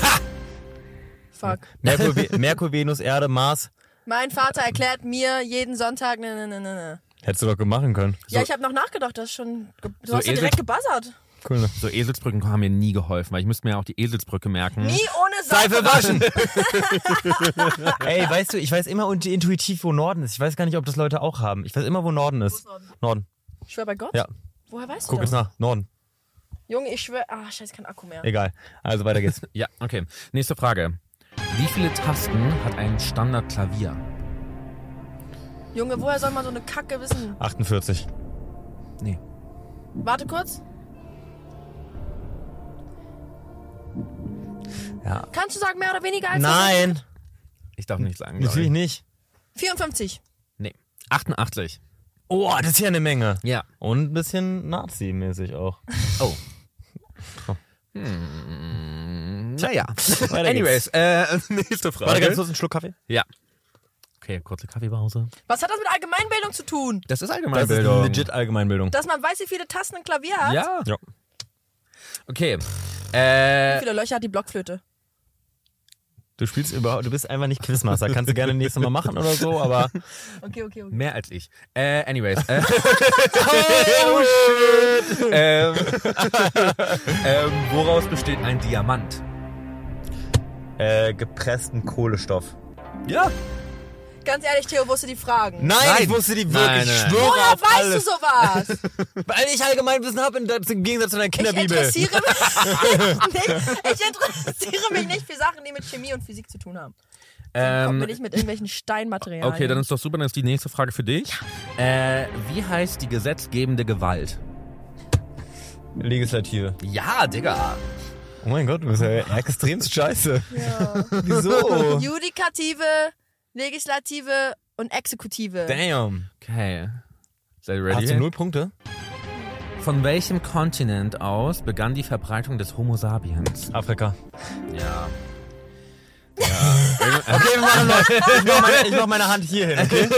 [SPEAKER 1] Fuck.
[SPEAKER 2] Merkur, Ve- Merkur, Venus, Erde, Mars.
[SPEAKER 1] Mein Vater erklärt mir jeden Sonntag, ne, ne, ne, ne, ne.
[SPEAKER 2] Hättest du doch machen können.
[SPEAKER 1] Ja, ich habe noch nachgedacht, das ist schon. ge- Du
[SPEAKER 5] So Hm.
[SPEAKER 1] hast ja
[SPEAKER 5] Esel-
[SPEAKER 1] direkt gebuzzert.
[SPEAKER 2] Cool, ne?
[SPEAKER 5] So Eselsbrücken haben mir nie geholfen, weil ich müsste mir ja auch die Eselsbrücke merken.
[SPEAKER 1] Nie ohne
[SPEAKER 2] Seife
[SPEAKER 1] Seife.
[SPEAKER 2] waschen! Ey, weißt du, ich weiß immer und- intuitiv, wo Norden ist. Ich weiß gar nicht, ob das Leute auch haben. Ich weiß immer, wo Norden ist.
[SPEAKER 1] Norden?
[SPEAKER 2] Norden.
[SPEAKER 1] Ich schwör bei Gott.
[SPEAKER 2] Ja.
[SPEAKER 1] Woher weißt
[SPEAKER 2] Guck
[SPEAKER 1] du
[SPEAKER 2] jetzt
[SPEAKER 1] das?
[SPEAKER 2] nach. Norden.
[SPEAKER 1] Junge, ich schwör. Ah, scheiße, kein Akku mehr.
[SPEAKER 2] Egal. Also weiter geht's.
[SPEAKER 5] Ja, okay. Nächste Frage. Wie viele Tasten hat ein Standardklavier?
[SPEAKER 1] Junge, woher soll man so eine Kacke wissen?
[SPEAKER 2] 48.
[SPEAKER 5] Nee.
[SPEAKER 1] Warte kurz.
[SPEAKER 2] Ja.
[SPEAKER 1] Kannst du sagen, mehr oder weniger als
[SPEAKER 2] Nein!
[SPEAKER 5] Ich darf nicht sagen. glaub
[SPEAKER 2] Natürlich
[SPEAKER 5] ich.
[SPEAKER 2] nicht.
[SPEAKER 1] 54.
[SPEAKER 5] Nee. 88.
[SPEAKER 2] Oh, das ist ja eine Menge.
[SPEAKER 5] Ja.
[SPEAKER 2] Und ein bisschen Nazi-mäßig auch. Oh.
[SPEAKER 5] Oh. Hm, naja. Anyways, äh, nächste Frage.
[SPEAKER 2] Warte ganz kurz, einen Schluck Kaffee.
[SPEAKER 5] Ja. Okay, kurze Kaffeepause.
[SPEAKER 1] Was hat das mit Allgemeinbildung zu tun?
[SPEAKER 5] Das
[SPEAKER 2] Das
[SPEAKER 5] ist
[SPEAKER 2] ist
[SPEAKER 5] Allgemeinbildung.
[SPEAKER 2] legit Allgemeinbildung.
[SPEAKER 1] Dass man weiß, wie viele Tasten ein Klavier hat?
[SPEAKER 5] Ja.
[SPEAKER 2] Ja.
[SPEAKER 5] Okay. Äh,
[SPEAKER 1] Wie viele Löcher hat die Blockflöte?
[SPEAKER 2] Du spielst überhaupt, du bist einfach nicht Quizmaster. Kannst du gerne nächstes Mal machen oder so, aber
[SPEAKER 1] Okay, okay, okay.
[SPEAKER 5] Mehr als ich. Äh, anyways. Äh, oh shit! ähm, ähm, woraus besteht ein Diamant?
[SPEAKER 2] äh, gepressten Kohlestoff.
[SPEAKER 5] Ja.
[SPEAKER 2] Hm.
[SPEAKER 1] Ganz ehrlich, Theo wusste die Fragen.
[SPEAKER 2] Nein,
[SPEAKER 5] Nein.
[SPEAKER 2] ich wusste die
[SPEAKER 5] Nein,
[SPEAKER 2] wirklich.
[SPEAKER 5] nein,
[SPEAKER 2] Ich
[SPEAKER 5] nein.
[SPEAKER 2] schwöre
[SPEAKER 1] Woher
[SPEAKER 2] auf
[SPEAKER 1] weißt
[SPEAKER 2] alles.
[SPEAKER 1] du sowas?
[SPEAKER 2] Weil ich Allgemeinwissen habe, im Gegensatz zu deiner
[SPEAKER 1] Ich
[SPEAKER 2] Kinderbibel.
[SPEAKER 1] interessiere mich nicht. Ich interessiere mich nicht für Sachen, die mit Chemie und Physik zu tun haben. Kommt mir
[SPEAKER 5] Ähm,
[SPEAKER 1] nicht mit irgendwelchen Steinmaterialien.
[SPEAKER 5] okay, dann ist doch super, dann ist die nächste Frage für dich. Äh, wie heißt die gesetzgebende Gewalt?
[SPEAKER 2] Legislative.
[SPEAKER 5] Ja, Digga.
[SPEAKER 2] Oh mein Gott, du bist ja extremst scheiße.
[SPEAKER 1] ja.
[SPEAKER 2] Wieso?
[SPEAKER 1] Judikative, Legislative und Exekutive.
[SPEAKER 2] Damn.
[SPEAKER 5] Okay. Seid ihr
[SPEAKER 2] Hast
[SPEAKER 5] ready?
[SPEAKER 2] du null Punkte?
[SPEAKER 5] Von welchem Kontinent aus begann die Verbreitung des Homo sapiens?
[SPEAKER 2] Afrika.
[SPEAKER 5] Ja.
[SPEAKER 2] Okay, wir machen noch. Ich mach meine, ich mach meine Hand hier hin, okay?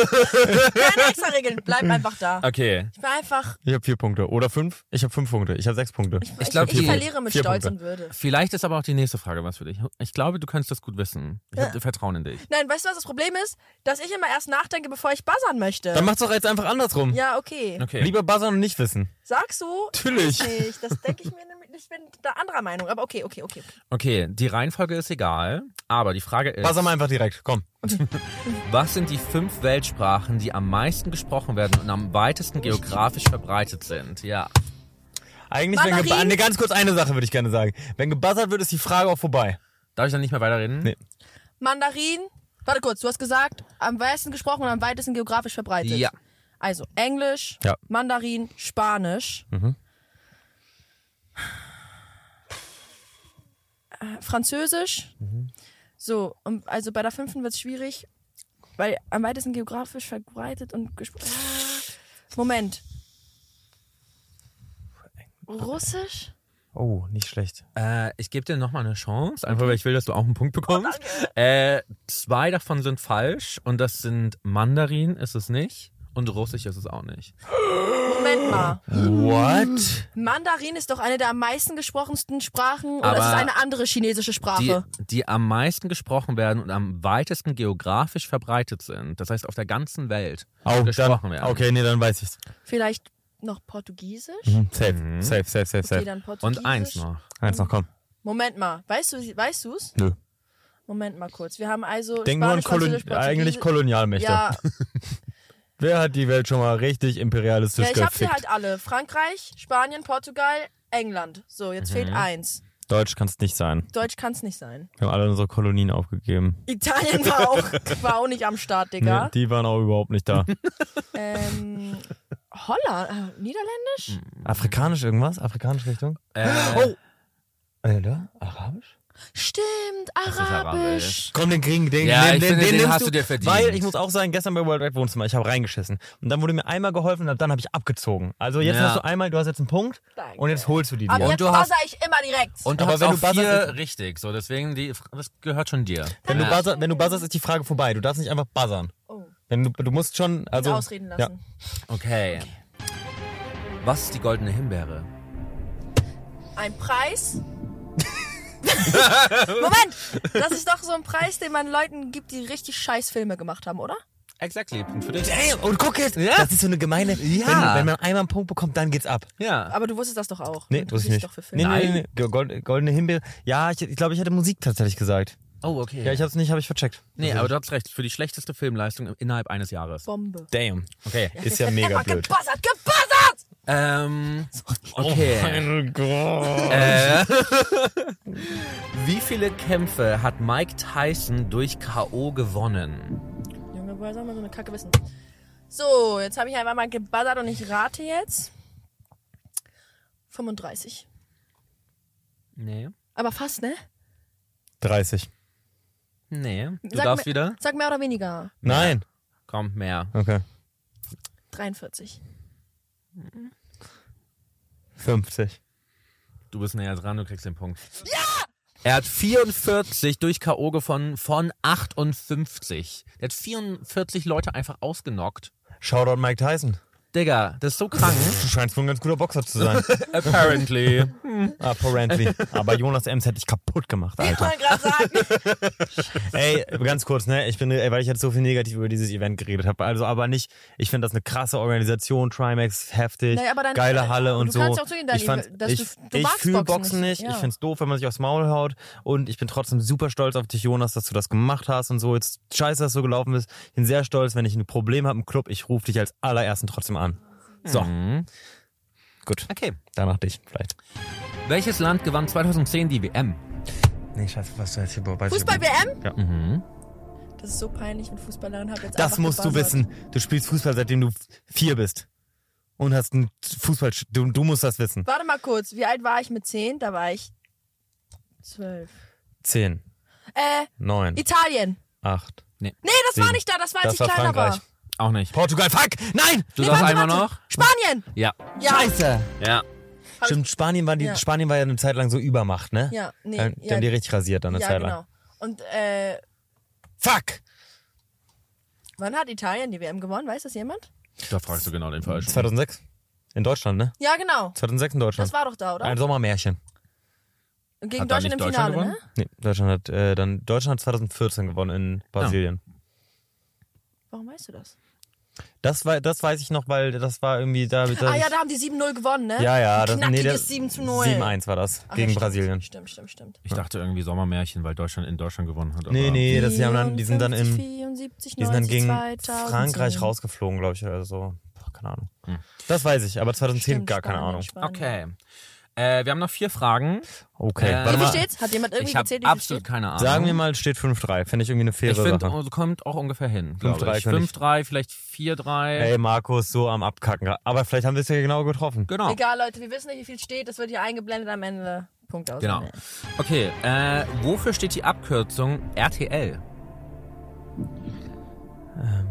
[SPEAKER 1] Keine extra Regeln. Bleib einfach da.
[SPEAKER 5] Okay.
[SPEAKER 1] Ich bin einfach.
[SPEAKER 2] Ich habe vier Punkte. Oder fünf? Ich habe fünf Punkte. Ich habe sechs Punkte.
[SPEAKER 1] Ich,
[SPEAKER 5] Ich glaub,
[SPEAKER 1] ich,
[SPEAKER 5] vier-
[SPEAKER 1] verliere mit
[SPEAKER 2] vier
[SPEAKER 1] Stolz
[SPEAKER 2] Punkte.
[SPEAKER 1] und Würde.
[SPEAKER 5] Vielleicht ist aber auch die nächste Frage was für dich. Ich glaube, du kannst das gut wissen. Ich habe Vertrauen in dich.
[SPEAKER 1] Nein, weißt du, was das Problem ist? Dass ich immer erst nachdenke, bevor ich buzzern möchte.
[SPEAKER 2] Dann mach's doch jetzt einfach andersrum.
[SPEAKER 1] ja, okay.
[SPEAKER 5] Okay.
[SPEAKER 2] Lieber buzzern und nicht wissen.
[SPEAKER 1] Sagst du?
[SPEAKER 2] Natürlich.
[SPEAKER 1] Weiß Nicht. Das denke ich mir nämlich. Ich bin da anderer Meinung. Aber okay, okay, okay.
[SPEAKER 5] Okay, die Reihenfolge ist egal, aber die Frage ist,
[SPEAKER 2] Buzzer mal einfach direkt. Komm.
[SPEAKER 5] was sind die fünf Weltsprachen, die am meisten gesprochen werden und am weitesten geografisch verbreitet sind? Ja.
[SPEAKER 2] Eigentlich, wenn
[SPEAKER 1] Mandarin?
[SPEAKER 2] geba- nee, ganz kurz eine Sache würde ich gerne sagen. Wenn gebuzzert wird, ist die Frage auch vorbei.
[SPEAKER 5] Darf ich dann nicht mehr weiterreden?
[SPEAKER 2] Nee.
[SPEAKER 1] Mandarin. Warte kurz, du hast gesagt, am weitesten gesprochen und am weitesten geografisch verbreitet.
[SPEAKER 5] Ja.
[SPEAKER 1] Also Englisch,
[SPEAKER 2] Ja.
[SPEAKER 1] Mandarin, Spanisch. Äh, Französisch. So, und also bei der fünften wird es schwierig, weil am weitesten geografisch verbreitet und gesprochen. Moment. Russisch?
[SPEAKER 2] Oh, nicht schlecht.
[SPEAKER 5] Äh, ich gebe dir nochmal eine Chance, einfach weil ich will, dass du auch einen Punkt bekommst. äh, zwei davon sind falsch und das sind Mandarin ist es nicht und Russisch ist es auch nicht.
[SPEAKER 1] Moment mal.
[SPEAKER 5] What?
[SPEAKER 1] Mandarin ist doch eine der am meisten gesprochensten Sprachen oder
[SPEAKER 5] Aber
[SPEAKER 1] ist es eine andere chinesische
[SPEAKER 5] Die,
[SPEAKER 1] Sprache?
[SPEAKER 5] die am meisten gesprochen werden und am weitesten geografisch verbreitet sind. Das heißt, auf der ganzen Welt
[SPEAKER 2] Au,
[SPEAKER 5] gesprochen
[SPEAKER 2] Oh, dann,
[SPEAKER 5] werden.
[SPEAKER 2] okay, nee, dann weiß ich's.
[SPEAKER 1] Vielleicht noch Portugiesisch?
[SPEAKER 2] Mhm, safe, safe, safe, safe,
[SPEAKER 1] Okay,
[SPEAKER 2] safe.
[SPEAKER 1] dann Portugiesisch.
[SPEAKER 5] Und eins noch.
[SPEAKER 2] Eins noch, komm.
[SPEAKER 1] Moment mal, weißt du, weißt du's?
[SPEAKER 2] Nö.
[SPEAKER 1] Moment mal kurz. Wir haben also
[SPEAKER 2] Denk nur an
[SPEAKER 1] Spanisch,
[SPEAKER 2] Kolon
[SPEAKER 1] Französisch,
[SPEAKER 2] eigentlich
[SPEAKER 1] Portugiesisch.
[SPEAKER 2] Kolonialmächte.
[SPEAKER 1] Ja,
[SPEAKER 2] Wer hat die Welt schon mal richtig imperialistisch
[SPEAKER 1] ja, ich hab sie
[SPEAKER 2] gefickt?
[SPEAKER 1] halt alle. Frankreich, Spanien, Portugal, England. So, jetzt fehlt eins.
[SPEAKER 2] Deutsch kann's nicht sein.
[SPEAKER 1] Deutsch kann's nicht sein.
[SPEAKER 2] Wir haben alle unsere Kolonien aufgegeben.
[SPEAKER 1] Italien war auch, war auch nicht am Start, Digga.
[SPEAKER 2] Nee, die waren auch überhaupt nicht da.
[SPEAKER 1] Ähm, Holland, äh, Niederländisch?
[SPEAKER 2] Afrikanisch irgendwas? Afrikanisch Richtung?
[SPEAKER 5] Äh,
[SPEAKER 2] Alter, Arabisch?
[SPEAKER 1] Stimmt,
[SPEAKER 5] ist
[SPEAKER 1] Arabisch.
[SPEAKER 5] Arabisch.
[SPEAKER 2] Komm, den kriegen, den,
[SPEAKER 5] Ja,
[SPEAKER 2] den,
[SPEAKER 5] ich
[SPEAKER 2] den,
[SPEAKER 5] finde, den
[SPEAKER 2] nimmst
[SPEAKER 5] hast du dir verdient.
[SPEAKER 2] Weil ich muss auch sagen, gestern bei World Wide Wohnzimmer, ich habe reingeschissen. Und dann wurde mir einmal geholfen und dann habe ich abgezogen. Also jetzt
[SPEAKER 5] Ja.
[SPEAKER 2] hast du einmal, du hast jetzt einen Punkt
[SPEAKER 1] Danke.
[SPEAKER 2] und jetzt holst du die
[SPEAKER 1] Ab
[SPEAKER 2] dir.
[SPEAKER 1] jetzt
[SPEAKER 5] du hast-
[SPEAKER 1] buzzer ich immer direkt.
[SPEAKER 5] Und du
[SPEAKER 2] Aber
[SPEAKER 5] hast
[SPEAKER 2] wenn
[SPEAKER 5] auch
[SPEAKER 2] du buzzerst,
[SPEAKER 5] vier
[SPEAKER 2] ist-
[SPEAKER 5] richtig. So, deswegen, die, das gehört schon dir. Äh,
[SPEAKER 2] Wenn du,
[SPEAKER 5] Ja.
[SPEAKER 2] buzzer, wenn du buzzerst, ist die Frage vorbei. Du darfst nicht einfach buzzern.
[SPEAKER 1] Oh.
[SPEAKER 2] Wenn du, du musst schon. Also,
[SPEAKER 1] ausreden lassen.
[SPEAKER 5] Okay. Was ist die goldene Himbeere?
[SPEAKER 1] Ein Preis. Moment, das ist doch so ein Preis, den man Leuten gibt, die richtig scheiß Filme gemacht haben, oder?
[SPEAKER 5] Exactly, Punkt für dich.
[SPEAKER 2] Ja. Und guck jetzt! Das ist so eine gemeine.
[SPEAKER 5] Ja.
[SPEAKER 2] Wenn, wenn man einmal einen Punkt bekommt, dann geht's ab.
[SPEAKER 5] Ja.
[SPEAKER 1] Aber du wusstest das doch auch.
[SPEAKER 2] Nee,
[SPEAKER 1] Du
[SPEAKER 2] wusste ich
[SPEAKER 1] interessierst
[SPEAKER 2] nicht.
[SPEAKER 1] Doch für
[SPEAKER 2] nee,
[SPEAKER 1] Filme.
[SPEAKER 2] nee, nee, nee. Gold, goldene Himbeere. Ja, ich, ich glaube, ich hätte Musik tatsächlich gesagt.
[SPEAKER 5] Oh, okay.
[SPEAKER 2] Ja, ich hab's nicht, habe ich vercheckt.
[SPEAKER 5] nee, aber du hast recht. Für die schlechteste Filmleistung innerhalb eines Jahres.
[SPEAKER 1] Bombe.
[SPEAKER 2] Damn.
[SPEAKER 5] Okay.
[SPEAKER 2] Ist ja mega
[SPEAKER 1] Emma,
[SPEAKER 2] blöd.
[SPEAKER 1] Gebuzzert, gebuzzert!
[SPEAKER 5] Ähm, okay.
[SPEAKER 2] Oh mein Gott.
[SPEAKER 5] äh, wie viele Kämpfe hat Mike Tyson durch K.O. gewonnen?
[SPEAKER 1] Junge, woher soll man so eine Kacke wissen? So, jetzt habe ich einfach mal gebuzzert und ich rate jetzt 35.
[SPEAKER 5] Nee.
[SPEAKER 1] Aber fast, ne?
[SPEAKER 2] 30.
[SPEAKER 5] Nee. Du
[SPEAKER 1] Sag
[SPEAKER 5] darfst
[SPEAKER 1] mir-
[SPEAKER 5] wieder?
[SPEAKER 1] Sag mehr oder weniger.
[SPEAKER 2] Nein.
[SPEAKER 5] Komm, mehr.
[SPEAKER 2] Okay.
[SPEAKER 1] 43.
[SPEAKER 2] 50.
[SPEAKER 5] Du bist näher dran, du kriegst den Punkt. Ja! Er hat 44 durch K.O. gewonnen von 58. Der hat 44 Leute einfach ausgenockt.
[SPEAKER 2] Shoutout Mike Tyson.
[SPEAKER 5] Digga, das ist so krank.
[SPEAKER 2] Du scheinst wohl ein ganz guter Boxer zu sein.
[SPEAKER 5] Apparently.
[SPEAKER 2] Apparently. Aber Jonas Ems hätte ich kaputt gemacht, Alter.
[SPEAKER 1] wollte gerade sagen.
[SPEAKER 2] Ey, ganz kurz, ne? Ich bin, ey, weil ich jetzt so viel negativ über dieses Event geredet habe. Also, aber nicht, ich finde das eine krasse Organisation, Trimax, heftig,
[SPEAKER 1] Naja, aber dann-
[SPEAKER 2] geile Halle
[SPEAKER 1] du
[SPEAKER 2] und so.
[SPEAKER 1] kannst auch zugeben,
[SPEAKER 2] ich fand,
[SPEAKER 1] Daniel, dass
[SPEAKER 2] ich,
[SPEAKER 1] du- du
[SPEAKER 2] ich
[SPEAKER 1] magst
[SPEAKER 2] fühl
[SPEAKER 1] Boxen
[SPEAKER 2] Boxen
[SPEAKER 1] nicht.
[SPEAKER 2] nicht.
[SPEAKER 1] Ja.
[SPEAKER 2] Ich find's doof, wenn man sich aufs Maul haut. Und ich bin trotzdem super stolz auf dich, Jonas, dass du das gemacht hast und so. Jetzt scheiße, dass du gelaufen bist. Ich bin sehr stolz, wenn ich ein Problem habe im Club, ich rufe dich als allerersten trotzdem an. So.
[SPEAKER 1] Mhm.
[SPEAKER 2] Gut.
[SPEAKER 5] Mhm. Okay.
[SPEAKER 2] Danach dich, vielleicht.
[SPEAKER 5] Welches Land gewann 2010 die WM?
[SPEAKER 2] Nee, scheiße, was du jetzt hier
[SPEAKER 1] Fußball-WM?
[SPEAKER 2] Ja.
[SPEAKER 1] Das ist so peinlich mit Fußballern. Hab jetzt
[SPEAKER 2] Mhm. Das
[SPEAKER 1] einfach
[SPEAKER 2] musst du
[SPEAKER 1] gebuzzert.
[SPEAKER 2] wissen. Du spielst Fußball, seitdem du vier bist. Und hast einen Fußball. Du, du musst das wissen.
[SPEAKER 1] Warte mal kurz, wie alt war ich mit 10? Da war ich 12.
[SPEAKER 2] Zehn,
[SPEAKER 1] Äh,
[SPEAKER 2] neun,
[SPEAKER 1] Italien.
[SPEAKER 2] acht.
[SPEAKER 1] Nee, das war
[SPEAKER 2] Sieben.
[SPEAKER 1] nicht da, das war, als
[SPEAKER 2] Das
[SPEAKER 1] ich
[SPEAKER 2] war
[SPEAKER 1] kleiner
[SPEAKER 2] Frankreich.
[SPEAKER 1] war.
[SPEAKER 5] Auch nicht.
[SPEAKER 2] Portugal, fuck! Nein!
[SPEAKER 5] Du
[SPEAKER 1] Nee,
[SPEAKER 5] darfst
[SPEAKER 1] warte,
[SPEAKER 5] einmal
[SPEAKER 1] warte.
[SPEAKER 5] noch?
[SPEAKER 1] Spanien!
[SPEAKER 5] Ja.
[SPEAKER 1] Ja.
[SPEAKER 2] Scheiße!
[SPEAKER 5] Ja.
[SPEAKER 2] Stimmt, Spanien war, die,
[SPEAKER 1] Ja.
[SPEAKER 2] Spanien war ja eine Zeit lang so Übermacht, ne?
[SPEAKER 1] Ja, nee,
[SPEAKER 2] Dann,
[SPEAKER 1] ja.
[SPEAKER 2] dann die richtig rasiert dann eine
[SPEAKER 1] Ja,
[SPEAKER 2] Zeit lang.
[SPEAKER 1] genau. Und äh,
[SPEAKER 2] Fuck!
[SPEAKER 1] wann hat Italien die WM gewonnen? Weiß das jemand?
[SPEAKER 5] Da fragst du genau den falschen.
[SPEAKER 2] 2006. In Deutschland, ne?
[SPEAKER 1] Ja, genau.
[SPEAKER 2] 2006 in Deutschland.
[SPEAKER 1] Das war doch da, oder?
[SPEAKER 2] Ein Sommermärchen.
[SPEAKER 1] Und Gegen
[SPEAKER 5] Hat da
[SPEAKER 1] Deutschland im
[SPEAKER 5] nicht
[SPEAKER 1] Finale,
[SPEAKER 5] Deutschland
[SPEAKER 1] ne?
[SPEAKER 2] Nee, Deutschland hat äh, dann Deutschland hat 2014 gewonnen in Brasilien.
[SPEAKER 1] ne? Warum weißt du das?
[SPEAKER 2] Das, war, das weiß ich noch, weil das war irgendwie da. da
[SPEAKER 1] Ah ja, da haben die 7-0 gewonnen, ne?
[SPEAKER 2] Ja, ja,
[SPEAKER 1] Ein
[SPEAKER 2] das, nee, das
[SPEAKER 1] knackiges 7 zu 0.
[SPEAKER 2] 7-1 war das
[SPEAKER 1] Ach, ja,
[SPEAKER 2] gegen
[SPEAKER 1] stimmt.
[SPEAKER 2] Brasilien.
[SPEAKER 1] Stimmt, stimmt, stimmt.
[SPEAKER 5] Ich dachte irgendwie Sommermärchen, weil Deutschland in Deutschland gewonnen hat. aber-
[SPEAKER 2] Nee, nee, das, die, haben dann, die sind dann in
[SPEAKER 1] 74,
[SPEAKER 2] die sind dann
[SPEAKER 1] 90,
[SPEAKER 2] gegen
[SPEAKER 1] 2010.
[SPEAKER 2] Frankreich rausgeflogen, glaube ich, oder so. Boah, keine Ahnung. Das weiß ich, aber 2010
[SPEAKER 1] Stimmt,
[SPEAKER 2] gar keine
[SPEAKER 1] Spanien,
[SPEAKER 2] Ahnung.
[SPEAKER 1] Spanien.
[SPEAKER 5] Okay. Äh, wir haben noch vier Fragen.
[SPEAKER 2] Okay,
[SPEAKER 5] Äh,
[SPEAKER 2] warte
[SPEAKER 1] Wie viel
[SPEAKER 2] mal.
[SPEAKER 1] steht's? Hat jemand irgendwie
[SPEAKER 5] Ich habe
[SPEAKER 1] gezählt, wie viel
[SPEAKER 5] absolut
[SPEAKER 1] steht?
[SPEAKER 5] keine Ahnung.
[SPEAKER 2] Sagen wir mal, steht 5-3. Finde ich irgendwie eine faire
[SPEAKER 5] Ich finde,
[SPEAKER 2] Sache.
[SPEAKER 5] oh, kommt auch ungefähr hin, glaube
[SPEAKER 2] 5-3
[SPEAKER 5] ich.
[SPEAKER 2] kann ich-
[SPEAKER 5] 5-3, vielleicht 4-3.
[SPEAKER 2] Ey, Markus, so am Abkacken. Aber vielleicht haben wir es ja genau getroffen.
[SPEAKER 5] Genau.
[SPEAKER 1] Egal, Leute, wir wissen nicht, wie viel steht. Das wird hier eingeblendet am Ende. Punkt aus.
[SPEAKER 5] Genau. Okay, äh, wofür steht die Abkürzung RTL? Ähm.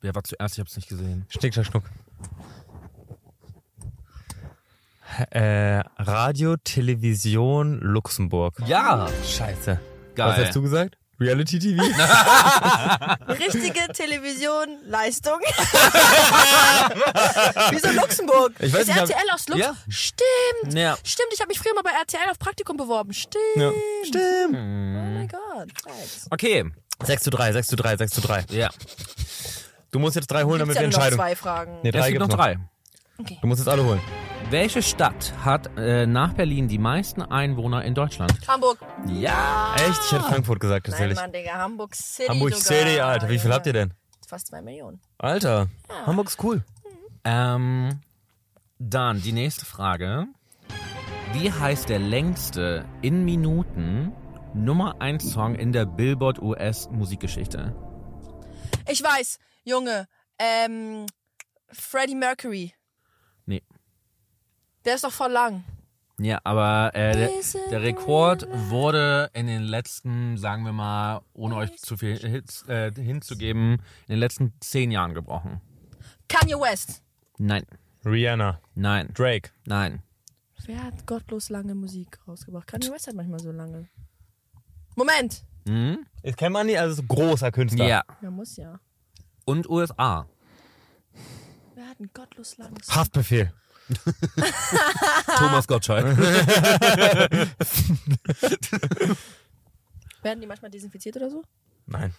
[SPEAKER 5] Wer war zuerst? Ich hab's nicht gesehen.
[SPEAKER 2] Schnick, schnack, schnuck. Äh, Radio, Television, Luxemburg.
[SPEAKER 5] Ja!
[SPEAKER 2] Scheiße.
[SPEAKER 5] Geil.
[SPEAKER 2] Was hast du gesagt? Reality TV?
[SPEAKER 1] Richtige Television, Leistung. Wieso Luxemburg?
[SPEAKER 2] Ich weiß
[SPEAKER 1] ist
[SPEAKER 2] nicht, hab-
[SPEAKER 1] RTL aus Luxemburg?
[SPEAKER 5] Ja.
[SPEAKER 1] Stimmt.
[SPEAKER 5] Ja.
[SPEAKER 1] Stimmt, ich habe mich früher mal bei RTL auf Praktikum beworben. Stimmt.
[SPEAKER 2] Ja. Stimmt.
[SPEAKER 1] Oh
[SPEAKER 5] Hm.
[SPEAKER 1] mein Gott. Thanks.
[SPEAKER 5] Okay.
[SPEAKER 2] 6 zu 3, 6 zu 3, 6 zu 3.
[SPEAKER 5] Ja.
[SPEAKER 2] Du musst jetzt drei holen,
[SPEAKER 1] Gibt's
[SPEAKER 2] damit
[SPEAKER 1] ja
[SPEAKER 2] wir
[SPEAKER 1] nur noch
[SPEAKER 2] entscheiden.
[SPEAKER 1] zwei Fragen.
[SPEAKER 2] Nee,
[SPEAKER 5] Es
[SPEAKER 2] drei
[SPEAKER 5] gibt
[SPEAKER 2] gibt's noch.
[SPEAKER 5] noch drei.
[SPEAKER 1] Okay.
[SPEAKER 2] Du musst jetzt alle holen.
[SPEAKER 5] Welche Stadt hat äh, nach Berlin die meisten Einwohner in Deutschland?
[SPEAKER 1] Hamburg.
[SPEAKER 5] Ja!
[SPEAKER 2] Echt? Ich hätte Frankfurt gesagt,
[SPEAKER 1] Nein,
[SPEAKER 2] tatsächlich.
[SPEAKER 1] Mann, Digga. Hamburg City.
[SPEAKER 2] Hamburg
[SPEAKER 1] sogar.
[SPEAKER 2] City, Alter. Wie viel habt ihr denn?
[SPEAKER 1] Fast zwei Millionen.
[SPEAKER 2] Alter, Hamburg ist cool.
[SPEAKER 5] Ähm, dann die nächste Frage. Wie heißt der längste in Minuten Nummer 1 Song in der Billboard US Musikgeschichte?
[SPEAKER 1] Ich weiß, Junge. Ähm, Freddie Mercury.
[SPEAKER 5] Nee.
[SPEAKER 1] Der ist doch voll lang.
[SPEAKER 5] Ja, aber äh, der, der Rekord wurde in den letzten, sagen wir mal, ohne euch zu viel Hits, äh, hinzugeben, in den letzten zehn Jahren gebrochen.
[SPEAKER 1] Kanye West.
[SPEAKER 5] Nein,
[SPEAKER 2] Rihanna,
[SPEAKER 5] nein,
[SPEAKER 2] Drake.
[SPEAKER 5] nein.
[SPEAKER 1] Wer hat gottlos lange Musik rausgebracht? Kanye West hat manchmal so lange. Moment.
[SPEAKER 5] Hm?
[SPEAKER 2] Ich kenne Manni als großer Künstler.
[SPEAKER 5] Ja.
[SPEAKER 1] Ja, muss ja.
[SPEAKER 5] Und USA.
[SPEAKER 1] Wer hat ein gottlos langes...
[SPEAKER 2] Haftbefehl.
[SPEAKER 5] Thomas Gottschalk.
[SPEAKER 1] Werden die manchmal desinfiziert oder so?
[SPEAKER 2] Nein.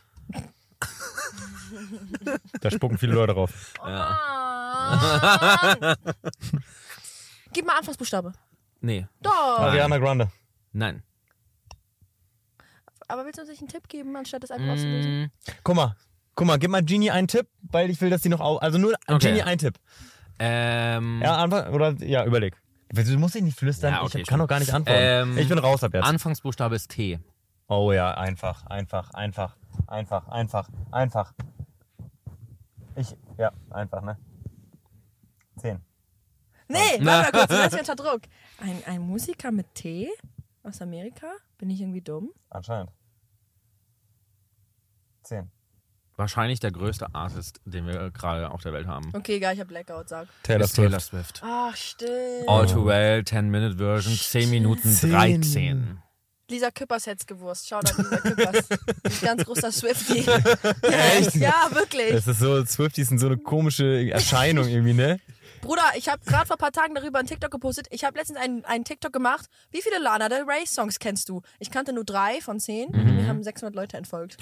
[SPEAKER 2] da spucken viele Leute drauf.
[SPEAKER 1] Ah. Gib mal Anfangsbuchstabe.
[SPEAKER 5] Nee, Oh.
[SPEAKER 1] Doch.
[SPEAKER 2] Ariana Grande.
[SPEAKER 5] nein.
[SPEAKER 1] Aber willst du uns nicht einen Tipp geben, anstatt das einfach auszulösen?
[SPEAKER 5] Mm,
[SPEAKER 2] Guck mal. Guck mal, gib mal Genie einen Tipp, weil ich will, dass die noch au Also nur
[SPEAKER 5] Okay.
[SPEAKER 2] Genie einen Tipp.
[SPEAKER 5] ähm,
[SPEAKER 2] Ja, einfach, oder, ja, überleg. Du musst dich nicht flüstern,
[SPEAKER 5] Ja, okay,
[SPEAKER 2] ich hab, kann
[SPEAKER 5] stimmt.
[SPEAKER 2] auch gar nicht antworten.
[SPEAKER 5] Ähm,
[SPEAKER 2] ich bin raus ab jetzt.
[SPEAKER 5] Anfangsbuchstabe ist T.
[SPEAKER 2] oh ja, einfach, einfach, einfach, einfach, einfach, einfach. Ich, ja, einfach, ne? Zehn.
[SPEAKER 1] Nee,
[SPEAKER 2] Ah.
[SPEAKER 5] Na.
[SPEAKER 1] warte mal kurz, das ist unter Druck. Ein, ein Musiker mit T aus Amerika? Bin ich irgendwie dumm?
[SPEAKER 2] Anscheinend. Zehn.
[SPEAKER 5] Wahrscheinlich der größte Artist, den wir gerade auf der Welt haben.
[SPEAKER 1] Okay, egal, ich hab Blackout, sag.
[SPEAKER 2] Taylor
[SPEAKER 5] Ist Taylor Swift.
[SPEAKER 1] Ach, stimmt.
[SPEAKER 2] Oh.
[SPEAKER 5] All Too Well, 10-Minute-Version, 10 Minuten 13.
[SPEAKER 1] Lisa Küppers hätt's gewusst. Schau da, Lisa Küppers. Die ist ganz großer Swifty. Echt? Ja, wirklich.
[SPEAKER 2] Es ist so, Swifties sind so eine komische Erscheinung irgendwie, ne?
[SPEAKER 1] Bruder, ich habe gerade vor ein paar Tagen darüber einen TikTok gepostet. Ich habe letztens einen, einen TikTok gemacht. Wie viele Lana Del Rey Songs kennst du? Ich kannte nur drei von zehn.
[SPEAKER 2] Mhm.
[SPEAKER 1] Mir haben 600 Leute entfolgt.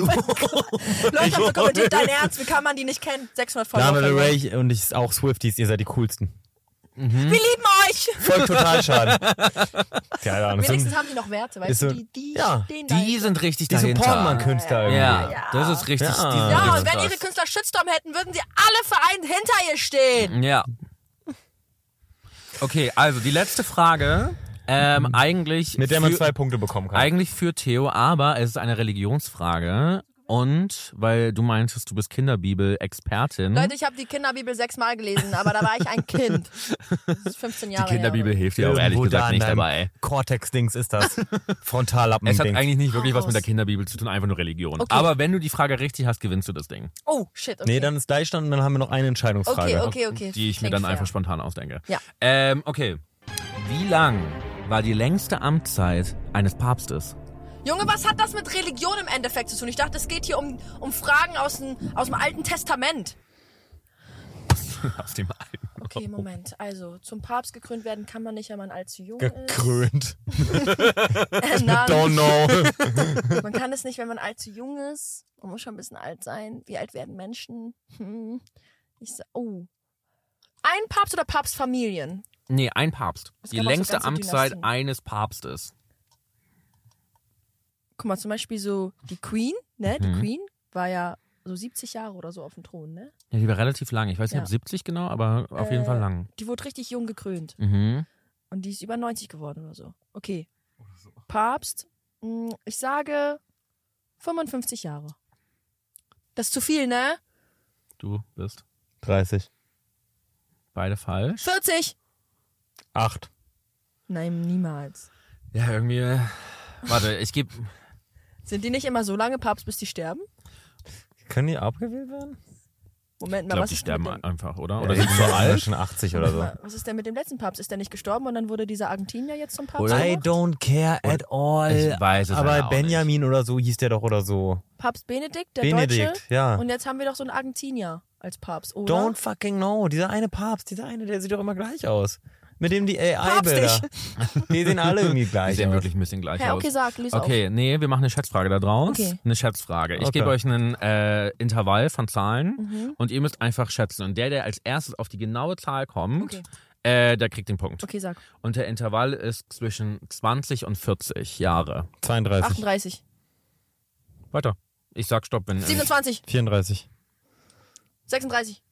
[SPEAKER 1] Leute haben so kommentiert, dein Ernst, wie kann man die nicht kennen? 600 Follower.
[SPEAKER 2] Lana Del Rey und ich auch Swifties, ihr seid die coolsten.
[SPEAKER 1] Wir lieben euch!
[SPEAKER 2] Voll total schade. Keine Ahnung. das
[SPEAKER 1] Wenigstens
[SPEAKER 2] Sind,
[SPEAKER 1] haben die noch Werte, weißt
[SPEAKER 2] Ist
[SPEAKER 1] du?
[SPEAKER 2] so-
[SPEAKER 1] Die, die
[SPEAKER 2] ja,
[SPEAKER 1] stehen da.
[SPEAKER 5] Die sind richtig
[SPEAKER 2] die
[SPEAKER 5] dahinter.
[SPEAKER 2] supporten man Künstler irgendwie.
[SPEAKER 5] Ja, das ist richtig.
[SPEAKER 2] Ja.
[SPEAKER 5] die sind
[SPEAKER 1] ja, und
[SPEAKER 5] richtig
[SPEAKER 1] wenn ihre
[SPEAKER 5] krass.
[SPEAKER 1] Künstler Shitstorm hätten, würden sie alle vereint hinter ihr stehen.
[SPEAKER 5] Ja. Okay, also die letzte Frage. Ähm, eigentlich,
[SPEAKER 2] Mit der man
[SPEAKER 5] für,
[SPEAKER 2] zwei Punkte bekommen kann.
[SPEAKER 5] eigentlich für Theo, aber es ist eine Religionsfrage. Und weil du meintest, du bist Kinderbibel-Expertin.
[SPEAKER 1] Leute, ich habe die Kinderbibel sechsmal gelesen, aber da war ich ein Kind. Das ist 15
[SPEAKER 5] die
[SPEAKER 1] Jahre
[SPEAKER 5] Kinderbibel
[SPEAKER 1] her.
[SPEAKER 5] hilft dir auch ehrlich
[SPEAKER 2] Irgendwo da
[SPEAKER 5] gesagt
[SPEAKER 2] in
[SPEAKER 5] nicht
[SPEAKER 2] deinem
[SPEAKER 5] dabei.
[SPEAKER 2] Cortex-Dings ist das. Frontallappen-Dings.
[SPEAKER 5] Es hat eigentlich nicht wirklich was mit der
[SPEAKER 1] Raus.
[SPEAKER 5] Kinderbibel zu tun, einfach nur Religion. Aber wenn du die Frage richtig hast, gewinnst du das Ding.
[SPEAKER 1] Oh, shit, okay.
[SPEAKER 2] Nee, dann ist Gleichstand und dann haben wir noch eine Entscheidungsfrage.
[SPEAKER 1] Okay, okay, okay.
[SPEAKER 5] ne? Die ich mir
[SPEAKER 1] Klingt
[SPEAKER 5] dann
[SPEAKER 1] fair.
[SPEAKER 5] einfach spontan ausdenke.
[SPEAKER 1] Ja.
[SPEAKER 5] Ähm, okay. Wie lang war die längste Amtszeit eines Papstes?
[SPEAKER 1] Junge, was hat das mit Religion im Endeffekt zu tun? Ich dachte, es geht hier um, um Fragen aus dem, aus dem Alten Testament.
[SPEAKER 5] Aus dem Alten.
[SPEAKER 1] Okay, Moment. Also, zum Papst gekrönt werden kann man nicht, wenn man allzu jung
[SPEAKER 2] Gekrönt.
[SPEAKER 1] ist. Ernannt.
[SPEAKER 2] Don't know.
[SPEAKER 1] Man kann es nicht, wenn man allzu jung ist. Man muss schon ein bisschen alt sein. Wie alt werden Menschen? Hm. Ich sa- oh. Ein Papst oder Papstfamilien?
[SPEAKER 5] Nee, ein Papst.
[SPEAKER 1] Es
[SPEAKER 5] Die
[SPEAKER 1] gab auch so
[SPEAKER 5] längste
[SPEAKER 1] ganze
[SPEAKER 5] Amtszeit
[SPEAKER 1] Dynastien.
[SPEAKER 5] eines Papstes.
[SPEAKER 1] Guck mal, zum Beispiel so die Queen, ne? Die
[SPEAKER 5] Mhm.
[SPEAKER 1] Queen war ja so 70 Jahre oder so auf dem Thron, ne?
[SPEAKER 5] Ja, die war relativ lang. Ich weiß nicht,
[SPEAKER 1] Ja.
[SPEAKER 5] ob 70 genau, aber auf
[SPEAKER 1] Äh,
[SPEAKER 5] jeden Fall lang.
[SPEAKER 1] Die wurde richtig jung gekrönt.
[SPEAKER 5] Mhm.
[SPEAKER 1] Und die ist über 90 geworden oder so. Okay. Papst, mh, ich sage 55 Jahre. Das ist zu viel, ne?
[SPEAKER 5] Du bist
[SPEAKER 2] 30.
[SPEAKER 5] beide falsch.
[SPEAKER 1] 40?
[SPEAKER 2] 8.
[SPEAKER 1] Nein, niemals.
[SPEAKER 5] Ja, irgendwie. äh, Warte, ich gebe.
[SPEAKER 1] Sind die nicht immer so lange Papst, bis die sterben?
[SPEAKER 2] Können die abgewählt werden?
[SPEAKER 1] Moment
[SPEAKER 5] Ich
[SPEAKER 1] mal,
[SPEAKER 5] glaube,
[SPEAKER 1] was,
[SPEAKER 5] die
[SPEAKER 1] ist denn
[SPEAKER 5] sterben
[SPEAKER 1] mit dem,
[SPEAKER 5] einfach, oder? Oder
[SPEAKER 2] Ja,
[SPEAKER 5] sind
[SPEAKER 2] die
[SPEAKER 5] so
[SPEAKER 2] sind alle
[SPEAKER 5] alt?
[SPEAKER 2] schon 80 oder so.
[SPEAKER 1] was ist denn mit dem letzten Papst? Ist der nicht gestorben und dann wurde dieser Argentinier jetzt zum Papst?
[SPEAKER 5] Oder-
[SPEAKER 2] I
[SPEAKER 1] gemacht?
[SPEAKER 2] don't care at all.
[SPEAKER 5] Ich weiß es leider
[SPEAKER 2] Aber
[SPEAKER 5] auch
[SPEAKER 2] Benjamin oder so hieß der doch oder so.
[SPEAKER 1] Papst Benedikt, der
[SPEAKER 2] Benedikt,
[SPEAKER 1] Deutsche.
[SPEAKER 2] ja.
[SPEAKER 1] Und jetzt haben wir doch so einen Argentinier als Papst, oder?
[SPEAKER 2] Don't fucking know. Dieser eine Papst, dieser eine, der sieht doch immer gleich aus. Mit dem die AI-Bilder. Die sehen alle irgendwie
[SPEAKER 5] Die
[SPEAKER 2] gleich
[SPEAKER 5] sehen
[SPEAKER 2] aus.
[SPEAKER 5] wirklich ein bisschen gleich
[SPEAKER 1] Ja,
[SPEAKER 5] aus.
[SPEAKER 1] okay, sag, lies auf.
[SPEAKER 5] Okay, nee, wir machen eine Schätzfrage da draus.
[SPEAKER 1] Okay.
[SPEAKER 5] Eine Schätzfrage. Ich
[SPEAKER 2] Okay.
[SPEAKER 5] gebe euch einen äh, Intervall von Zahlen
[SPEAKER 1] Mhm.
[SPEAKER 5] und ihr müsst einfach schätzen. Und der, der als erstes auf die genaue Zahl kommt,
[SPEAKER 1] Okay.
[SPEAKER 5] äh, der kriegt den Punkt.
[SPEAKER 1] Okay, sag.
[SPEAKER 5] Und der Intervall ist zwischen 20 und 40 Jahre.
[SPEAKER 2] 32,
[SPEAKER 1] 38.
[SPEAKER 5] Weiter. Ich sag Stopp, wenn. äh,
[SPEAKER 1] 27,
[SPEAKER 2] 34,
[SPEAKER 1] 36,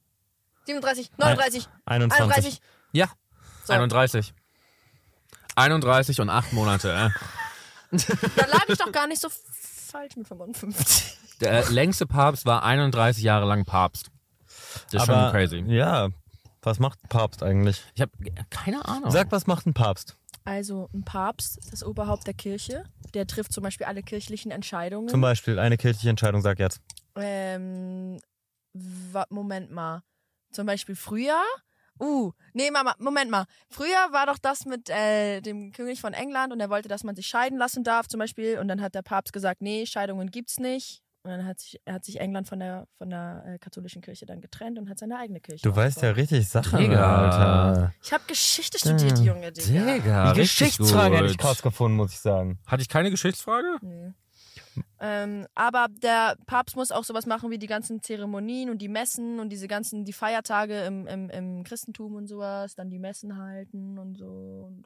[SPEAKER 1] 37, 39,
[SPEAKER 2] 21.
[SPEAKER 1] 31.
[SPEAKER 5] Ja.
[SPEAKER 1] So.
[SPEAKER 5] 31. 31 und 8 Monate. äh.
[SPEAKER 1] Da lag ich doch gar nicht so falsch mit 55.
[SPEAKER 5] Der längste Papst war 31 Jahre lang Papst. Das ist
[SPEAKER 2] Aber,
[SPEAKER 5] schon crazy.
[SPEAKER 2] Ja. Was macht ein Papst eigentlich?
[SPEAKER 5] Ich habe keine Ahnung.
[SPEAKER 2] Sag, was macht ein Papst?
[SPEAKER 1] Also ein Papst ist das Oberhaupt der Kirche. Der trifft zum Beispiel alle kirchlichen Entscheidungen.
[SPEAKER 2] Zum Beispiel eine kirchliche Entscheidung, sag jetzt.
[SPEAKER 1] Ähm, wa- Moment mal. Zum Beispiel früher. Uh, nee, Mama, Moment mal. Früher war doch das mit äh, dem König von England und er wollte, dass man sich scheiden lassen darf, zum Beispiel. Und dann hat der Papst gesagt, nee, Scheidungen gibt's nicht. Und dann hat sich, hat sich England von der, von der äh, katholischen Kirche dann getrennt und hat seine eigene Kirche.
[SPEAKER 2] Du weißt ja Ah,
[SPEAKER 1] aufgebaut.
[SPEAKER 2] richtig Sachen,
[SPEAKER 5] Digga.
[SPEAKER 2] Alter.
[SPEAKER 1] Ich habe Geschichte studiert, Junge, Digga.
[SPEAKER 5] Digga,
[SPEAKER 2] die
[SPEAKER 5] richtig
[SPEAKER 2] Geschichtsfrage
[SPEAKER 5] gut.
[SPEAKER 2] hätte ich krass gefunden, muss ich sagen.
[SPEAKER 5] Hatte ich keine Geschichtsfrage?
[SPEAKER 1] Nee. Ähm, aber der Papst muss auch sowas machen wie die ganzen Zeremonien und die Messen und diese ganzen, die Feiertage im, im, im Christentum und sowas, dann die Messen halten und so und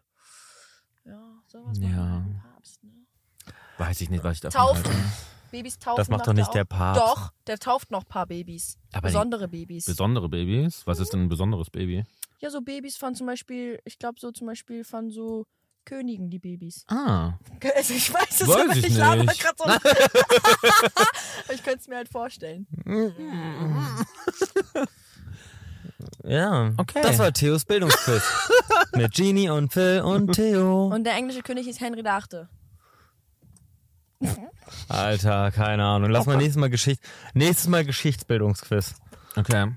[SPEAKER 1] ja, sowas macht
[SPEAKER 5] Ja.
[SPEAKER 1] halt ein Papst, ne?
[SPEAKER 5] Weiß ich nicht, was ich davon
[SPEAKER 1] Taufen.
[SPEAKER 5] halte.
[SPEAKER 1] Babys taufen.
[SPEAKER 2] Das macht doch
[SPEAKER 1] er
[SPEAKER 2] halt nicht
[SPEAKER 1] auch.
[SPEAKER 2] der Papst.
[SPEAKER 1] Doch, der tauft noch ein paar Babys.
[SPEAKER 5] Aber die-
[SPEAKER 1] Besondere Babys.
[SPEAKER 5] Besondere Babys? Was ist denn ein besonderes Baby?
[SPEAKER 1] ja, so Babys von zum Beispiel, ich glaube so zum Beispiel von so Königen, die Babys.
[SPEAKER 5] Ah.
[SPEAKER 1] Also ich weiß es
[SPEAKER 5] Weiß
[SPEAKER 1] aber
[SPEAKER 5] ich
[SPEAKER 1] ich, laber
[SPEAKER 5] nicht.
[SPEAKER 1] gerade so. Aber ich könnte es mir halt vorstellen.
[SPEAKER 2] Ja.
[SPEAKER 5] Okay.
[SPEAKER 2] Das war Theos Bildungsquiz. Mit Genie und Phil und Theo.
[SPEAKER 1] Und der englische König ist Henry VIII.
[SPEAKER 2] Alter, keine Ahnung.
[SPEAKER 1] Oh
[SPEAKER 2] Lass mal nächstes Mal Geschicht nächstes Mal Geschichtsbildungsquiz.
[SPEAKER 5] Okay.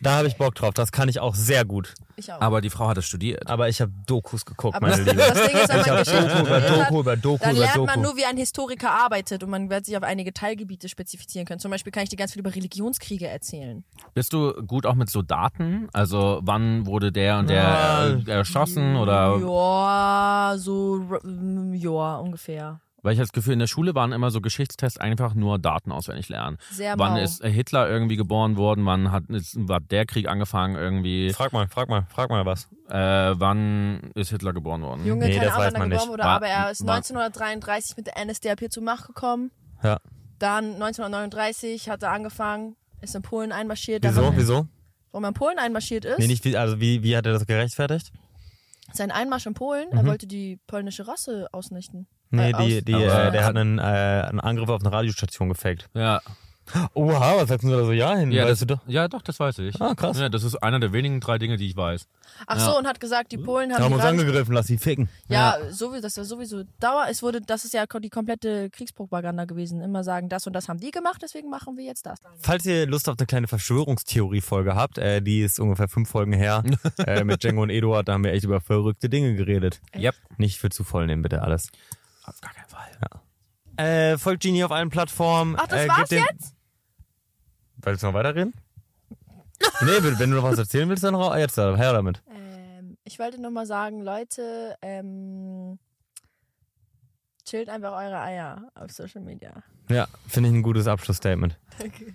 [SPEAKER 2] Da habe ich Bock drauf. Das kann ich auch sehr gut.
[SPEAKER 1] Ich auch.
[SPEAKER 5] Aber die Frau hat es studiert.
[SPEAKER 2] Aber ich habe Dokus geguckt,
[SPEAKER 1] Aber
[SPEAKER 2] meine
[SPEAKER 1] das,
[SPEAKER 2] Liebe.
[SPEAKER 1] das Ding ist, wenn man Geschichte
[SPEAKER 2] Doku über
[SPEAKER 1] studiert hat,
[SPEAKER 2] Doku über Doku
[SPEAKER 1] dann
[SPEAKER 2] über
[SPEAKER 1] lernt man
[SPEAKER 2] Doku.
[SPEAKER 1] nur, wie ein Historiker arbeitet und man wird sich auf einige Teilgebiete spezifizieren können. Zum Beispiel kann ich dir ganz viel über Religionskriege erzählen.
[SPEAKER 5] Bist du gut auch mit so Daten? Also wann wurde der und
[SPEAKER 2] Ah.
[SPEAKER 5] der äh,
[SPEAKER 2] Mm,
[SPEAKER 5] erschossen oder?
[SPEAKER 1] Ja, so, r- mm, ja, ungefähr.
[SPEAKER 5] Weil ich hab das Gefühl, in der Schule waren immer so Geschichtstests einfach nur Daten auswendig lernen.
[SPEAKER 1] Sehr
[SPEAKER 5] wann
[SPEAKER 1] mau.
[SPEAKER 5] ist Hitler irgendwie geboren worden? Wann hat ist, war der Krieg angefangen irgendwie?
[SPEAKER 2] Frag mal, frag mal, frag mal was.
[SPEAKER 5] Äh, wann ist Hitler geboren worden?
[SPEAKER 1] Junge,
[SPEAKER 2] Nee,
[SPEAKER 1] keine
[SPEAKER 2] das
[SPEAKER 1] Ahnung,
[SPEAKER 2] weiß
[SPEAKER 1] wann er
[SPEAKER 2] man
[SPEAKER 1] geboren
[SPEAKER 2] nicht.
[SPEAKER 1] wurde,
[SPEAKER 5] War-
[SPEAKER 1] aber er ist
[SPEAKER 5] war-
[SPEAKER 1] 1933 mit der NSDAP zur Macht gekommen.
[SPEAKER 2] Ja.
[SPEAKER 1] Dann 1939 hat er angefangen, ist in Polen einmarschiert.
[SPEAKER 2] Wieso?
[SPEAKER 1] Warum-
[SPEAKER 2] Wieso?
[SPEAKER 1] Warum er in Polen einmarschiert ist?
[SPEAKER 2] Nee, nicht wie, also wie, wie hat er das gerechtfertigt?
[SPEAKER 1] Sein Einmarsch in Polen, er wollte die polnische Rasse ausnichten.
[SPEAKER 2] Mhm. Nee,
[SPEAKER 1] Äh,
[SPEAKER 2] die,
[SPEAKER 1] aus-
[SPEAKER 2] die,
[SPEAKER 5] Aber-
[SPEAKER 2] äh, der hat einen, äh, einen Angriff auf eine Radiostation gefaked.
[SPEAKER 5] Ja,
[SPEAKER 2] Oha, was sagst du da so ja hin?
[SPEAKER 5] ja,
[SPEAKER 2] weißt
[SPEAKER 5] das,
[SPEAKER 2] du doch.
[SPEAKER 5] ja, doch, das weiß ich.
[SPEAKER 2] Ah, krass.
[SPEAKER 5] Ja, das ist einer der wenigen drei Dinge, die ich weiß.
[SPEAKER 1] Ach
[SPEAKER 5] Ja.
[SPEAKER 1] so, und hat gesagt, die Polen haben,
[SPEAKER 2] Haben
[SPEAKER 1] die
[SPEAKER 2] uns
[SPEAKER 1] Rand-
[SPEAKER 2] angegriffen, lass sie ficken.
[SPEAKER 1] Ja, sowieso, das war sowieso Dauer. Es wurde, das ist ja ko- die komplette Kriegspropaganda gewesen. Immer sagen, das und das haben die gemacht, deswegen machen wir jetzt das.
[SPEAKER 2] Falls ihr Lust auf eine kleine Verschwörungstheorie-Folge habt, äh, die ist ungefähr fünf Folgen her, äh, mit Django und Eduard, da haben wir echt über verrückte Dinge geredet.
[SPEAKER 5] Yep.
[SPEAKER 2] Nicht für zu voll nehmen, bitte alles.
[SPEAKER 5] Auf gar keinen Fall.
[SPEAKER 2] Äh, folgt Genie auf allen Plattformen.
[SPEAKER 1] Ach, das
[SPEAKER 2] äh,
[SPEAKER 1] war's
[SPEAKER 2] gebt dem-
[SPEAKER 1] jetzt?
[SPEAKER 2] Willst du noch weiterreden? nee, wenn wenn du noch was erzählen willst, dann ra- jetzt äh, her damit.
[SPEAKER 1] Ähm, ich wollte nochmal sagen, Leute, ähm, chillt einfach eure Eier auf Social Media.
[SPEAKER 2] Ja, finde ich ein gutes Abschlussstatement.
[SPEAKER 1] Danke.